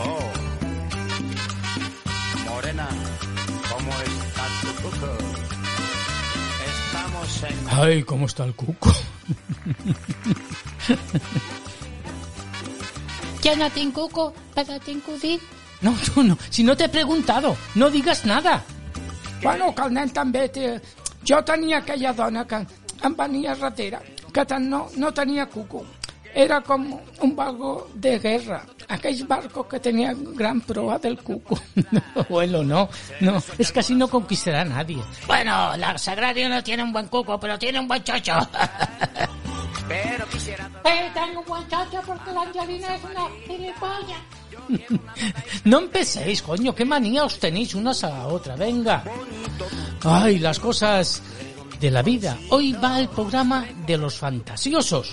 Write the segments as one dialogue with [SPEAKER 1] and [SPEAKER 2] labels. [SPEAKER 1] Oh.
[SPEAKER 2] Ay, cómo está el cuco.
[SPEAKER 3] Ya no tiene cuco, para tiene cudí.
[SPEAKER 2] No, tú no. Si no te he preguntado, no digas nada.
[SPEAKER 4] Bueno, que el nen també té... Jo tenia aquella dona que em venia darrere, que tan no, no tenia cuco. Era com un barco de guerra, aquells barcos que tenien gran proa del cuco.
[SPEAKER 2] No, abuelo, no. No, es que así no conquistará a nadie.
[SPEAKER 3] Bueno, la Sagrario no tiene un buen cuco, pero tiene un buen chocho. Eh, tengo un buen chocho porque la Angelina es una gilipollas.
[SPEAKER 2] No empecéis, coño, qué manía os tenéis unas a la otra, venga. Ay, las cosas de la vida. Hoy va el programa de los fantasiosos.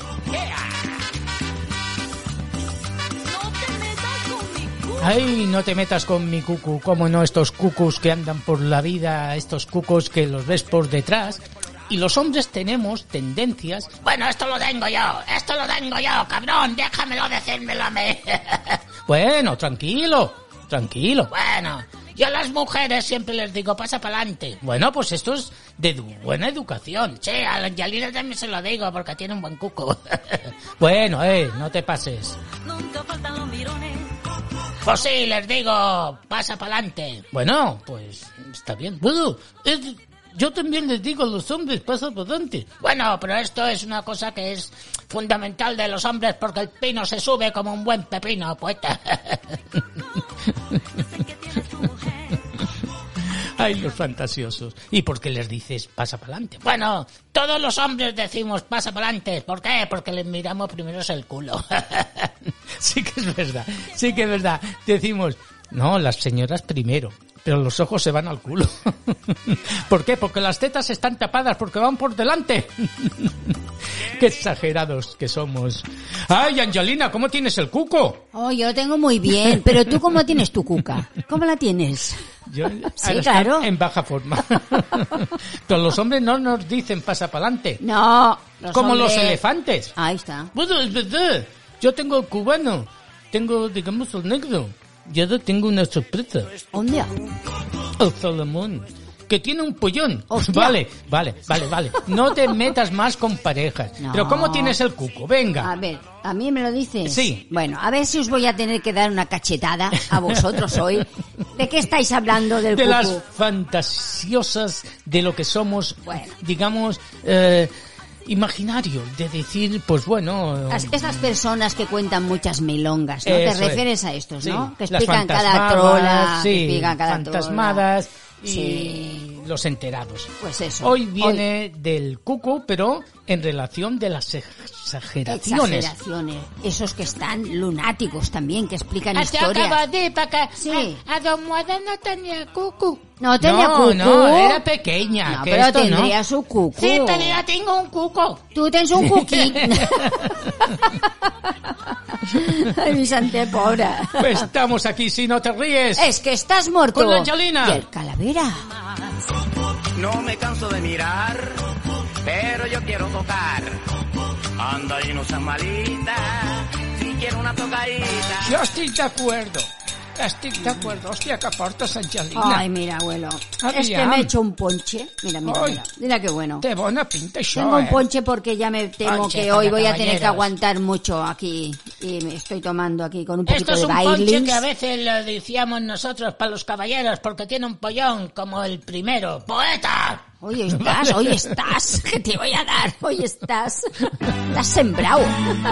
[SPEAKER 2] Ay, no te metas con mi cucu, como no estos cucus que andan por la vida, estos cucos que los ves por detrás. Y los hombres tenemos tendencias
[SPEAKER 3] Bueno, esto lo tengo yo, esto lo tengo yo, cabrón, déjamelo decírmelo a mí.
[SPEAKER 2] Bueno, tranquilo, tranquilo.
[SPEAKER 3] bueno, yo a las mujeres siempre les digo, pasa para adelante.
[SPEAKER 2] Bueno, pues esto es de edu- buena educación.
[SPEAKER 3] Sí, a la Angelina también se lo digo porque tiene un buen cuco.
[SPEAKER 2] Bueno, eh, no te pases.
[SPEAKER 3] Pues sí, les digo, pasa para adelante.
[SPEAKER 2] Bueno, pues está bien. Bueno, es- yo también les digo a los hombres, pasa por delante.
[SPEAKER 3] Bueno, pero esto es una cosa que es fundamental de los hombres porque el pino se sube como un buen pepino, poeta.
[SPEAKER 2] Ay, los fantasiosos. ¿Y por qué les dices pasa para adelante?
[SPEAKER 3] Bueno, todos los hombres decimos pasa para adelante. ¿Por qué? Porque les miramos primero es el culo.
[SPEAKER 2] sí que es verdad, sí que es verdad. Decimos, no, las señoras primero, pero los ojos se van al culo. ¿Por qué? Porque las tetas están tapadas, porque van por delante. qué exagerados que somos. Ay, Angelina, ¿cómo tienes el cuco?
[SPEAKER 5] Oh, yo lo tengo muy bien, pero tú cómo tienes tu cuca? ¿Cómo la tienes?
[SPEAKER 2] Yo,
[SPEAKER 5] Sí,
[SPEAKER 2] ahora está
[SPEAKER 5] claro.
[SPEAKER 2] En baja forma. Pero los hombres no nos dicen pasa para adelante,
[SPEAKER 5] No.
[SPEAKER 2] como los
[SPEAKER 5] hombres-
[SPEAKER 2] elefantes.
[SPEAKER 5] Ahí está.
[SPEAKER 2] Bueno, es verdad. Yo tengo el cubano, tengo, digamos, el negro. Y ahora tengo una sorpresa.
[SPEAKER 5] ¿Dónde?
[SPEAKER 2] El Salomón. Que tiene un pollón.
[SPEAKER 5] Hostia.
[SPEAKER 2] Vale, vale, vale, vale. No te metas más con parejas.
[SPEAKER 5] No.
[SPEAKER 2] Pero ¿cómo tienes el cuco? Venga.
[SPEAKER 5] A ver, ¿a mí me lo dices?
[SPEAKER 2] Sí.
[SPEAKER 5] Bueno, a ver si os voy a tener que dar una cachetada a vosotros hoy. ¿De qué estáis hablando del
[SPEAKER 2] de
[SPEAKER 5] cucu?
[SPEAKER 2] las fantasiosas de lo que somos,
[SPEAKER 5] Bueno.
[SPEAKER 2] digamos, eh, imaginario. De decir, pues bueno...
[SPEAKER 5] Las- Esas personas que cuentan muchas milongas, ¿no?
[SPEAKER 2] Eso
[SPEAKER 5] Te
[SPEAKER 2] es.
[SPEAKER 5] refieres a estos,
[SPEAKER 2] Sí,
[SPEAKER 5] ¿no? Que
[SPEAKER 2] las
[SPEAKER 5] explican cada
[SPEAKER 2] fantasmadas,
[SPEAKER 5] trola,
[SPEAKER 2] sí,
[SPEAKER 5] que explican cada trola.
[SPEAKER 2] fantasmadas y
[SPEAKER 5] Sí.
[SPEAKER 2] los enterados.
[SPEAKER 5] Pues eso.
[SPEAKER 2] Hoy viene del cuco, pero en relación de las exageraciones.
[SPEAKER 5] Exageraciones. Esos que están lunáticos también, que explican
[SPEAKER 3] Hasta acaba
[SPEAKER 5] historias.
[SPEAKER 3] Ah, de ir para acá. Ah,
[SPEAKER 5] Sí.
[SPEAKER 3] A, a Don Moada no tenía cucu.
[SPEAKER 5] No tenía
[SPEAKER 2] no,
[SPEAKER 5] cucú.
[SPEAKER 2] no, era pequeña.
[SPEAKER 5] No,
[SPEAKER 2] que
[SPEAKER 5] pero
[SPEAKER 2] esto no.
[SPEAKER 5] tendría su cucú.
[SPEAKER 3] Sí, tenía, tengo un cuco.
[SPEAKER 5] Tú tens un cuquí. Ay, Vicente, pobra.
[SPEAKER 2] Pues estamos aquí, si no te ríes.
[SPEAKER 5] Es que estás muerto.
[SPEAKER 2] Con la Angelina.
[SPEAKER 5] Y el calavera.
[SPEAKER 1] No me canso de mirar, pero yo quiero tocar. Anda y no seas malita, si quiero una tocadita.
[SPEAKER 4] Jo estic d'acord, estic d'acord. Hòstia, que portes, Angelina.
[SPEAKER 5] Ay, mira, abuelo. Es que
[SPEAKER 4] Aviam.
[SPEAKER 5] me he hecho un ponche. Mira, mira,
[SPEAKER 4] Ay.
[SPEAKER 5] mira. Mira qué bueno.
[SPEAKER 4] Té bona pinta, això,
[SPEAKER 5] Tengo un
[SPEAKER 4] eh?
[SPEAKER 5] ponche porque ya me temo
[SPEAKER 3] Ponche
[SPEAKER 5] que
[SPEAKER 3] para
[SPEAKER 5] hoy voy a tener que
[SPEAKER 3] caballeros.
[SPEAKER 5] aguantar mucho aquí. Y me estoy tomando aquí con un
[SPEAKER 3] Esto
[SPEAKER 5] poquito
[SPEAKER 3] es
[SPEAKER 5] de
[SPEAKER 3] un ponche que a
[SPEAKER 5] bailings.
[SPEAKER 3] veces lo decíamos nosotros para los caballeros porque tiene un pollón como el primero. ¡Poeta!
[SPEAKER 5] Hoy estás, hoy estás. Que te voy a dar. Hoy estás. La has sembrado.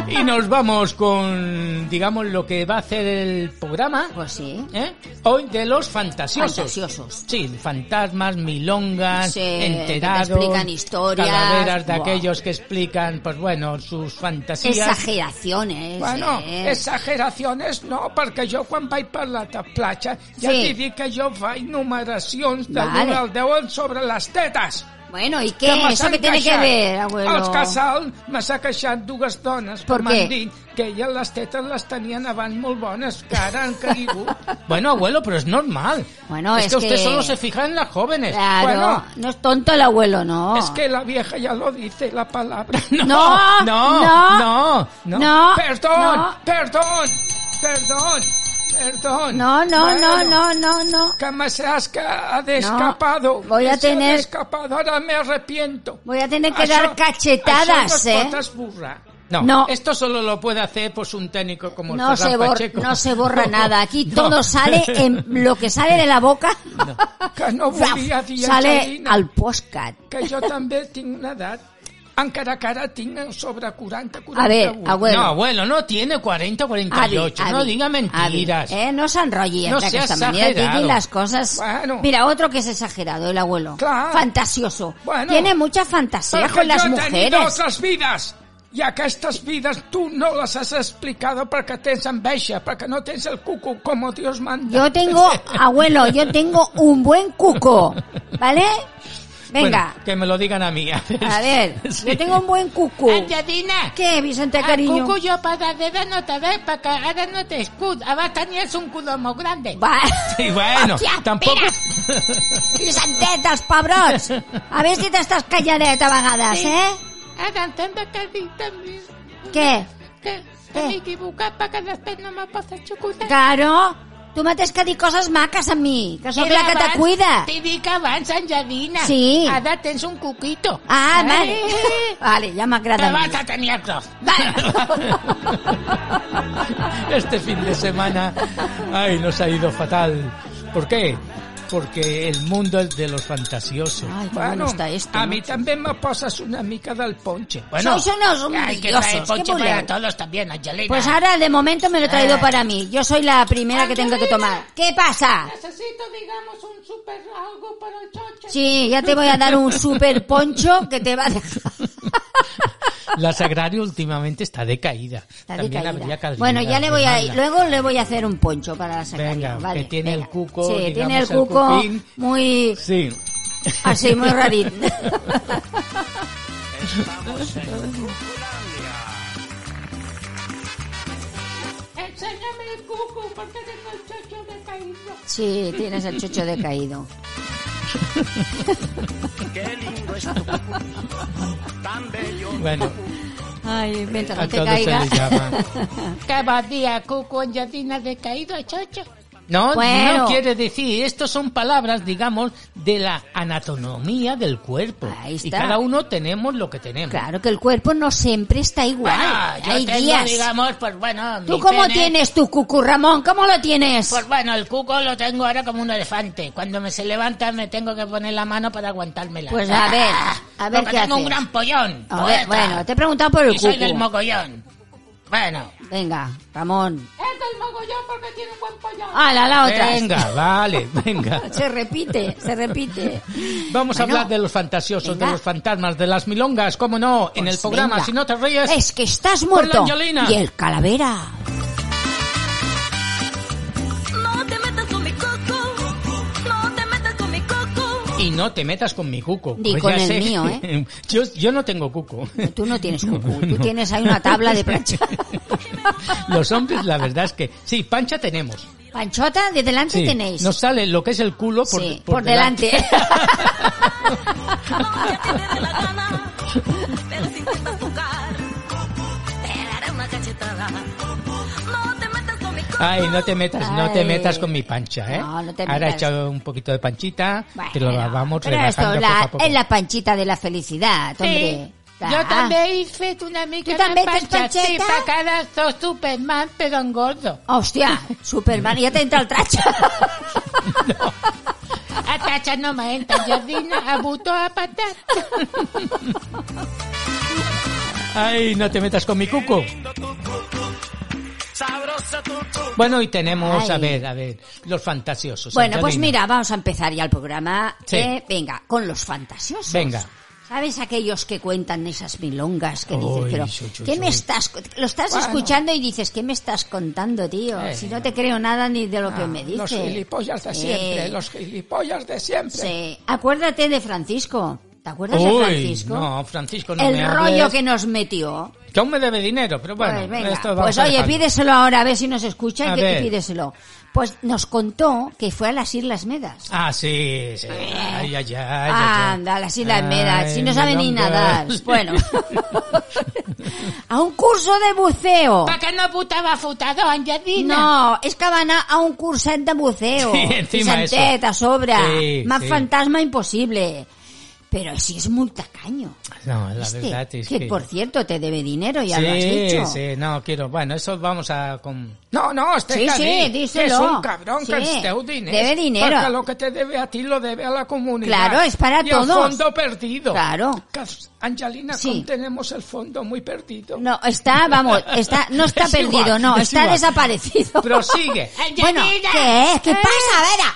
[SPEAKER 2] Y nos vamos con, digamos, lo que va a hacer el programa.
[SPEAKER 5] Pues sí.
[SPEAKER 2] ¿eh? Hoy de los fantasiosos.
[SPEAKER 5] Fantasiosos.
[SPEAKER 2] Sí, fantasmas, milongas,
[SPEAKER 5] Sí,
[SPEAKER 2] enterados.
[SPEAKER 5] que te explican historias.
[SPEAKER 2] Calaveras de
[SPEAKER 5] Buah.
[SPEAKER 2] aquellos que explican, pues bueno, sus fantasías.
[SPEAKER 5] Exageraciones.
[SPEAKER 4] Bueno,
[SPEAKER 5] eh.
[SPEAKER 4] exageraciones no, perquè jo quan vaig per la ta- platja ja
[SPEAKER 5] Sí.
[SPEAKER 4] t'hi dic que jo faig numeracions de
[SPEAKER 5] Vale.
[SPEAKER 4] vale. 1 al 10 sobre les tetes.
[SPEAKER 5] Bueno, ¿y
[SPEAKER 4] Que
[SPEAKER 5] qué?
[SPEAKER 4] me
[SPEAKER 5] ¿Eso
[SPEAKER 4] s'han
[SPEAKER 5] qué tiene que
[SPEAKER 4] queixat.
[SPEAKER 5] ver, abuelo?
[SPEAKER 4] Els casal me s'ha queixat dues dones
[SPEAKER 5] Per
[SPEAKER 4] que m'han
[SPEAKER 5] què?
[SPEAKER 4] dit que elles les tetes les tenien abans molt bones, que ara han caigut.
[SPEAKER 2] Bueno, abuelo, pero es normal.
[SPEAKER 5] Bueno,
[SPEAKER 2] es,
[SPEAKER 5] es
[SPEAKER 2] que usted
[SPEAKER 5] que-
[SPEAKER 2] solo se fija en las jóvenes.
[SPEAKER 5] Claro,
[SPEAKER 4] Bueno.
[SPEAKER 5] no es tonto el abuelo, no.
[SPEAKER 4] Es que la vieja ya lo dice, la palabra.
[SPEAKER 5] No,
[SPEAKER 2] no,
[SPEAKER 5] no,
[SPEAKER 2] no, no.
[SPEAKER 5] no,
[SPEAKER 4] perdón,
[SPEAKER 5] no.
[SPEAKER 4] perdón, perdón. Perdón.
[SPEAKER 5] No, no, no, no,
[SPEAKER 4] Bueno,
[SPEAKER 5] no, no.
[SPEAKER 4] Que me seas que ha escapado.
[SPEAKER 5] voy a
[SPEAKER 4] Que se ha
[SPEAKER 5] tener-
[SPEAKER 4] escapado, ahora me arrepiento.
[SPEAKER 5] Voy a tener que
[SPEAKER 2] Ah,
[SPEAKER 4] Això-
[SPEAKER 5] dar cachetadas,
[SPEAKER 4] això no es
[SPEAKER 5] ¿eh?
[SPEAKER 4] pot esborrar.
[SPEAKER 2] No,
[SPEAKER 5] No.
[SPEAKER 2] esto solo lo puede hacer pues un técnico como
[SPEAKER 5] No
[SPEAKER 2] Ferran
[SPEAKER 5] se, bor-
[SPEAKER 2] Pacheco.
[SPEAKER 5] no se borra
[SPEAKER 2] No,
[SPEAKER 5] nada. Aquí
[SPEAKER 2] no.
[SPEAKER 5] todo sale en lo que sale de la boca.
[SPEAKER 4] Que no volia dir,
[SPEAKER 5] sale
[SPEAKER 4] Angelina,
[SPEAKER 5] al postcat.
[SPEAKER 4] que jo també tinc una edat. Encara que ara tinc sobre 40, 41.
[SPEAKER 5] A ver, abuelo.
[SPEAKER 2] No, abuelo, no tiene 40 48.
[SPEAKER 5] Avi,
[SPEAKER 2] no
[SPEAKER 5] Avi,
[SPEAKER 2] diga mentiras.
[SPEAKER 5] Avi, eh, no se enrolle
[SPEAKER 2] No
[SPEAKER 5] hasta que
[SPEAKER 2] sea
[SPEAKER 5] esta mañana
[SPEAKER 2] exagerado.
[SPEAKER 5] Didi, las cosas.
[SPEAKER 4] Bueno.
[SPEAKER 5] Mira, otro que es exagerado, el abuelo.
[SPEAKER 4] Claro.
[SPEAKER 5] Fantasioso.
[SPEAKER 4] Bueno.
[SPEAKER 5] Tiene mucha fantasía
[SPEAKER 4] Perquè
[SPEAKER 5] con las
[SPEAKER 4] jo he tenido
[SPEAKER 5] mujeres.
[SPEAKER 4] altres vides. I aquestes vides tu no les has explicado perquè tens enveja, perquè no tens el cuco com Dios manda.
[SPEAKER 5] Yo tengo, abuelo, yo tengo un buen cuco. ¿Vale? Venga,
[SPEAKER 2] Bueno, que me lo digan a mí.
[SPEAKER 5] a ver, yo tengo un buen cuco.
[SPEAKER 3] Angelina,
[SPEAKER 5] Oh. ¿Qué,
[SPEAKER 2] Ah,
[SPEAKER 5] Vicente
[SPEAKER 3] el
[SPEAKER 5] cariño?
[SPEAKER 3] cucu jo per darrere no te veig perquè ara no Ah, té escut. Abans tenies un culo molt grande.
[SPEAKER 5] Va.
[SPEAKER 2] Y bueno,
[SPEAKER 5] Hòstia,
[SPEAKER 2] tampoco...
[SPEAKER 5] Vicentet, els pebrots! A veure si t'estàs calladet a vegades, eh?
[SPEAKER 3] Ara entendre que dic també
[SPEAKER 5] Què?
[SPEAKER 3] que,
[SPEAKER 5] Eh.
[SPEAKER 3] que m'he equivocat perquè després no me posa xocolata.
[SPEAKER 5] Claro, tu mateix que dic coses maques a mi, que sóc la que te cuida.
[SPEAKER 3] T'hi dic abans, Angelina.
[SPEAKER 5] Sí.
[SPEAKER 3] Ara tens un cuquito.
[SPEAKER 5] Ah, vale.
[SPEAKER 3] Eh,
[SPEAKER 5] Vale, ja m'agrada.
[SPEAKER 3] Que
[SPEAKER 5] més.
[SPEAKER 3] vas a tenir altres.
[SPEAKER 2] Este fin de semana, ay, nos ha ido fatal. ¿Por qué? Porque el mundo es de los fantasiosos.
[SPEAKER 5] Ai, que bueno,
[SPEAKER 4] Bueno,
[SPEAKER 5] està esto.
[SPEAKER 4] a mi també me poses una mica del ponche.
[SPEAKER 2] Bueno,
[SPEAKER 5] Sois unos
[SPEAKER 3] Hay que traer
[SPEAKER 5] humillosos, ¿qué
[SPEAKER 3] ponche para
[SPEAKER 5] voleu?
[SPEAKER 3] todos también, Angelina.
[SPEAKER 5] Pues ahora, de momento, me lo he traído
[SPEAKER 3] Eh.
[SPEAKER 5] para mí. Yo soy la primera que tengo que tomar. ¿Qué pasa?
[SPEAKER 3] Necesito, digamos, un super algo para el chocho.
[SPEAKER 5] Sí, ya te voy a dar un super poncho que te va a dejar.
[SPEAKER 2] la Sagrario últimamente está decaída.
[SPEAKER 5] Está
[SPEAKER 2] También
[SPEAKER 5] decaída.
[SPEAKER 2] habría que
[SPEAKER 5] Bueno, ya le voy a
[SPEAKER 2] aliviarla.
[SPEAKER 5] luego le voy a hacer un poncho para la sacar.
[SPEAKER 2] Venga,
[SPEAKER 5] vale,
[SPEAKER 2] que tiene
[SPEAKER 5] venga.
[SPEAKER 2] el cuco,
[SPEAKER 5] Sí,
[SPEAKER 2] digamos,
[SPEAKER 5] tiene el
[SPEAKER 2] el
[SPEAKER 5] cuco
[SPEAKER 2] cuquín.
[SPEAKER 5] muy
[SPEAKER 2] Sí.
[SPEAKER 5] así, muy rarín.
[SPEAKER 1] Estamos en Cuculandia.
[SPEAKER 3] Enséñame el cucu, porque tengo el chocho decaído.
[SPEAKER 5] Sí, tienes el chocho decaído.
[SPEAKER 1] Qué lindo es tu cucu, tan bello.
[SPEAKER 2] Bueno,
[SPEAKER 5] Ay, mientras
[SPEAKER 2] a
[SPEAKER 5] no te
[SPEAKER 2] todos se
[SPEAKER 5] caiga.
[SPEAKER 2] les llama.
[SPEAKER 3] Cada día, cucu, Angelina, decaído, chocho.
[SPEAKER 2] No,
[SPEAKER 5] Bueno.
[SPEAKER 2] no quiere decir, estos son palabras, digamos, de la anatomía del cuerpo.
[SPEAKER 5] Ahí
[SPEAKER 2] Y
[SPEAKER 5] está.
[SPEAKER 2] cada uno tenemos lo que tenemos.
[SPEAKER 5] claro que el cuerpo no siempre está igual.
[SPEAKER 3] Ah, yo
[SPEAKER 5] Hay
[SPEAKER 3] tengo,
[SPEAKER 5] días.
[SPEAKER 3] digamos, pues bueno...
[SPEAKER 5] ¿Tú
[SPEAKER 3] mi
[SPEAKER 5] cómo
[SPEAKER 3] pene,
[SPEAKER 5] tienes tu cucu, Ramón? ¿Cómo lo tienes?
[SPEAKER 3] Pues bueno, el cuco lo tengo ahora como un elefante. Cuando me se levanta me tengo que poner la mano para aguantármela.
[SPEAKER 5] Pues a ver, a ver
[SPEAKER 3] Porque
[SPEAKER 5] qué
[SPEAKER 3] tengo un
[SPEAKER 5] haces.
[SPEAKER 3] gran pollón.
[SPEAKER 5] A
[SPEAKER 3] poeta,
[SPEAKER 5] ver, bueno, te he preguntado por el
[SPEAKER 3] Y soy del
[SPEAKER 5] cucu.
[SPEAKER 3] mogollón. Bueno.
[SPEAKER 5] Venga, Ramón.
[SPEAKER 3] Es del mogollón porque tiene un buen pollón.
[SPEAKER 5] Ah, la, la otra.
[SPEAKER 2] Venga, vale, venga.
[SPEAKER 5] Se repite, se repite.
[SPEAKER 2] Vamos
[SPEAKER 5] Bueno,
[SPEAKER 2] a hablar de los fantasiosos,
[SPEAKER 5] venga.
[SPEAKER 2] de los fantasmas, de las milongas, cómo no, en
[SPEAKER 5] pues
[SPEAKER 2] el programa
[SPEAKER 5] venga.
[SPEAKER 2] Si no te ríes.
[SPEAKER 5] Es que estás muerto.
[SPEAKER 2] Hola, Angelina.
[SPEAKER 5] Y el calavera.
[SPEAKER 6] No te metas con mi coco, no te metas con mi coco.
[SPEAKER 2] Y no te metas con mi cuco.
[SPEAKER 5] Ni
[SPEAKER 2] Pues
[SPEAKER 5] con
[SPEAKER 2] ya
[SPEAKER 5] el
[SPEAKER 2] sé.
[SPEAKER 5] mío, ¿eh?
[SPEAKER 2] Yo, yo no tengo cuco.
[SPEAKER 5] Tú no tienes cucu, tú tienes ahí una tabla de plancha.
[SPEAKER 2] Los hombres, la verdad es que sí, pancha tenemos.
[SPEAKER 5] Panchota, de delante
[SPEAKER 2] Sí,
[SPEAKER 5] tenéis.
[SPEAKER 2] Nos sale lo que es el culo por,
[SPEAKER 5] Sí,
[SPEAKER 2] por
[SPEAKER 5] por delante.
[SPEAKER 6] Vamos que te dé la gana, pero si intentas tocar, te daré una cachetada. No te metas con mi coco.
[SPEAKER 2] Ay, no te metas, no te
[SPEAKER 5] Ay.
[SPEAKER 2] metas con mi pancha, ¿eh?
[SPEAKER 5] No, no te
[SPEAKER 2] Ahora he
[SPEAKER 5] metas.
[SPEAKER 2] echado un poquito de panchita,
[SPEAKER 5] Bueno,
[SPEAKER 2] te lo vamos
[SPEAKER 5] pero
[SPEAKER 2] rebajando
[SPEAKER 5] esto, la-
[SPEAKER 2] poco a poco.
[SPEAKER 5] es la panchita de la felicidad, hombre.
[SPEAKER 3] Sí.
[SPEAKER 5] Ah,
[SPEAKER 3] Yo también hice una mica
[SPEAKER 5] ¿Tú también
[SPEAKER 3] de
[SPEAKER 5] haces
[SPEAKER 3] pancha, sí,
[SPEAKER 5] pancheta?
[SPEAKER 3] para cada dos Superman, pero engordo.
[SPEAKER 5] Hostia, Superman, ya te entra el tracho.
[SPEAKER 3] Pues A tacha no me entra, Jardina, a buto a patar.
[SPEAKER 2] Ay, no te metas con mi cuco.
[SPEAKER 1] Sabrosa tu cucu.
[SPEAKER 2] Bueno, y tenemos, a
[SPEAKER 5] Ay.
[SPEAKER 2] ver, a ver, los fantasiosos.
[SPEAKER 5] Bueno, pues
[SPEAKER 2] Angelina.
[SPEAKER 5] mira, vamos a empezar ya el programa.
[SPEAKER 2] Sí.
[SPEAKER 5] eh, venga, con los fantasiosos.
[SPEAKER 2] Venga.
[SPEAKER 5] ¿Sabes aquellos que cuentan esas milongas que dices,
[SPEAKER 2] Uy,
[SPEAKER 5] pero
[SPEAKER 2] chu, chu,
[SPEAKER 5] qué
[SPEAKER 2] chu.
[SPEAKER 5] me estás, co- lo estás escuchando y dices, ¿qué me estás contando, tío?
[SPEAKER 2] Eh. Ah,
[SPEAKER 5] Si no te creo nada ni de lo que me dices.
[SPEAKER 4] Los gilipollas de
[SPEAKER 5] Eh,
[SPEAKER 4] siempre, los gilipollas de siempre.
[SPEAKER 5] sí. acuérdate de Francisco, ¿Te acuerdas de
[SPEAKER 2] Uy,
[SPEAKER 5] Francisco?
[SPEAKER 2] no, Francisco no me
[SPEAKER 5] el
[SPEAKER 2] hables.
[SPEAKER 5] rollo que nos metió.
[SPEAKER 2] Que aún me debe dinero, pero bueno.
[SPEAKER 5] pues venga,
[SPEAKER 2] esto vamos
[SPEAKER 5] pues
[SPEAKER 2] a
[SPEAKER 5] oye,
[SPEAKER 2] dejarlo.
[SPEAKER 5] pídeselo ahora a ver si nos escucha
[SPEAKER 2] A
[SPEAKER 5] y que-
[SPEAKER 2] ver.
[SPEAKER 5] y pídeselo. Pues nos contó que fue a las Islas Medas.
[SPEAKER 2] Ah, sí, sí. Ay, ay, ay. ay, ay.
[SPEAKER 5] Anda, las Islas
[SPEAKER 2] Ay,
[SPEAKER 5] Medas, si no sabe ni
[SPEAKER 2] milongas.
[SPEAKER 5] nadar. Bueno, a un curso de buceo.
[SPEAKER 3] ¿Para qué no putaba futado, Angelina?
[SPEAKER 5] Oh. No, és que va anar a un curset de buceo.
[SPEAKER 2] Sí, encima
[SPEAKER 5] Santet,
[SPEAKER 2] eso.
[SPEAKER 5] a sobre.
[SPEAKER 2] Sí,
[SPEAKER 5] Más
[SPEAKER 2] sí.
[SPEAKER 5] fantasma imposible. Pero si es muy tacaño.
[SPEAKER 2] No, la
[SPEAKER 5] Este,
[SPEAKER 2] verdad es
[SPEAKER 5] que,
[SPEAKER 2] que...
[SPEAKER 5] por cierto, te debe dinero, ya
[SPEAKER 2] sí,
[SPEAKER 5] lo has dicho.
[SPEAKER 2] sí, no, quiero... Bueno, eso vamos a... Con...
[SPEAKER 4] No, no, este
[SPEAKER 5] Sí, sí,
[SPEAKER 4] Cadí, que
[SPEAKER 5] díselo.
[SPEAKER 4] es un cabrón que
[SPEAKER 5] Sí,
[SPEAKER 4] es teu diners.
[SPEAKER 5] debe dinero.
[SPEAKER 4] Porque lo que te debe a ti lo debe a la comunidad.
[SPEAKER 5] Claro, es para
[SPEAKER 4] y
[SPEAKER 5] todos.
[SPEAKER 4] a fondo perdido.
[SPEAKER 5] Claro.
[SPEAKER 4] Que, Angelina,
[SPEAKER 5] Sí.
[SPEAKER 4] con- tenemos el fondo muy perdido.
[SPEAKER 5] No, está, vamos, está, no está
[SPEAKER 2] Es
[SPEAKER 5] perdido,
[SPEAKER 2] igual,
[SPEAKER 5] no,
[SPEAKER 2] es
[SPEAKER 5] está
[SPEAKER 2] igual.
[SPEAKER 5] desaparecido. Eh.
[SPEAKER 2] Prosigue.
[SPEAKER 5] bueno, ¿qué es? ¿Qué pasa, Vera?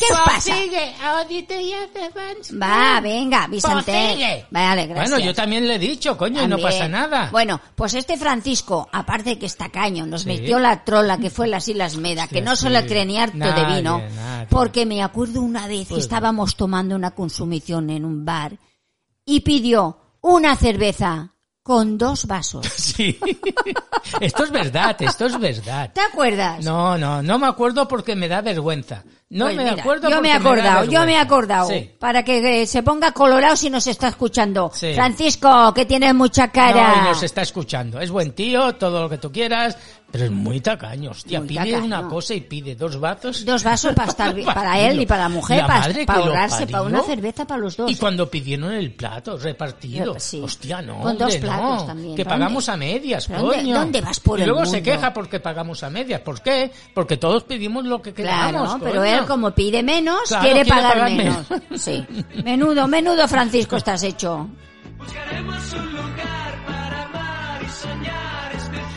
[SPEAKER 5] ¿Qué os pasa?
[SPEAKER 3] Sigue, ahorita ya te van.
[SPEAKER 5] Va, venga, Vicente.
[SPEAKER 3] Prosigue.
[SPEAKER 5] Vale, gracias.
[SPEAKER 2] Bueno, yo también le he dicho, coño, y no
[SPEAKER 5] También.
[SPEAKER 2] pasa nada.
[SPEAKER 5] Bueno, pues este Francisco, aparte de que está caño, nos
[SPEAKER 2] Sí.
[SPEAKER 5] metió la trola que fue en las Islas Meda, que no
[SPEAKER 2] sí.
[SPEAKER 5] solo cree ni harto de
[SPEAKER 2] Nadie,
[SPEAKER 5] vino,
[SPEAKER 2] nadie.
[SPEAKER 5] porque me acuerdo una vez que
[SPEAKER 2] Pues-
[SPEAKER 5] estábamos tomando una consumición en un bar y pidió una cerveza con dos vasos.
[SPEAKER 2] Sí. esto es verdad, esto es verdad.
[SPEAKER 5] ¿Te acuerdas?
[SPEAKER 2] No, no, no me acuerdo porque me da vergüenza. No
[SPEAKER 5] Pues
[SPEAKER 2] me
[SPEAKER 5] mira,
[SPEAKER 2] acuerdo
[SPEAKER 5] Yo me he
[SPEAKER 2] porque da
[SPEAKER 5] acordado, yo me he
[SPEAKER 2] vergüenza.
[SPEAKER 5] acordado.
[SPEAKER 2] Sí.
[SPEAKER 5] Para que eh, se ponga colorado si nos está escuchando.
[SPEAKER 2] Sí.
[SPEAKER 5] Francisco, que tienes mucha cara.
[SPEAKER 2] No, y nos está escuchando. Es buen tío, todo lo que tú quieras, pero es muy tacaño, hostia.
[SPEAKER 5] Muy
[SPEAKER 2] pide
[SPEAKER 5] tacaño.
[SPEAKER 2] una cosa y pide dos vasos.
[SPEAKER 5] Dos vasos para estar bi- para
[SPEAKER 2] Partido.
[SPEAKER 5] él y para la mujer,
[SPEAKER 2] La
[SPEAKER 5] para,
[SPEAKER 2] madre
[SPEAKER 5] para
[SPEAKER 2] que lo
[SPEAKER 5] ahorrarse,
[SPEAKER 2] parió.
[SPEAKER 5] para una cerveza para los dos.
[SPEAKER 2] Y cuando pidieron el plato repartido,
[SPEAKER 5] Yo- sí.
[SPEAKER 2] hostia, no,
[SPEAKER 5] Con dos
[SPEAKER 2] hombre,
[SPEAKER 5] platos
[SPEAKER 2] no,
[SPEAKER 5] también.
[SPEAKER 2] que
[SPEAKER 5] ¿Dónde?
[SPEAKER 2] pagamos a medias,
[SPEAKER 5] ¿Pero dónde-
[SPEAKER 2] coño.
[SPEAKER 5] dónde vas por
[SPEAKER 2] y
[SPEAKER 5] el
[SPEAKER 2] luego se
[SPEAKER 5] mundo?
[SPEAKER 2] queja porque pagamos a medias. ¿Por qué? Porque todos pedimos lo que
[SPEAKER 5] Claro,
[SPEAKER 2] queramos.
[SPEAKER 5] pero
[SPEAKER 2] coño.
[SPEAKER 5] él como pide menos,
[SPEAKER 2] Claro,
[SPEAKER 5] quiere,
[SPEAKER 2] quiere
[SPEAKER 5] pagar,
[SPEAKER 2] pagar
[SPEAKER 5] menos.
[SPEAKER 2] menos.
[SPEAKER 5] Sí. Menudo, menudo Francisco estás hecho.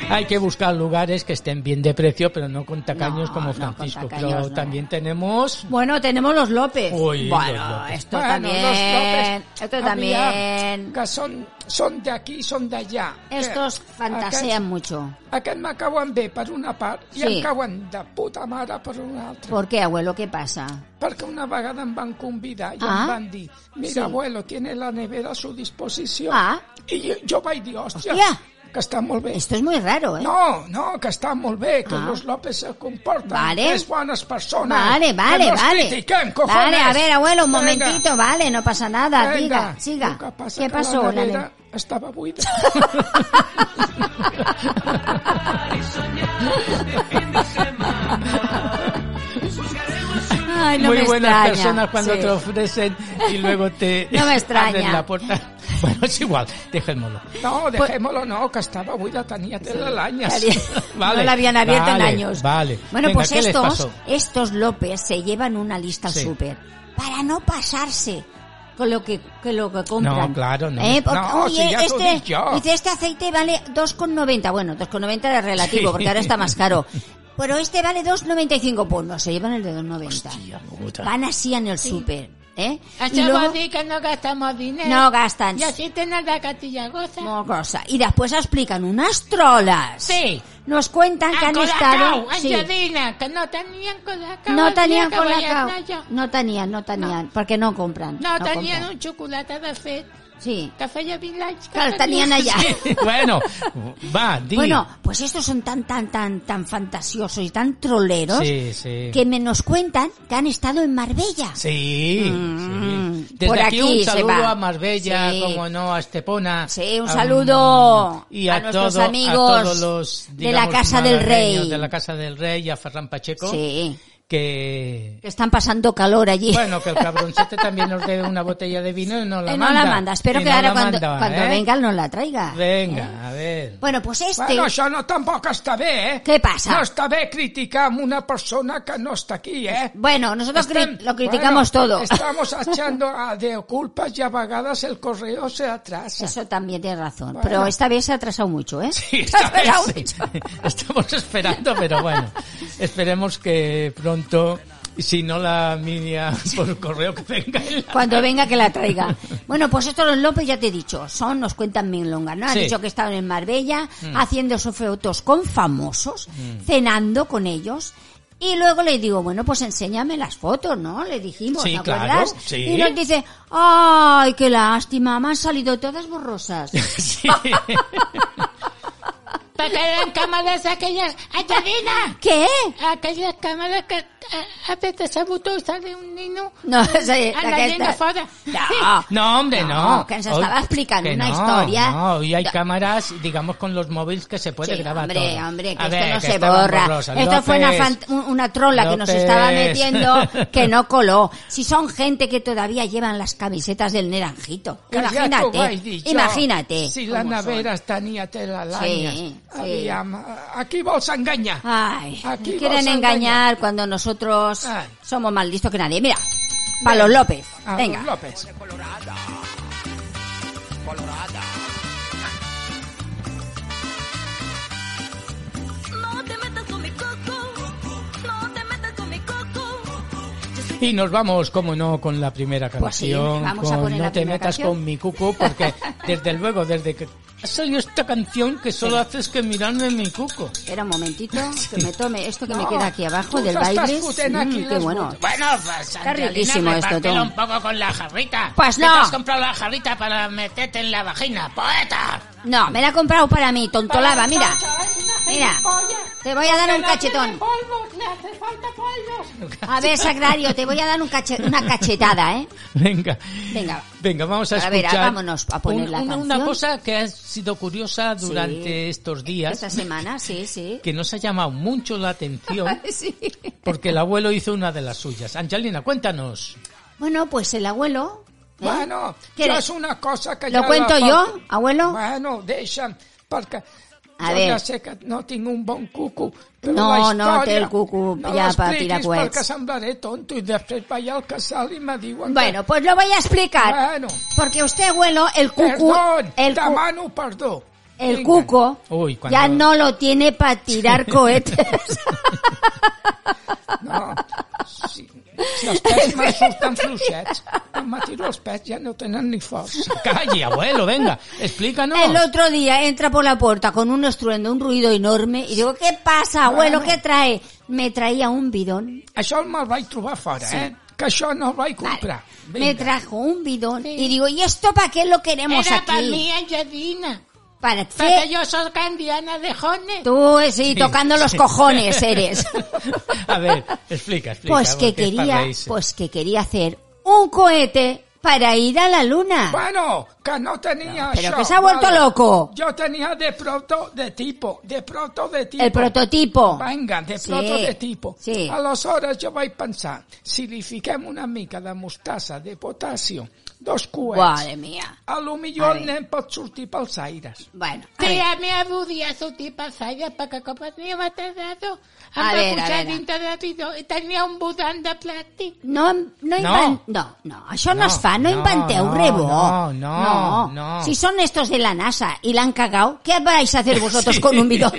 [SPEAKER 2] Hay que buscar lugares que estén bien de precio, pero no con tacaños
[SPEAKER 5] No,
[SPEAKER 2] como
[SPEAKER 5] no, con
[SPEAKER 2] Francisco.
[SPEAKER 5] tacaños
[SPEAKER 2] pero
[SPEAKER 5] no.
[SPEAKER 2] también tenemos...
[SPEAKER 5] Bueno, tenemos los López.
[SPEAKER 2] Uy,
[SPEAKER 5] bueno,
[SPEAKER 2] los Ah, López.
[SPEAKER 5] esto
[SPEAKER 4] Bueno,
[SPEAKER 5] también.
[SPEAKER 4] los López
[SPEAKER 5] esto
[SPEAKER 4] había
[SPEAKER 5] también.
[SPEAKER 4] Que son, son de aquí, son de allá.
[SPEAKER 5] Estos
[SPEAKER 2] Eh,
[SPEAKER 4] Que
[SPEAKER 5] fantasean mucho.
[SPEAKER 4] Aquest, aquest m'acauen bé per una part i
[SPEAKER 5] Sí.
[SPEAKER 4] em cauen de puta mare per una altra.
[SPEAKER 5] ¿Por qué, abuelo? ¿Qué pasa?
[SPEAKER 4] Perquè una vegada em van convidar i
[SPEAKER 5] Ah.
[SPEAKER 4] em van dir mira,
[SPEAKER 5] Sí.
[SPEAKER 4] abuelo, tiene la nevera a su disposició.
[SPEAKER 5] Ah.
[SPEAKER 4] I jo, jo vaig dir, hòstia,
[SPEAKER 5] Hòstia.
[SPEAKER 4] que està molt bé.
[SPEAKER 5] Esto es muy raro, ¿eh?
[SPEAKER 4] No, no, que està molt bé, que
[SPEAKER 5] Ah.
[SPEAKER 4] los López se comporten,
[SPEAKER 5] Vale.
[SPEAKER 4] que és bones persones.
[SPEAKER 5] Vale,
[SPEAKER 4] que
[SPEAKER 5] vale,
[SPEAKER 4] nos
[SPEAKER 5] vale.
[SPEAKER 4] critiquen, cojones.
[SPEAKER 5] vale, a ver, abuelo, un
[SPEAKER 4] Venga.
[SPEAKER 5] momentito, vale, no pasa nada,
[SPEAKER 4] Venga,
[SPEAKER 5] diga,
[SPEAKER 4] Lo que
[SPEAKER 5] siga.
[SPEAKER 4] pasa
[SPEAKER 5] ¿Qué
[SPEAKER 4] que
[SPEAKER 5] pasó?
[SPEAKER 4] La
[SPEAKER 5] la
[SPEAKER 4] nevera
[SPEAKER 5] ne-
[SPEAKER 4] estaba buida.
[SPEAKER 5] Ay, no
[SPEAKER 2] muy
[SPEAKER 5] me
[SPEAKER 2] buenas
[SPEAKER 5] extraña,
[SPEAKER 2] personas cuando
[SPEAKER 5] sí.
[SPEAKER 2] te ofrecen y luego te
[SPEAKER 5] No me extraña.
[SPEAKER 2] abren la puerta. Bueno, es igual, dejémoslo.
[SPEAKER 4] No, dejémoslo, no, que estaba buida, tenía telarañas.
[SPEAKER 2] Vale,
[SPEAKER 5] no la habían abierto
[SPEAKER 2] vale,
[SPEAKER 5] en años.
[SPEAKER 2] vale.
[SPEAKER 5] Bueno,
[SPEAKER 2] Venga,
[SPEAKER 5] pues
[SPEAKER 2] ¿qué les
[SPEAKER 5] estos,
[SPEAKER 2] pasó?
[SPEAKER 5] estos López se llevan una lista al
[SPEAKER 2] Sí.
[SPEAKER 5] súper para no pasarse con lo que, con lo que compran.
[SPEAKER 2] No, claro, no.
[SPEAKER 5] Eh, porque,
[SPEAKER 4] No,
[SPEAKER 5] oye,
[SPEAKER 4] si ya
[SPEAKER 5] este,
[SPEAKER 4] lo di yo.
[SPEAKER 5] dice, este aceite vale 2,90. Bueno, 2,90 era relativo, porque ahora está más caro. Pero este vale 2,95. Pues no, se llevan el de 2,90.
[SPEAKER 2] Hostia puta.
[SPEAKER 5] Van así en el súper, ¿eh? Y
[SPEAKER 3] Hacemos
[SPEAKER 5] luego
[SPEAKER 3] así que no gastamos dinero.
[SPEAKER 5] no gastan.
[SPEAKER 3] Y así tenés la catilla goza.
[SPEAKER 5] No, cosa. Y después explican unas trolas.
[SPEAKER 3] Sí.
[SPEAKER 5] Nos cuentan que han estado...
[SPEAKER 3] Ah, Colacao,
[SPEAKER 5] sí.
[SPEAKER 3] Angelina, que no tenían colacao.
[SPEAKER 5] No
[SPEAKER 3] el día
[SPEAKER 5] tenían
[SPEAKER 3] que
[SPEAKER 5] con
[SPEAKER 3] voy a
[SPEAKER 5] la
[SPEAKER 3] estar yo.
[SPEAKER 5] No tenían, no tenían, porque no compran.
[SPEAKER 3] No, tenían
[SPEAKER 5] compran.
[SPEAKER 3] un chocolate de fe.
[SPEAKER 5] Sí,
[SPEAKER 3] Café de Village.
[SPEAKER 5] claro, tenían allá.
[SPEAKER 2] bueno, va, di.
[SPEAKER 5] Bueno, pues estos son tan, tan, tan, tan fantasiosos y tan troleros
[SPEAKER 2] sí, sí.
[SPEAKER 5] que me nos cuentan que han estado en Marbella.
[SPEAKER 2] Sí,
[SPEAKER 5] Mm,
[SPEAKER 2] sí. Desde
[SPEAKER 5] por
[SPEAKER 2] aquí,
[SPEAKER 5] aquí
[SPEAKER 2] un
[SPEAKER 5] se
[SPEAKER 2] saludo
[SPEAKER 5] va.
[SPEAKER 2] a Marbella,
[SPEAKER 5] Sí.
[SPEAKER 2] como no, a Estepona.
[SPEAKER 5] Sí, un
[SPEAKER 2] a-
[SPEAKER 5] saludo
[SPEAKER 2] y
[SPEAKER 5] a
[SPEAKER 2] a,
[SPEAKER 5] nuestros
[SPEAKER 2] todo- a
[SPEAKER 5] amigos
[SPEAKER 2] todos los,
[SPEAKER 5] de la
[SPEAKER 2] digamos,
[SPEAKER 5] Casa del
[SPEAKER 2] malagueños
[SPEAKER 5] Rey.
[SPEAKER 2] De la Casa del Rey, a Ferran Pacheco.
[SPEAKER 5] Sí,
[SPEAKER 2] Que
[SPEAKER 5] que están pasando calor allí.
[SPEAKER 2] Bueno, que el cabroncete también nos debe una botella de vino y no la
[SPEAKER 5] Eh, no
[SPEAKER 2] manda.
[SPEAKER 5] la manda, espero
[SPEAKER 2] Y
[SPEAKER 5] que
[SPEAKER 2] no
[SPEAKER 5] ahora
[SPEAKER 2] la
[SPEAKER 5] cuando,
[SPEAKER 2] manda,
[SPEAKER 5] cuando
[SPEAKER 2] ¿eh?
[SPEAKER 5] venga nos la traiga.
[SPEAKER 2] Venga, a ver.
[SPEAKER 5] Bueno, pues este...
[SPEAKER 4] Bueno, això no tampoc està bé, eh?
[SPEAKER 5] Què passa?
[SPEAKER 4] No està bé criticar amb una persona que no està aquí, eh?
[SPEAKER 5] Bueno, nosotros cri-
[SPEAKER 4] Estem-
[SPEAKER 5] lo criticamos
[SPEAKER 4] bueno,
[SPEAKER 5] todo.
[SPEAKER 4] Estamos echando a de culpas y a vagadas el correo se atrasa.
[SPEAKER 5] Eso también tiene razón.
[SPEAKER 4] Bueno.
[SPEAKER 5] Pero esta vez se ha atrasado mucho, ¿eh?
[SPEAKER 2] Sí,
[SPEAKER 5] Se ha
[SPEAKER 2] esta vez
[SPEAKER 5] atrasado
[SPEAKER 2] sí.
[SPEAKER 5] mucho.
[SPEAKER 2] Estamos esperando, pero bueno. Esperemos que pronto, y si no la media por correo, que venga. el-
[SPEAKER 5] Cuando venga que la traiga. Bueno, pues estos los López ya te he dicho, son, nos cuentan milonga, ¿no? Han
[SPEAKER 2] Sí. Mm.
[SPEAKER 5] dicho que estaban en Marbella haciendo sus fotos con famosos, cenando con ellos Y luego le digo, bueno, pues enséñame las fotos, ¿no? Le dijimos,
[SPEAKER 2] Sí,
[SPEAKER 5] ¿te
[SPEAKER 2] claro,
[SPEAKER 5] acuerdas?
[SPEAKER 2] sí.
[SPEAKER 5] Y nos dice, ay, qué lástima, me han salido todas borrosas.
[SPEAKER 2] Sí.
[SPEAKER 3] Porque eran cámaras aquellas... ¡Angelina!
[SPEAKER 5] ¿Qué?
[SPEAKER 3] Aquellas cámaras que eh, a- apetece mucho usar de un niño...
[SPEAKER 5] No, sí,
[SPEAKER 3] A
[SPEAKER 5] la
[SPEAKER 3] la
[SPEAKER 5] que
[SPEAKER 3] llena
[SPEAKER 5] está-
[SPEAKER 3] foda.
[SPEAKER 5] No.
[SPEAKER 2] No, hombre, no.
[SPEAKER 5] que nos
[SPEAKER 2] Hoy-
[SPEAKER 5] estaba explicando
[SPEAKER 2] que
[SPEAKER 5] una
[SPEAKER 2] no,
[SPEAKER 5] historia.
[SPEAKER 2] No, hoy hay
[SPEAKER 5] No.
[SPEAKER 2] cámaras, digamos, con los móviles que se puede
[SPEAKER 5] Sí,
[SPEAKER 2] grabar
[SPEAKER 5] hombre,
[SPEAKER 2] todo.
[SPEAKER 5] hombre, que
[SPEAKER 2] A
[SPEAKER 5] esto
[SPEAKER 2] ver,
[SPEAKER 5] no
[SPEAKER 2] que
[SPEAKER 5] se
[SPEAKER 2] estaban
[SPEAKER 5] borra.
[SPEAKER 2] borrosas.
[SPEAKER 5] Esto fue una,
[SPEAKER 2] López,
[SPEAKER 5] fant- un- una trola que nos
[SPEAKER 2] López.
[SPEAKER 5] estaba metiendo que no coló. Si son gente que todavía llevan las camisetas del naranjito.
[SPEAKER 4] Que ja t'ho
[SPEAKER 5] Imagínate,
[SPEAKER 4] vaig dir jo.
[SPEAKER 5] imagínate.
[SPEAKER 4] Si la
[SPEAKER 5] cómo son.
[SPEAKER 4] nevera tenia tela
[SPEAKER 5] Sí,
[SPEAKER 4] l'any.
[SPEAKER 5] sí.
[SPEAKER 4] Aviam, aquí vols enganyar.
[SPEAKER 5] Ay,
[SPEAKER 4] Aquí
[SPEAKER 5] me quieren
[SPEAKER 4] vas a
[SPEAKER 5] engañar cuando nosotros
[SPEAKER 4] Ay.
[SPEAKER 5] somos más listos que nadie. Mira, Palo López,
[SPEAKER 4] A
[SPEAKER 5] Ah, venga.
[SPEAKER 4] los López.
[SPEAKER 1] Colorada. Colorada.
[SPEAKER 6] No te metas con mi coco. No te metas con mi coco. Yo soy
[SPEAKER 2] Y nos vamos, como no, con la primera canción.
[SPEAKER 5] Pues sí, vamos a
[SPEAKER 2] con
[SPEAKER 5] poner
[SPEAKER 2] No
[SPEAKER 5] la
[SPEAKER 2] te
[SPEAKER 5] primera
[SPEAKER 2] metas
[SPEAKER 5] canción.
[SPEAKER 2] con mi cucu, porque desde luego, desde que ha salido esta canción, que solo haces que mirarme mi cuco.
[SPEAKER 5] Espera un momentito, que me tome esto que me
[SPEAKER 4] No,
[SPEAKER 5] queda aquí abajo
[SPEAKER 4] tú
[SPEAKER 5] del
[SPEAKER 4] te estás
[SPEAKER 5] baile.
[SPEAKER 4] putena aquí
[SPEAKER 5] Mm, qué
[SPEAKER 4] las
[SPEAKER 5] bueno.
[SPEAKER 4] botas.
[SPEAKER 3] Bueno, pues
[SPEAKER 5] Está
[SPEAKER 3] Angelina,
[SPEAKER 5] riquísimo esto,
[SPEAKER 3] repártelo
[SPEAKER 5] Tom.
[SPEAKER 3] un poco con la jarrita.
[SPEAKER 5] Pues
[SPEAKER 3] ¿Qué
[SPEAKER 5] no.
[SPEAKER 3] te has comprado la jarrita para meterte en la vagina, poeta?
[SPEAKER 5] No, me la ha comprado para mí, tontolaba, mira. Mira, te voy a dar un cachetón. A ver, Sagrario, te voy a dar un cache- una cachetada, ¿eh?
[SPEAKER 2] Venga.
[SPEAKER 5] Venga.
[SPEAKER 2] Venga, vamos a
[SPEAKER 5] A ver,
[SPEAKER 2] escuchar.
[SPEAKER 5] vámonos a poner la
[SPEAKER 2] una,
[SPEAKER 5] canción.
[SPEAKER 2] una cosa que ha sido curiosa durante
[SPEAKER 5] Sí.
[SPEAKER 2] estos días,
[SPEAKER 5] Esta semana, sí, sí.
[SPEAKER 2] que nos ha llamado mucho la atención,
[SPEAKER 5] Sí.
[SPEAKER 2] porque el abuelo hizo una de las suyas. Angelina, cuéntanos.
[SPEAKER 5] Bueno, pues el abuelo... ¿eh?
[SPEAKER 4] Bueno,
[SPEAKER 5] ¿Qué
[SPEAKER 4] jo
[SPEAKER 5] le-
[SPEAKER 4] és una cosa que
[SPEAKER 5] ¿Lo
[SPEAKER 4] ja...
[SPEAKER 5] cuento
[SPEAKER 4] la
[SPEAKER 5] yo,
[SPEAKER 4] porto.
[SPEAKER 5] abuelo?
[SPEAKER 4] Bueno, deixa'm, perquè
[SPEAKER 5] A
[SPEAKER 4] jo
[SPEAKER 5] ver.
[SPEAKER 4] ja sé que no tinc un bon cucu, però
[SPEAKER 5] No,
[SPEAKER 4] la
[SPEAKER 5] no
[SPEAKER 4] història
[SPEAKER 5] té el cucu
[SPEAKER 4] no
[SPEAKER 5] ja per
[SPEAKER 4] l'expliquis
[SPEAKER 5] tirar coets.
[SPEAKER 4] perquè semblaré tonto i després vaig al casal i me diuen
[SPEAKER 5] Bueno, pues lo voy a
[SPEAKER 4] que...
[SPEAKER 5] explicar.
[SPEAKER 4] Bueno,
[SPEAKER 5] Porque usted, abuelo, el cucu...
[SPEAKER 4] perdón,
[SPEAKER 5] el cu-
[SPEAKER 4] demano perdó.
[SPEAKER 5] El
[SPEAKER 4] Vinga.
[SPEAKER 5] cuco
[SPEAKER 2] Uy, cuando-
[SPEAKER 5] ya no lo tiene para tirar cohetes.
[SPEAKER 4] No, si, si els pets me surten fluixets, quan me tiro els pets ja no tenen ni força.
[SPEAKER 2] Calle, abuelo, venga, explícanos.
[SPEAKER 5] El otro día entra por la puerta con un estruendo, un ruido enorme y digo, ¿qué pasa, abuelo? ¿Qué trae? Me traía un bidón.
[SPEAKER 4] Això me'l vaig trobar fora, sí. eh? Que això no el vaig comprar.
[SPEAKER 5] Me trajo un bidón y digo, ¿y esto para qué lo queremos
[SPEAKER 3] Era
[SPEAKER 5] aquí?
[SPEAKER 3] para mí, Angelina.
[SPEAKER 5] Para ti.
[SPEAKER 3] Porque yo soy candiana de jones.
[SPEAKER 5] Tú, eh, sí, tocando los cojones eres.
[SPEAKER 2] A ver, explica, explica.
[SPEAKER 5] pues
[SPEAKER 2] porque
[SPEAKER 5] que
[SPEAKER 2] es para
[SPEAKER 5] quería,
[SPEAKER 2] reírse.
[SPEAKER 5] pues que quería hacer un cohete para ir a la luna.
[SPEAKER 4] Bueno, que no tenia
[SPEAKER 5] pero
[SPEAKER 4] això.
[SPEAKER 5] que s'ha vuelto loco.
[SPEAKER 4] Jo tenia de proto de tipo, de proto de tipo.
[SPEAKER 5] El prototipo.
[SPEAKER 4] Vinga, de
[SPEAKER 5] Sí,
[SPEAKER 4] proto de tipo.
[SPEAKER 5] sí.
[SPEAKER 4] Aleshores jo vaig pensar, si li fiquem una mica de mostassa de potassi, dos coets,
[SPEAKER 5] Madre mía.
[SPEAKER 4] a lo
[SPEAKER 5] A
[SPEAKER 4] millor el
[SPEAKER 5] ver.
[SPEAKER 4] nen pot sortir pels aires.
[SPEAKER 5] Bueno. a ver.
[SPEAKER 3] Tía mía, budía su tipa saya para que compartía batallado.
[SPEAKER 5] A
[SPEAKER 3] A
[SPEAKER 5] ver, a ver,
[SPEAKER 3] ver,
[SPEAKER 5] a-
[SPEAKER 3] rápido. Y tenía un budán de plástico.
[SPEAKER 5] No, em- no, invan... no, no, això no,
[SPEAKER 2] No,
[SPEAKER 5] es fa, no,
[SPEAKER 2] no,
[SPEAKER 5] invanteu
[SPEAKER 2] no,
[SPEAKER 5] rebó.
[SPEAKER 2] no, no, no.
[SPEAKER 5] Si son estos de la NASA y la han cagado, ¿qué vais a hacer vosotros
[SPEAKER 2] Sí.
[SPEAKER 5] con un bidón?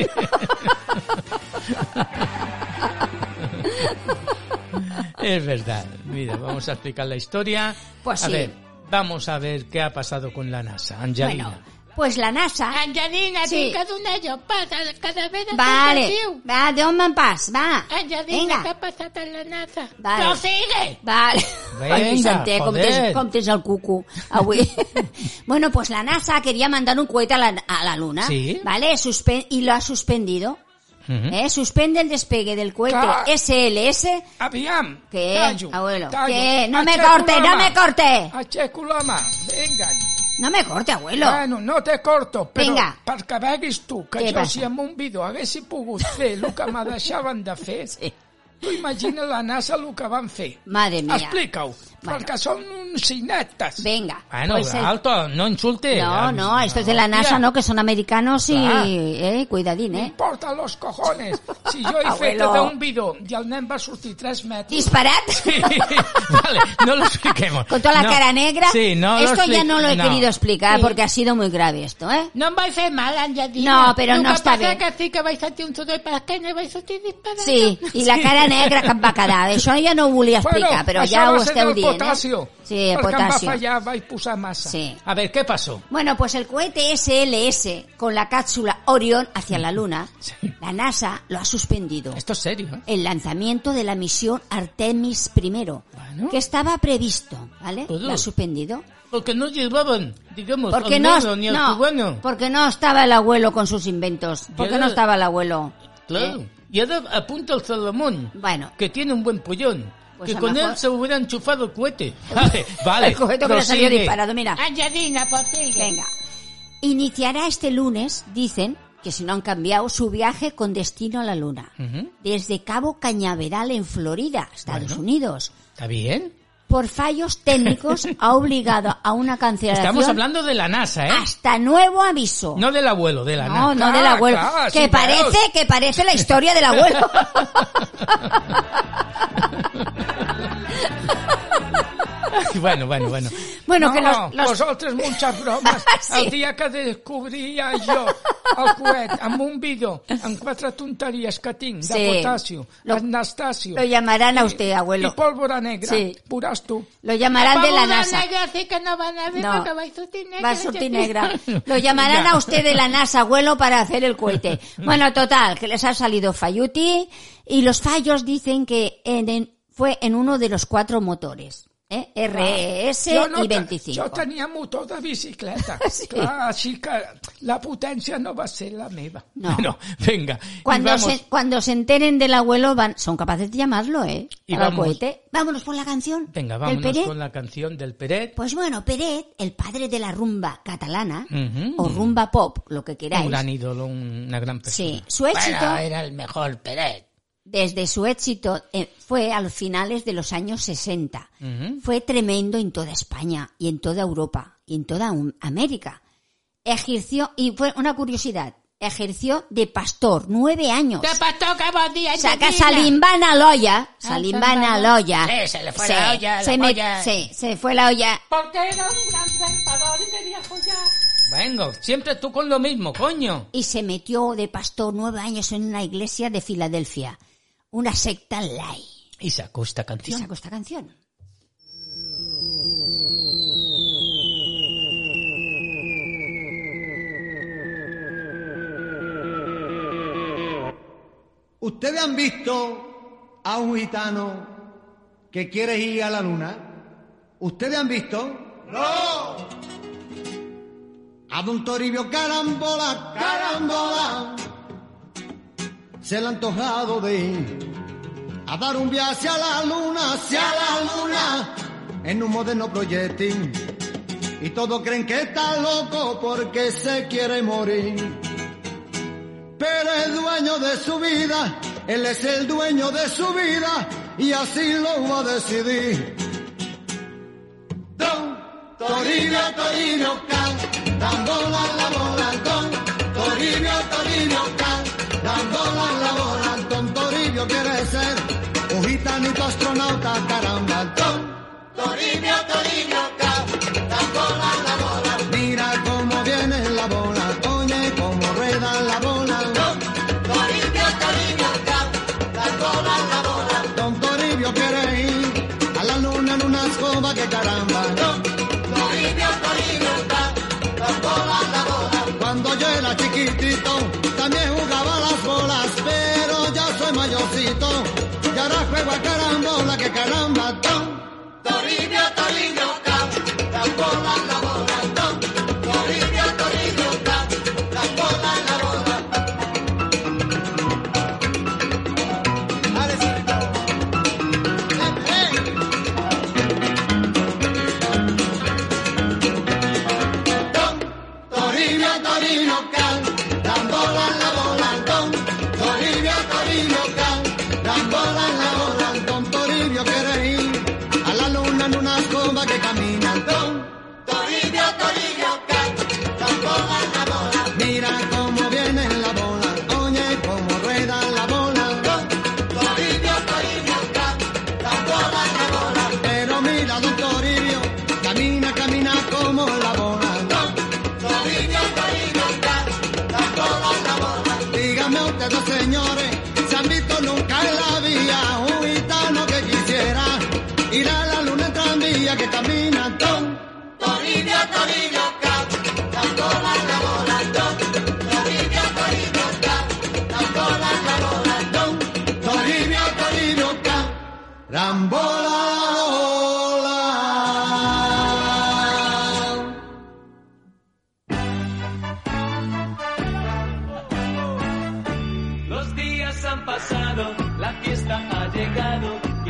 [SPEAKER 2] Es verdad. Mira, vamos a explicar la historia.
[SPEAKER 5] Pues
[SPEAKER 2] a
[SPEAKER 5] sí.
[SPEAKER 2] ver, vamos a ver qué ha pasado con la NASA, Angelina.
[SPEAKER 5] bueno, pues la NASA...
[SPEAKER 3] Ah, Angelina,
[SPEAKER 5] Sí.
[SPEAKER 3] tinc que donar jo pas a cada vez que
[SPEAKER 5] Vale,
[SPEAKER 3] diu. Ah,
[SPEAKER 5] va, deu-me'n pas, va.
[SPEAKER 3] Angelina, què ha passat a la NASA?
[SPEAKER 5] Vale.
[SPEAKER 3] Prosigue!
[SPEAKER 5] Vale.
[SPEAKER 2] Venga,
[SPEAKER 5] Ai, Vicentet, com,
[SPEAKER 2] joder.
[SPEAKER 5] tens, com tens el cucu avui. bueno, pues la NASA quería mandar un cohete a la, a la Luna,
[SPEAKER 2] Sí.
[SPEAKER 5] ¿vale? Suspen- y lo ha suspendido.
[SPEAKER 2] Ujú.
[SPEAKER 5] ¿eh? Suspende el despegue del cohete
[SPEAKER 4] Claro.
[SPEAKER 5] SLS
[SPEAKER 4] Aviam,
[SPEAKER 5] ¿Qué,
[SPEAKER 4] tallo,
[SPEAKER 5] abuelo?
[SPEAKER 4] tallo.
[SPEAKER 2] Ah,
[SPEAKER 5] ¿Qué? No me
[SPEAKER 4] Aixeco
[SPEAKER 5] corte,
[SPEAKER 4] la
[SPEAKER 5] no
[SPEAKER 4] mà.
[SPEAKER 5] me corte.
[SPEAKER 4] Aixeco la mà, vinga.
[SPEAKER 5] No me corte, abuelo.
[SPEAKER 4] Bueno, no te corto, però
[SPEAKER 5] Vinga.
[SPEAKER 4] perquè veguis tu que
[SPEAKER 5] Què
[SPEAKER 4] jo
[SPEAKER 5] passa?
[SPEAKER 4] si amb un bidó haguessi pogut fer el que me deixaven de fer, sí. tu imagina la NASA el que van fer.
[SPEAKER 5] Madre mía.
[SPEAKER 4] Explica-ho, perquè són uns ineptes.
[SPEAKER 5] Venga.
[SPEAKER 2] Bueno,
[SPEAKER 5] pues el-
[SPEAKER 2] alto, no insulte.
[SPEAKER 5] No, no, estos de la NASA no, que son americanos y...
[SPEAKER 2] Ah.
[SPEAKER 5] Eh, cuidadín, eh.
[SPEAKER 4] Porta los cojones. Si jo he fet
[SPEAKER 5] Abuelo.
[SPEAKER 4] d'un bidó i el nen va sortir 3 metres...
[SPEAKER 5] Disparat.
[SPEAKER 2] vale, no lo expliquemos.
[SPEAKER 5] Con toda la
[SPEAKER 2] No.
[SPEAKER 5] cara negra.
[SPEAKER 2] Sí, no lo
[SPEAKER 5] esto ya
[SPEAKER 2] expli-
[SPEAKER 5] no lo he querido explicar
[SPEAKER 3] Sí.
[SPEAKER 5] porque ha sido muy grave esto, ¿eh?
[SPEAKER 3] No em vaig fer mal, Angelina.
[SPEAKER 5] No, però
[SPEAKER 3] el
[SPEAKER 5] no
[SPEAKER 3] que
[SPEAKER 5] està
[SPEAKER 3] passa
[SPEAKER 5] bé.
[SPEAKER 3] que sí que vaig sentir un soroll per l'esquena i vaig sortir disparant.
[SPEAKER 5] Sí, i la cara negra que em va quedar. Això ja no ho volia explicar, però
[SPEAKER 4] això
[SPEAKER 5] ja
[SPEAKER 4] va
[SPEAKER 5] ho
[SPEAKER 4] ser
[SPEAKER 5] esteu
[SPEAKER 4] del
[SPEAKER 5] ¿eh?
[SPEAKER 2] potasio.
[SPEAKER 5] Sí, el
[SPEAKER 2] Perquè
[SPEAKER 5] potasio.
[SPEAKER 2] em va fallar, vaig posar massa.
[SPEAKER 5] Sí.
[SPEAKER 2] A ver, ¿qué pasó?
[SPEAKER 5] Bueno, pues el cohete SLS con la cápsula Orion hacia la Luna, la NASA lo ha suspendido.
[SPEAKER 2] Esto es serio, ¿eh?
[SPEAKER 5] El lanzamiento de la misión Artemis I, que estaba previsto, ¿vale?
[SPEAKER 2] Todo.
[SPEAKER 5] Lo ha suspendido.
[SPEAKER 2] Porque no llevaban, digamos,
[SPEAKER 5] Porque
[SPEAKER 2] al
[SPEAKER 5] no,
[SPEAKER 2] negro ni al
[SPEAKER 5] no,
[SPEAKER 2] cubano.
[SPEAKER 5] porque no estaba el abuelo con sus inventos. Porque
[SPEAKER 2] Ya.
[SPEAKER 5] no estaba el abuelo.
[SPEAKER 2] Claro.
[SPEAKER 5] ¿Eh?
[SPEAKER 2] Y ahora apunta al Salomón,
[SPEAKER 5] Bueno.
[SPEAKER 2] que tiene un buen pollón.
[SPEAKER 5] Pues a
[SPEAKER 2] que con
[SPEAKER 5] lo
[SPEAKER 2] él
[SPEAKER 5] mejor-
[SPEAKER 2] se hubiera enchufado el cohete. Vale, vale.
[SPEAKER 5] El cohete que le salió
[SPEAKER 2] prosigue.
[SPEAKER 5] disparado, mira.
[SPEAKER 3] Angelina, pues por ti.
[SPEAKER 5] Venga. Iniciará este lunes, dicen, que si no han cambiado, su viaje con destino a la Luna.
[SPEAKER 2] Ujú.
[SPEAKER 5] Desde Cabo Cañaveral, en Florida, Estados
[SPEAKER 2] Bueno.
[SPEAKER 5] Unidos.
[SPEAKER 2] ¿Está bien?
[SPEAKER 5] Por fallos técnicos ha obligado a una cancelación
[SPEAKER 2] Estamos hablando de la NASA, ¿eh?
[SPEAKER 5] hasta nuevo aviso.
[SPEAKER 2] No del abuelo, de la NASA.
[SPEAKER 5] Ah, no, no del abuelo.
[SPEAKER 2] Claro,
[SPEAKER 5] que
[SPEAKER 2] sí, claro.
[SPEAKER 5] parece, que parece la historia del abuelo.
[SPEAKER 2] Bueno, bueno, bueno.
[SPEAKER 5] bueno, que
[SPEAKER 4] no,
[SPEAKER 5] los, los-
[SPEAKER 4] vosaltres moltes bromes.
[SPEAKER 5] Sí.
[SPEAKER 4] El dia que descobria jo el coet amb un bidó, amb quatre tonteries que tinc, de
[SPEAKER 5] Sí.
[SPEAKER 4] potasio,
[SPEAKER 5] Lo-
[SPEAKER 4] anastasio,
[SPEAKER 5] lo llamarán a usted,
[SPEAKER 4] i
[SPEAKER 5] abuelo.
[SPEAKER 4] pólvora negra,
[SPEAKER 5] Sí.
[SPEAKER 4] veuràs tu.
[SPEAKER 5] Lo llamarán de la
[SPEAKER 3] Vamos a
[SPEAKER 5] NASA.
[SPEAKER 3] negra, así que no van a ver
[SPEAKER 5] No.
[SPEAKER 3] porque va a ir negra.
[SPEAKER 5] Va a surtir negra. Lo llamarán a usted de la NASA, abuelo, para hacer el cohete. Bueno, total, que les ha salido falluti y los fallos dicen que en- en- fue en uno de los cuatro motores, ¿eh? RES
[SPEAKER 4] Jo no
[SPEAKER 5] y
[SPEAKER 4] te-
[SPEAKER 5] 25.
[SPEAKER 4] Jo tenia motor de bicicleta.
[SPEAKER 5] Sí.
[SPEAKER 4] Clar, així que la potència no va ser la meva.
[SPEAKER 5] No.
[SPEAKER 2] Bueno, venga. y
[SPEAKER 5] Cuando
[SPEAKER 2] vamos.
[SPEAKER 5] se, cuando se enteren del abuelo van, son capaces de llamarlo, ¿eh?
[SPEAKER 2] Y
[SPEAKER 5] Para el
[SPEAKER 2] vamos.
[SPEAKER 5] cohete. Vámonos por la canción.
[SPEAKER 2] Venga,
[SPEAKER 5] del
[SPEAKER 2] vámonos
[SPEAKER 5] Peret.
[SPEAKER 2] con la canción del Peret.
[SPEAKER 5] Pues bueno, Peret, el padre de la rumba catalana,
[SPEAKER 2] Ujú.
[SPEAKER 5] o rumba pop, lo que queráis.
[SPEAKER 2] Un gran ídolo, una gran persona.
[SPEAKER 5] Sí, su éxito.
[SPEAKER 3] Bueno, era el mejor Pérez.
[SPEAKER 5] Desde su éxito eh, fue a los finales de los años 60.
[SPEAKER 2] Ujú.
[SPEAKER 5] Fue tremendo en toda España y en toda Europa y en toda um, América. Ejerció, y fue una curiosidad, ejerció de pastor nueve años.
[SPEAKER 3] Te pasó que vos días.
[SPEAKER 5] Saca Salimbana Loya, Salimbana Loya.
[SPEAKER 3] Ah, Sí, se le fue la olla, la
[SPEAKER 5] se me-
[SPEAKER 3] olla.
[SPEAKER 5] sí, se fue la olla.
[SPEAKER 3] Porque era un gran trampador y quería follar.
[SPEAKER 2] Venga, siempre tú con lo mismo, coño.
[SPEAKER 5] y se metió de pastor nueve años en una iglesia de Filadelfia, una secta lay.
[SPEAKER 2] Y sacó esta
[SPEAKER 5] Y
[SPEAKER 2] canción.
[SPEAKER 5] sacó esta canción.
[SPEAKER 7] ¿Ustedes han visto a un gitano que quiere ir a la luna? ¿Ustedes han visto? ¡No! A don Toribio carambola, carambola, se le ha antojado de ir a dar un viaje hacia la luna, hacia la luna, en un moderno proyectil. Y todos creen que está loco porque se quiere morir pero es dueño de su vida, él es el dueño de su vida y así lo va a decidir. Don Toribio, Toribio, can, dándola la bola, don Toribio, Toribio, can, dándola la bola, don Toribio quiere ser un gitanito astronauta, caramba, don Toribio, Toribio, can, dándola la bola, mira cómo viene la bola, oye cómo rueda la bola, don Toribio, Toribio, can, dándola la bola, don Toribio quiere ir a la luna en una escoba que caramba. Don Toribio, Toribio, ta, la bola, la bola. Cuando yo era chiquitito, también jugaba a las bolas, pero ya soy mayorcito. Y ahora juego a carambola, que caramba. Don Toribio, Toribio, ta, la bola, la bola. Don Toribio, Toribio, ta, la bola, la bola. ¡Eh, eh! Don Toribio, Toribio, can, dándola la bola, don Toribio, Toribio, can, dándola la bola, don Toribio quiere ir a la luna en una escoba que camina, don Toribio, Toribio, can, dándola la bola, mira cómo viene la bola, oye cómo rueda la bola, don Toribio, Toribio, can, dándola la bola, pero mira don Toribio, camina, camina como la bola, don Toribio, Toribio, can, dándola la bola, dígame ustedes señores, ¿se han visto nunca en la vía un gitano que quisiera ir a la luna en tranvía?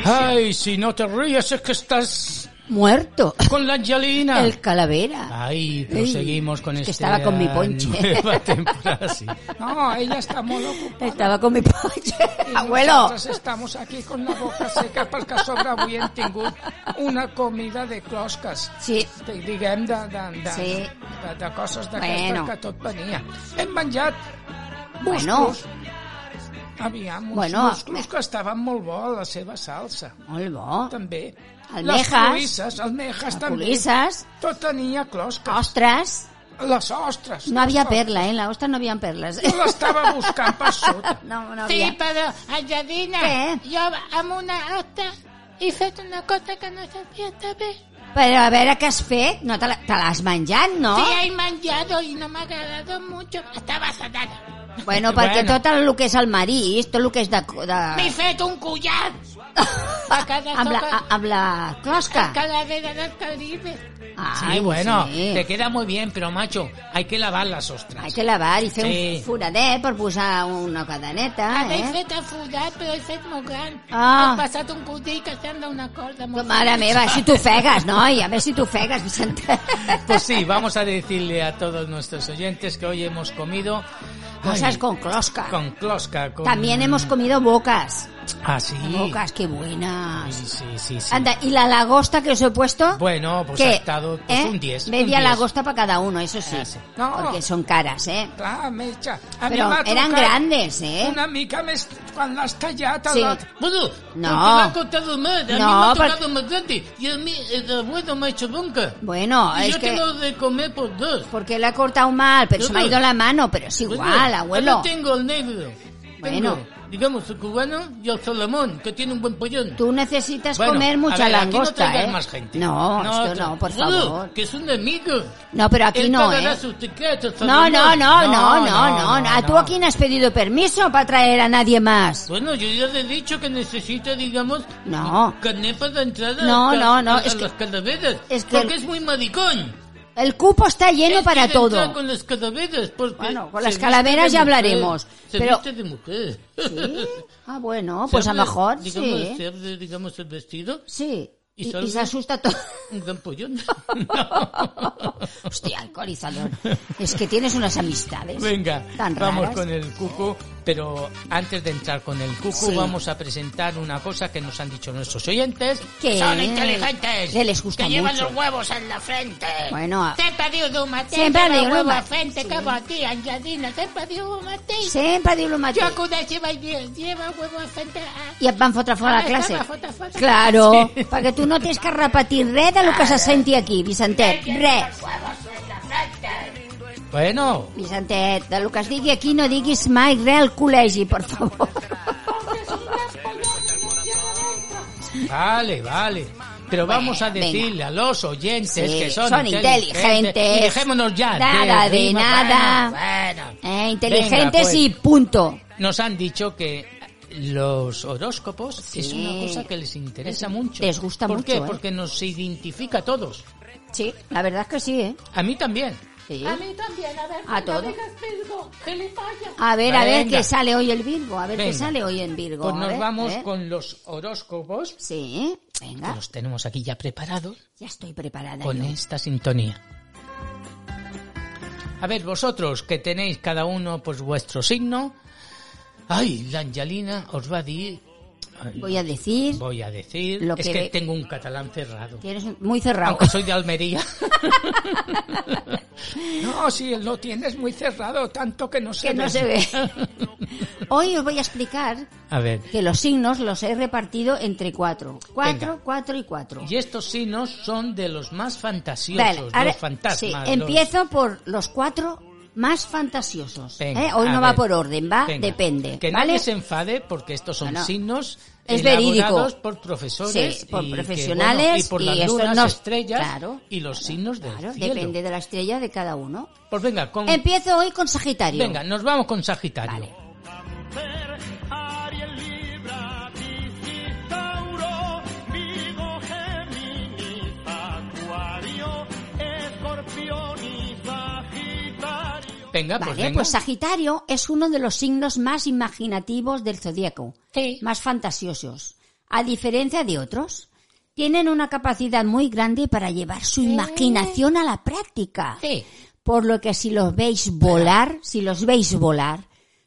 [SPEAKER 2] Ay, si no te ríes es que estás
[SPEAKER 5] Muerto.
[SPEAKER 2] con la Angelina.
[SPEAKER 5] El calavera.
[SPEAKER 2] Ay,
[SPEAKER 5] Ey,
[SPEAKER 2] proseguimos con
[SPEAKER 5] es que
[SPEAKER 2] esta
[SPEAKER 5] estaba con mi ponche.
[SPEAKER 2] nueva temporada, sí.
[SPEAKER 4] No, ella está muy ocupada.
[SPEAKER 5] Estaba con mi ponche.
[SPEAKER 4] Y
[SPEAKER 5] Abuelo.
[SPEAKER 4] Nosotros estamos aquí con la boca seca porque sobre avui hem tingut una comida de closques.
[SPEAKER 5] Sí.
[SPEAKER 4] de- diguem, de, de, de,
[SPEAKER 5] Sí.
[SPEAKER 4] de, de coses d'aquestes
[SPEAKER 5] Bueno.
[SPEAKER 4] bueno. que tot venia. Hem menjat
[SPEAKER 5] Bueno.
[SPEAKER 4] musclos. Aviam, uns
[SPEAKER 5] Bueno.
[SPEAKER 4] bueno. musclos que estaven molt bo a la seva salsa,
[SPEAKER 5] Molt bo.
[SPEAKER 4] també.
[SPEAKER 5] Almejas.
[SPEAKER 4] Les cloïsses, almejas també.
[SPEAKER 5] Culisses,
[SPEAKER 4] Tot tenia closques.
[SPEAKER 5] ostras.
[SPEAKER 4] Les ostres.
[SPEAKER 5] Ah. No havia
[SPEAKER 4] les ostres.
[SPEAKER 5] perla, eh? En la ostra no havia perles.
[SPEAKER 4] Jo l'estava buscant per sota.
[SPEAKER 5] No, no
[SPEAKER 3] Sí,
[SPEAKER 5] havia.
[SPEAKER 3] però, Angelina,
[SPEAKER 5] Què?
[SPEAKER 3] jo amb una hosta he fet una cosa que no sabia també.
[SPEAKER 5] Però a veure què has fet. No te la- te l'has menjat, no?
[SPEAKER 3] Sí, he menjado y no me ha agradado mucho. Estava satada.
[SPEAKER 5] Bueno, perquè
[SPEAKER 2] Bueno.
[SPEAKER 5] tot el que és el marís, tot el que és de... de...
[SPEAKER 3] M'he fet un collat a cada
[SPEAKER 5] amb, la,
[SPEAKER 3] sopa.
[SPEAKER 5] a- amb la closca.
[SPEAKER 3] a calavera del Caribe.
[SPEAKER 2] Sí,
[SPEAKER 5] Ai,
[SPEAKER 2] bueno,
[SPEAKER 5] sí.
[SPEAKER 2] te queda muy bien, pero macho, hay que lavar las
[SPEAKER 5] Hay
[SPEAKER 2] ostras.
[SPEAKER 5] que lavar i fer
[SPEAKER 2] Sí.
[SPEAKER 5] un foradet per posar una cadeneta,
[SPEAKER 3] Ara he
[SPEAKER 5] eh?
[SPEAKER 3] Ah, fet afurat, però he fet molt gran.
[SPEAKER 5] Ah.
[SPEAKER 3] He passat un codí que sembla una corda.
[SPEAKER 5] Tu,
[SPEAKER 3] Molt
[SPEAKER 5] Mare meva, si t'ofegues, noi, a veure si t'ofegues, Vicente.
[SPEAKER 2] Pues sí, vamos a decirle a todos nuestros oyentes que hoy hemos comido
[SPEAKER 5] Cosas
[SPEAKER 2] ay,
[SPEAKER 5] con closca.
[SPEAKER 2] con closca. Con...
[SPEAKER 5] También hemos comido bocas.
[SPEAKER 2] Ah, sí.
[SPEAKER 5] Bocas, qué buenas.
[SPEAKER 2] Sí, sí, sí, sí.
[SPEAKER 5] Anda, ¿y la lagosta que os he puesto?
[SPEAKER 2] Bueno, pues
[SPEAKER 5] ¿Qué?
[SPEAKER 2] ha estado pues,
[SPEAKER 5] ¿Eh?
[SPEAKER 2] un 10. un
[SPEAKER 5] Media
[SPEAKER 2] 10.
[SPEAKER 5] lagosta para cada uno, eso sí.
[SPEAKER 2] Ah, sí.
[SPEAKER 4] No.
[SPEAKER 5] Porque son caras, ¿eh?
[SPEAKER 2] Ah,
[SPEAKER 4] Clar, metge. A mi
[SPEAKER 5] Però
[SPEAKER 4] m'ha
[SPEAKER 5] eren
[SPEAKER 4] tocat
[SPEAKER 5] grandes, eh?
[SPEAKER 4] Una mica més quan l'has tallat. a
[SPEAKER 5] Sí.
[SPEAKER 4] la-
[SPEAKER 2] Bueno,
[SPEAKER 5] No.
[SPEAKER 2] porque me ha costado más, a mí
[SPEAKER 5] No,
[SPEAKER 2] me ha
[SPEAKER 5] pero-
[SPEAKER 2] tocado más grande y a mí el abuelo me ha hecho bronca.
[SPEAKER 5] Bueno,
[SPEAKER 2] Y
[SPEAKER 5] Ah, es
[SPEAKER 2] yo
[SPEAKER 5] que...
[SPEAKER 2] tengo de comer por dos.
[SPEAKER 5] Porque la he cortado mal, pero se me ha ido la mano, pero es igual,
[SPEAKER 2] Bueno,
[SPEAKER 5] abuelo.
[SPEAKER 2] Yo tengo el negro.
[SPEAKER 5] Bueno.
[SPEAKER 2] Tengo, digamos, el cubano y el Solomón, que tiene un buen pollón.
[SPEAKER 5] Tú necesitas
[SPEAKER 2] Bueno,
[SPEAKER 5] comer
[SPEAKER 2] a
[SPEAKER 5] mucha
[SPEAKER 2] ver, aquí no
[SPEAKER 5] langosta,
[SPEAKER 2] traigas
[SPEAKER 5] ¿eh?
[SPEAKER 2] más gente.
[SPEAKER 5] No, esto
[SPEAKER 2] otro.
[SPEAKER 5] no, por
[SPEAKER 2] Bueno,
[SPEAKER 5] favor.
[SPEAKER 2] Que es un amigo.
[SPEAKER 5] No, pero aquí
[SPEAKER 2] Él
[SPEAKER 5] no,
[SPEAKER 2] pagará
[SPEAKER 5] ¿eh?
[SPEAKER 2] sus tiquetes,
[SPEAKER 5] No,
[SPEAKER 2] Solomón.
[SPEAKER 5] no, no, no, no, no, no.
[SPEAKER 2] no,
[SPEAKER 5] ¿A tú
[SPEAKER 2] no.
[SPEAKER 5] aquí no has pedido permiso para traer a nadie más?
[SPEAKER 2] Bueno, yo ya le he dicho que necesito, digamos,
[SPEAKER 5] No.
[SPEAKER 2] canepa de entrada
[SPEAKER 5] No,
[SPEAKER 2] a,
[SPEAKER 5] no, no,
[SPEAKER 2] a- a
[SPEAKER 5] es que-
[SPEAKER 2] las calaveras.
[SPEAKER 5] es que-
[SPEAKER 2] Porque es muy maricón.
[SPEAKER 5] El cupo está lleno
[SPEAKER 2] Es
[SPEAKER 5] para
[SPEAKER 2] que entra
[SPEAKER 5] todo.
[SPEAKER 2] Con las calaveras, porque
[SPEAKER 5] Bueno, con
[SPEAKER 2] se
[SPEAKER 5] las
[SPEAKER 2] viste
[SPEAKER 5] calaveras
[SPEAKER 2] de
[SPEAKER 5] ya
[SPEAKER 2] mujer,
[SPEAKER 5] hablaremos,
[SPEAKER 2] Se
[SPEAKER 5] pero-
[SPEAKER 2] viste de mujer.
[SPEAKER 5] ¿Sí? Ah, bueno, pues
[SPEAKER 2] Se
[SPEAKER 5] a lo
[SPEAKER 2] abre,
[SPEAKER 5] mejor
[SPEAKER 2] digamos, Se
[SPEAKER 5] sí.
[SPEAKER 2] abre, digamos, el vestido,
[SPEAKER 5] Sí.
[SPEAKER 2] Y
[SPEAKER 5] Y, y
[SPEAKER 2] salgo-
[SPEAKER 5] se asusta todo.
[SPEAKER 2] un gran pollón.
[SPEAKER 5] Hostia, alcoholizador. Es que tienes unas amistades.
[SPEAKER 2] Venga,
[SPEAKER 5] tan
[SPEAKER 2] vamos
[SPEAKER 5] raras.
[SPEAKER 2] con el cuco, pero antes de entrar con el cuco
[SPEAKER 5] Sí.
[SPEAKER 2] vamos a presentar una cosa que nos han dicho nuestros oyentes.
[SPEAKER 5] Que
[SPEAKER 3] Son inteligentes.
[SPEAKER 5] Que les gusta
[SPEAKER 3] que llevan
[SPEAKER 5] mucho.
[SPEAKER 3] los huevos en la frente.
[SPEAKER 5] Bueno, a-
[SPEAKER 3] Sempre diu d'un mateix
[SPEAKER 5] Sempre
[SPEAKER 3] llevar
[SPEAKER 5] diu
[SPEAKER 3] huevo
[SPEAKER 5] el
[SPEAKER 3] a
[SPEAKER 5] ma-
[SPEAKER 3] frente,
[SPEAKER 5] sí.
[SPEAKER 3] que vol dir, Angelina, sempre diu el mateix.
[SPEAKER 5] Sempre diu el
[SPEAKER 3] Jo
[SPEAKER 5] mateix.
[SPEAKER 3] coneixia i vaig dir, lleva huevo a frente a...
[SPEAKER 5] I et van fotre fora
[SPEAKER 3] Ah,
[SPEAKER 5] la classe.
[SPEAKER 3] em van fotre fora.
[SPEAKER 5] Claro, perquè tu no tens que repetir res del que se senti aquí, Vicentet. Res.
[SPEAKER 2] Bueno,
[SPEAKER 5] Vicentet, del que es digui aquí no diguis mai res al col·legi, per favor.
[SPEAKER 2] vale, vale. Pero vamos a
[SPEAKER 5] Venga.
[SPEAKER 2] decirle a los oyentes
[SPEAKER 5] Sí,
[SPEAKER 2] que son,
[SPEAKER 5] son inteligentes.
[SPEAKER 2] Y dejémonos ya.
[SPEAKER 5] Nada de
[SPEAKER 2] rima.
[SPEAKER 5] nada.
[SPEAKER 2] Bueno, bueno.
[SPEAKER 5] Eh, inteligentes
[SPEAKER 2] Venga, pues.
[SPEAKER 5] i punto.
[SPEAKER 2] Nos han dicho que los horóscopos es una cosa que les interesa mucho.
[SPEAKER 5] Les gusta
[SPEAKER 2] ¿Por
[SPEAKER 5] mucho,
[SPEAKER 2] qué?
[SPEAKER 5] ¿eh?
[SPEAKER 2] Porque nos identifica a todos.
[SPEAKER 5] Sí, la verdad es que sí, ¿eh?
[SPEAKER 2] A mí también.
[SPEAKER 5] Sí.
[SPEAKER 3] A mí también, a ver,
[SPEAKER 5] A
[SPEAKER 3] no
[SPEAKER 5] todo.
[SPEAKER 3] me digas Virgo, gilipollas.
[SPEAKER 5] A ver, a ver
[SPEAKER 2] Venga.
[SPEAKER 5] qué sale hoy el Virgo, a ver qué
[SPEAKER 2] Venga.
[SPEAKER 5] sale hoy en Virgo.
[SPEAKER 2] Pues
[SPEAKER 5] a
[SPEAKER 2] nos
[SPEAKER 5] ver, Ah.
[SPEAKER 2] vamos
[SPEAKER 5] ¿eh?
[SPEAKER 2] con los horóscopos.
[SPEAKER 5] Sí,
[SPEAKER 2] Que
[SPEAKER 5] venga,
[SPEAKER 2] los tenemos aquí ya preparados
[SPEAKER 5] ya estoy preparada.
[SPEAKER 2] con
[SPEAKER 5] yo.
[SPEAKER 2] esta sintonía. A ver, vosotros que tenéis cada uno pues vuestro signo. Ay, la Angelina os va a decir...
[SPEAKER 5] Voy a decir,
[SPEAKER 2] Voy a decir...
[SPEAKER 5] Lo
[SPEAKER 2] es
[SPEAKER 5] que
[SPEAKER 2] que,
[SPEAKER 5] ve-
[SPEAKER 2] tengo un catalán cerrado.
[SPEAKER 5] tienes un- muy cerrado.
[SPEAKER 2] Aunque soy de Almería.
[SPEAKER 4] No, si lo tienes muy cerrado, tanto que no se
[SPEAKER 5] que no
[SPEAKER 4] ve.
[SPEAKER 5] se ve. Hoy os voy a explicar
[SPEAKER 2] A ver.
[SPEAKER 5] que los signos los he repartido entre cuatro. Cuatro,
[SPEAKER 2] Venga.
[SPEAKER 5] cuatro y cuatro.
[SPEAKER 2] Y estos signos son de los más fantasiosos,
[SPEAKER 5] Vale, ahora-
[SPEAKER 2] los fantasmas.
[SPEAKER 5] sí,
[SPEAKER 2] los-
[SPEAKER 5] empiezo por los cuatro más fantasiosos.
[SPEAKER 2] Venga,
[SPEAKER 5] ¿eh? Hoy
[SPEAKER 2] a
[SPEAKER 5] no va
[SPEAKER 2] ver.
[SPEAKER 5] por orden, va,
[SPEAKER 2] Venga.
[SPEAKER 5] depende.
[SPEAKER 2] Que
[SPEAKER 5] ¿vale?
[SPEAKER 2] nadie se enfade porque estos son
[SPEAKER 5] No, no.
[SPEAKER 2] signos
[SPEAKER 5] Es
[SPEAKER 2] elaborados
[SPEAKER 5] verídico.
[SPEAKER 2] por profesores,
[SPEAKER 5] Sí, por
[SPEAKER 2] y que,
[SPEAKER 5] profesionales
[SPEAKER 2] bueno, y por
[SPEAKER 5] y
[SPEAKER 2] las
[SPEAKER 5] esto
[SPEAKER 2] lunas,
[SPEAKER 5] no-
[SPEAKER 2] estrellas
[SPEAKER 5] claro,
[SPEAKER 2] y los signos del
[SPEAKER 5] Claro,
[SPEAKER 2] cielo.
[SPEAKER 5] depende de la estrella de cada uno.
[SPEAKER 2] Pues venga, con-
[SPEAKER 5] Empiezo hoy con Sagitario.
[SPEAKER 2] venga, nos vamos con Sagitario.
[SPEAKER 5] Vale.
[SPEAKER 2] Venga, pues
[SPEAKER 5] Vale,
[SPEAKER 2] venga.
[SPEAKER 5] pues Sagitario es uno de los signos más imaginativos del zodíaco,
[SPEAKER 3] Sí.
[SPEAKER 5] más fantasiosos, a diferencia de otros. Tienen una capacidad muy grande para llevar su imaginación a la práctica.
[SPEAKER 3] Sí.
[SPEAKER 5] Por lo que si los veis volar, si los veis volar,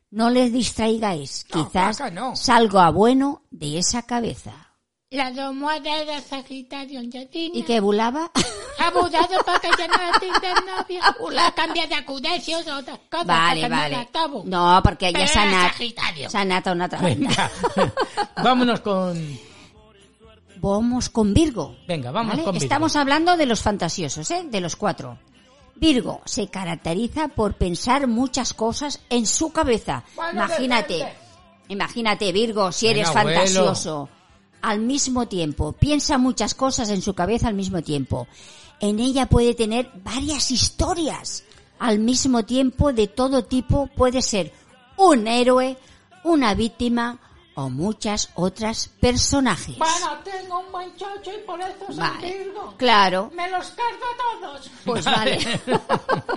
[SPEAKER 5] no les distraigáis.
[SPEAKER 4] No,
[SPEAKER 5] Quizás
[SPEAKER 4] vaca, no.
[SPEAKER 5] salgo a bueno de esa cabeza.
[SPEAKER 3] La almohada era Sagitario
[SPEAKER 5] ¿Y
[SPEAKER 3] Jardín.
[SPEAKER 5] que volaba?
[SPEAKER 3] Ha mudado para que ya no tenga novia. La cambia de acudencias o otras cosas.
[SPEAKER 5] vale,
[SPEAKER 3] que no la
[SPEAKER 5] vale.
[SPEAKER 3] acabo.
[SPEAKER 5] No, porque
[SPEAKER 3] Pero
[SPEAKER 5] ya se ha
[SPEAKER 3] era
[SPEAKER 5] na-
[SPEAKER 3] Sagitario.
[SPEAKER 5] se ha natado una otra
[SPEAKER 2] Venga. Vámonos con...
[SPEAKER 5] Vamos con Virgo.
[SPEAKER 2] Venga, vamos
[SPEAKER 5] ¿vale?
[SPEAKER 2] con Virgo.
[SPEAKER 5] Estamos hablando de los fantasiosos, ¿eh? De los cuatro. Virgo se caracteriza por pensar muchas cosas en su cabeza.
[SPEAKER 4] Bueno,
[SPEAKER 5] imagínate,
[SPEAKER 4] depende.
[SPEAKER 5] imagínate Virgo, si
[SPEAKER 2] Venga,
[SPEAKER 5] eres
[SPEAKER 2] abuelo.
[SPEAKER 5] fantasioso. Al mismo tiempo, piensa muchas cosas en su cabeza al mismo tiempo. En ella puede tener varias historias. Al mismo tiempo, de todo tipo, puede ser un héroe, una víctima o muchas otras personajes.
[SPEAKER 4] Bueno, tengo un buen chocho y por eso soy
[SPEAKER 5] Vale.
[SPEAKER 4] virgo.
[SPEAKER 5] Claro.
[SPEAKER 4] Me los cargo a todos.
[SPEAKER 5] Pues vale.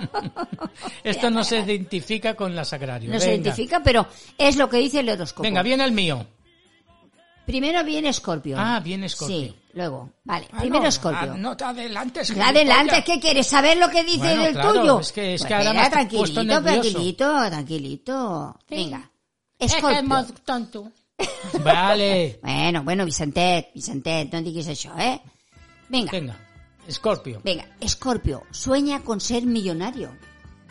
[SPEAKER 2] Esto no se identifica con las agrarios.
[SPEAKER 5] No se identifica, pero es lo que dice el horóscopo.
[SPEAKER 2] Venga, viene el mío.
[SPEAKER 5] Primero viene Escorpio.
[SPEAKER 2] Ah, viene Escorpio.
[SPEAKER 5] Sí, luego. Vale,
[SPEAKER 4] Ah,
[SPEAKER 5] primero
[SPEAKER 4] no,
[SPEAKER 5] Escorpio.
[SPEAKER 4] ah, No te adelantes.
[SPEAKER 5] Claro,
[SPEAKER 4] gilipollas.
[SPEAKER 5] Adelante, ¿qué quieres saber lo que dice
[SPEAKER 2] Bueno,
[SPEAKER 5] del
[SPEAKER 2] claro,
[SPEAKER 5] tuyo?
[SPEAKER 2] es que- es
[SPEAKER 5] Pues
[SPEAKER 2] que ahora
[SPEAKER 5] espera,
[SPEAKER 2] me has puesto
[SPEAKER 5] tranquilito,
[SPEAKER 2] nervioso. Eh,
[SPEAKER 5] tranquilito, tranquilito. Venga,
[SPEAKER 3] Es que es
[SPEAKER 5] Escorpio.
[SPEAKER 3] muy tonto.
[SPEAKER 2] Vale.
[SPEAKER 5] Bueno, bueno, Vicente, Vicente, no digas eso, ¿eh? Venga,
[SPEAKER 2] Venga, Escorpio.
[SPEAKER 5] venga, Escorpio, sueña con ser millonario.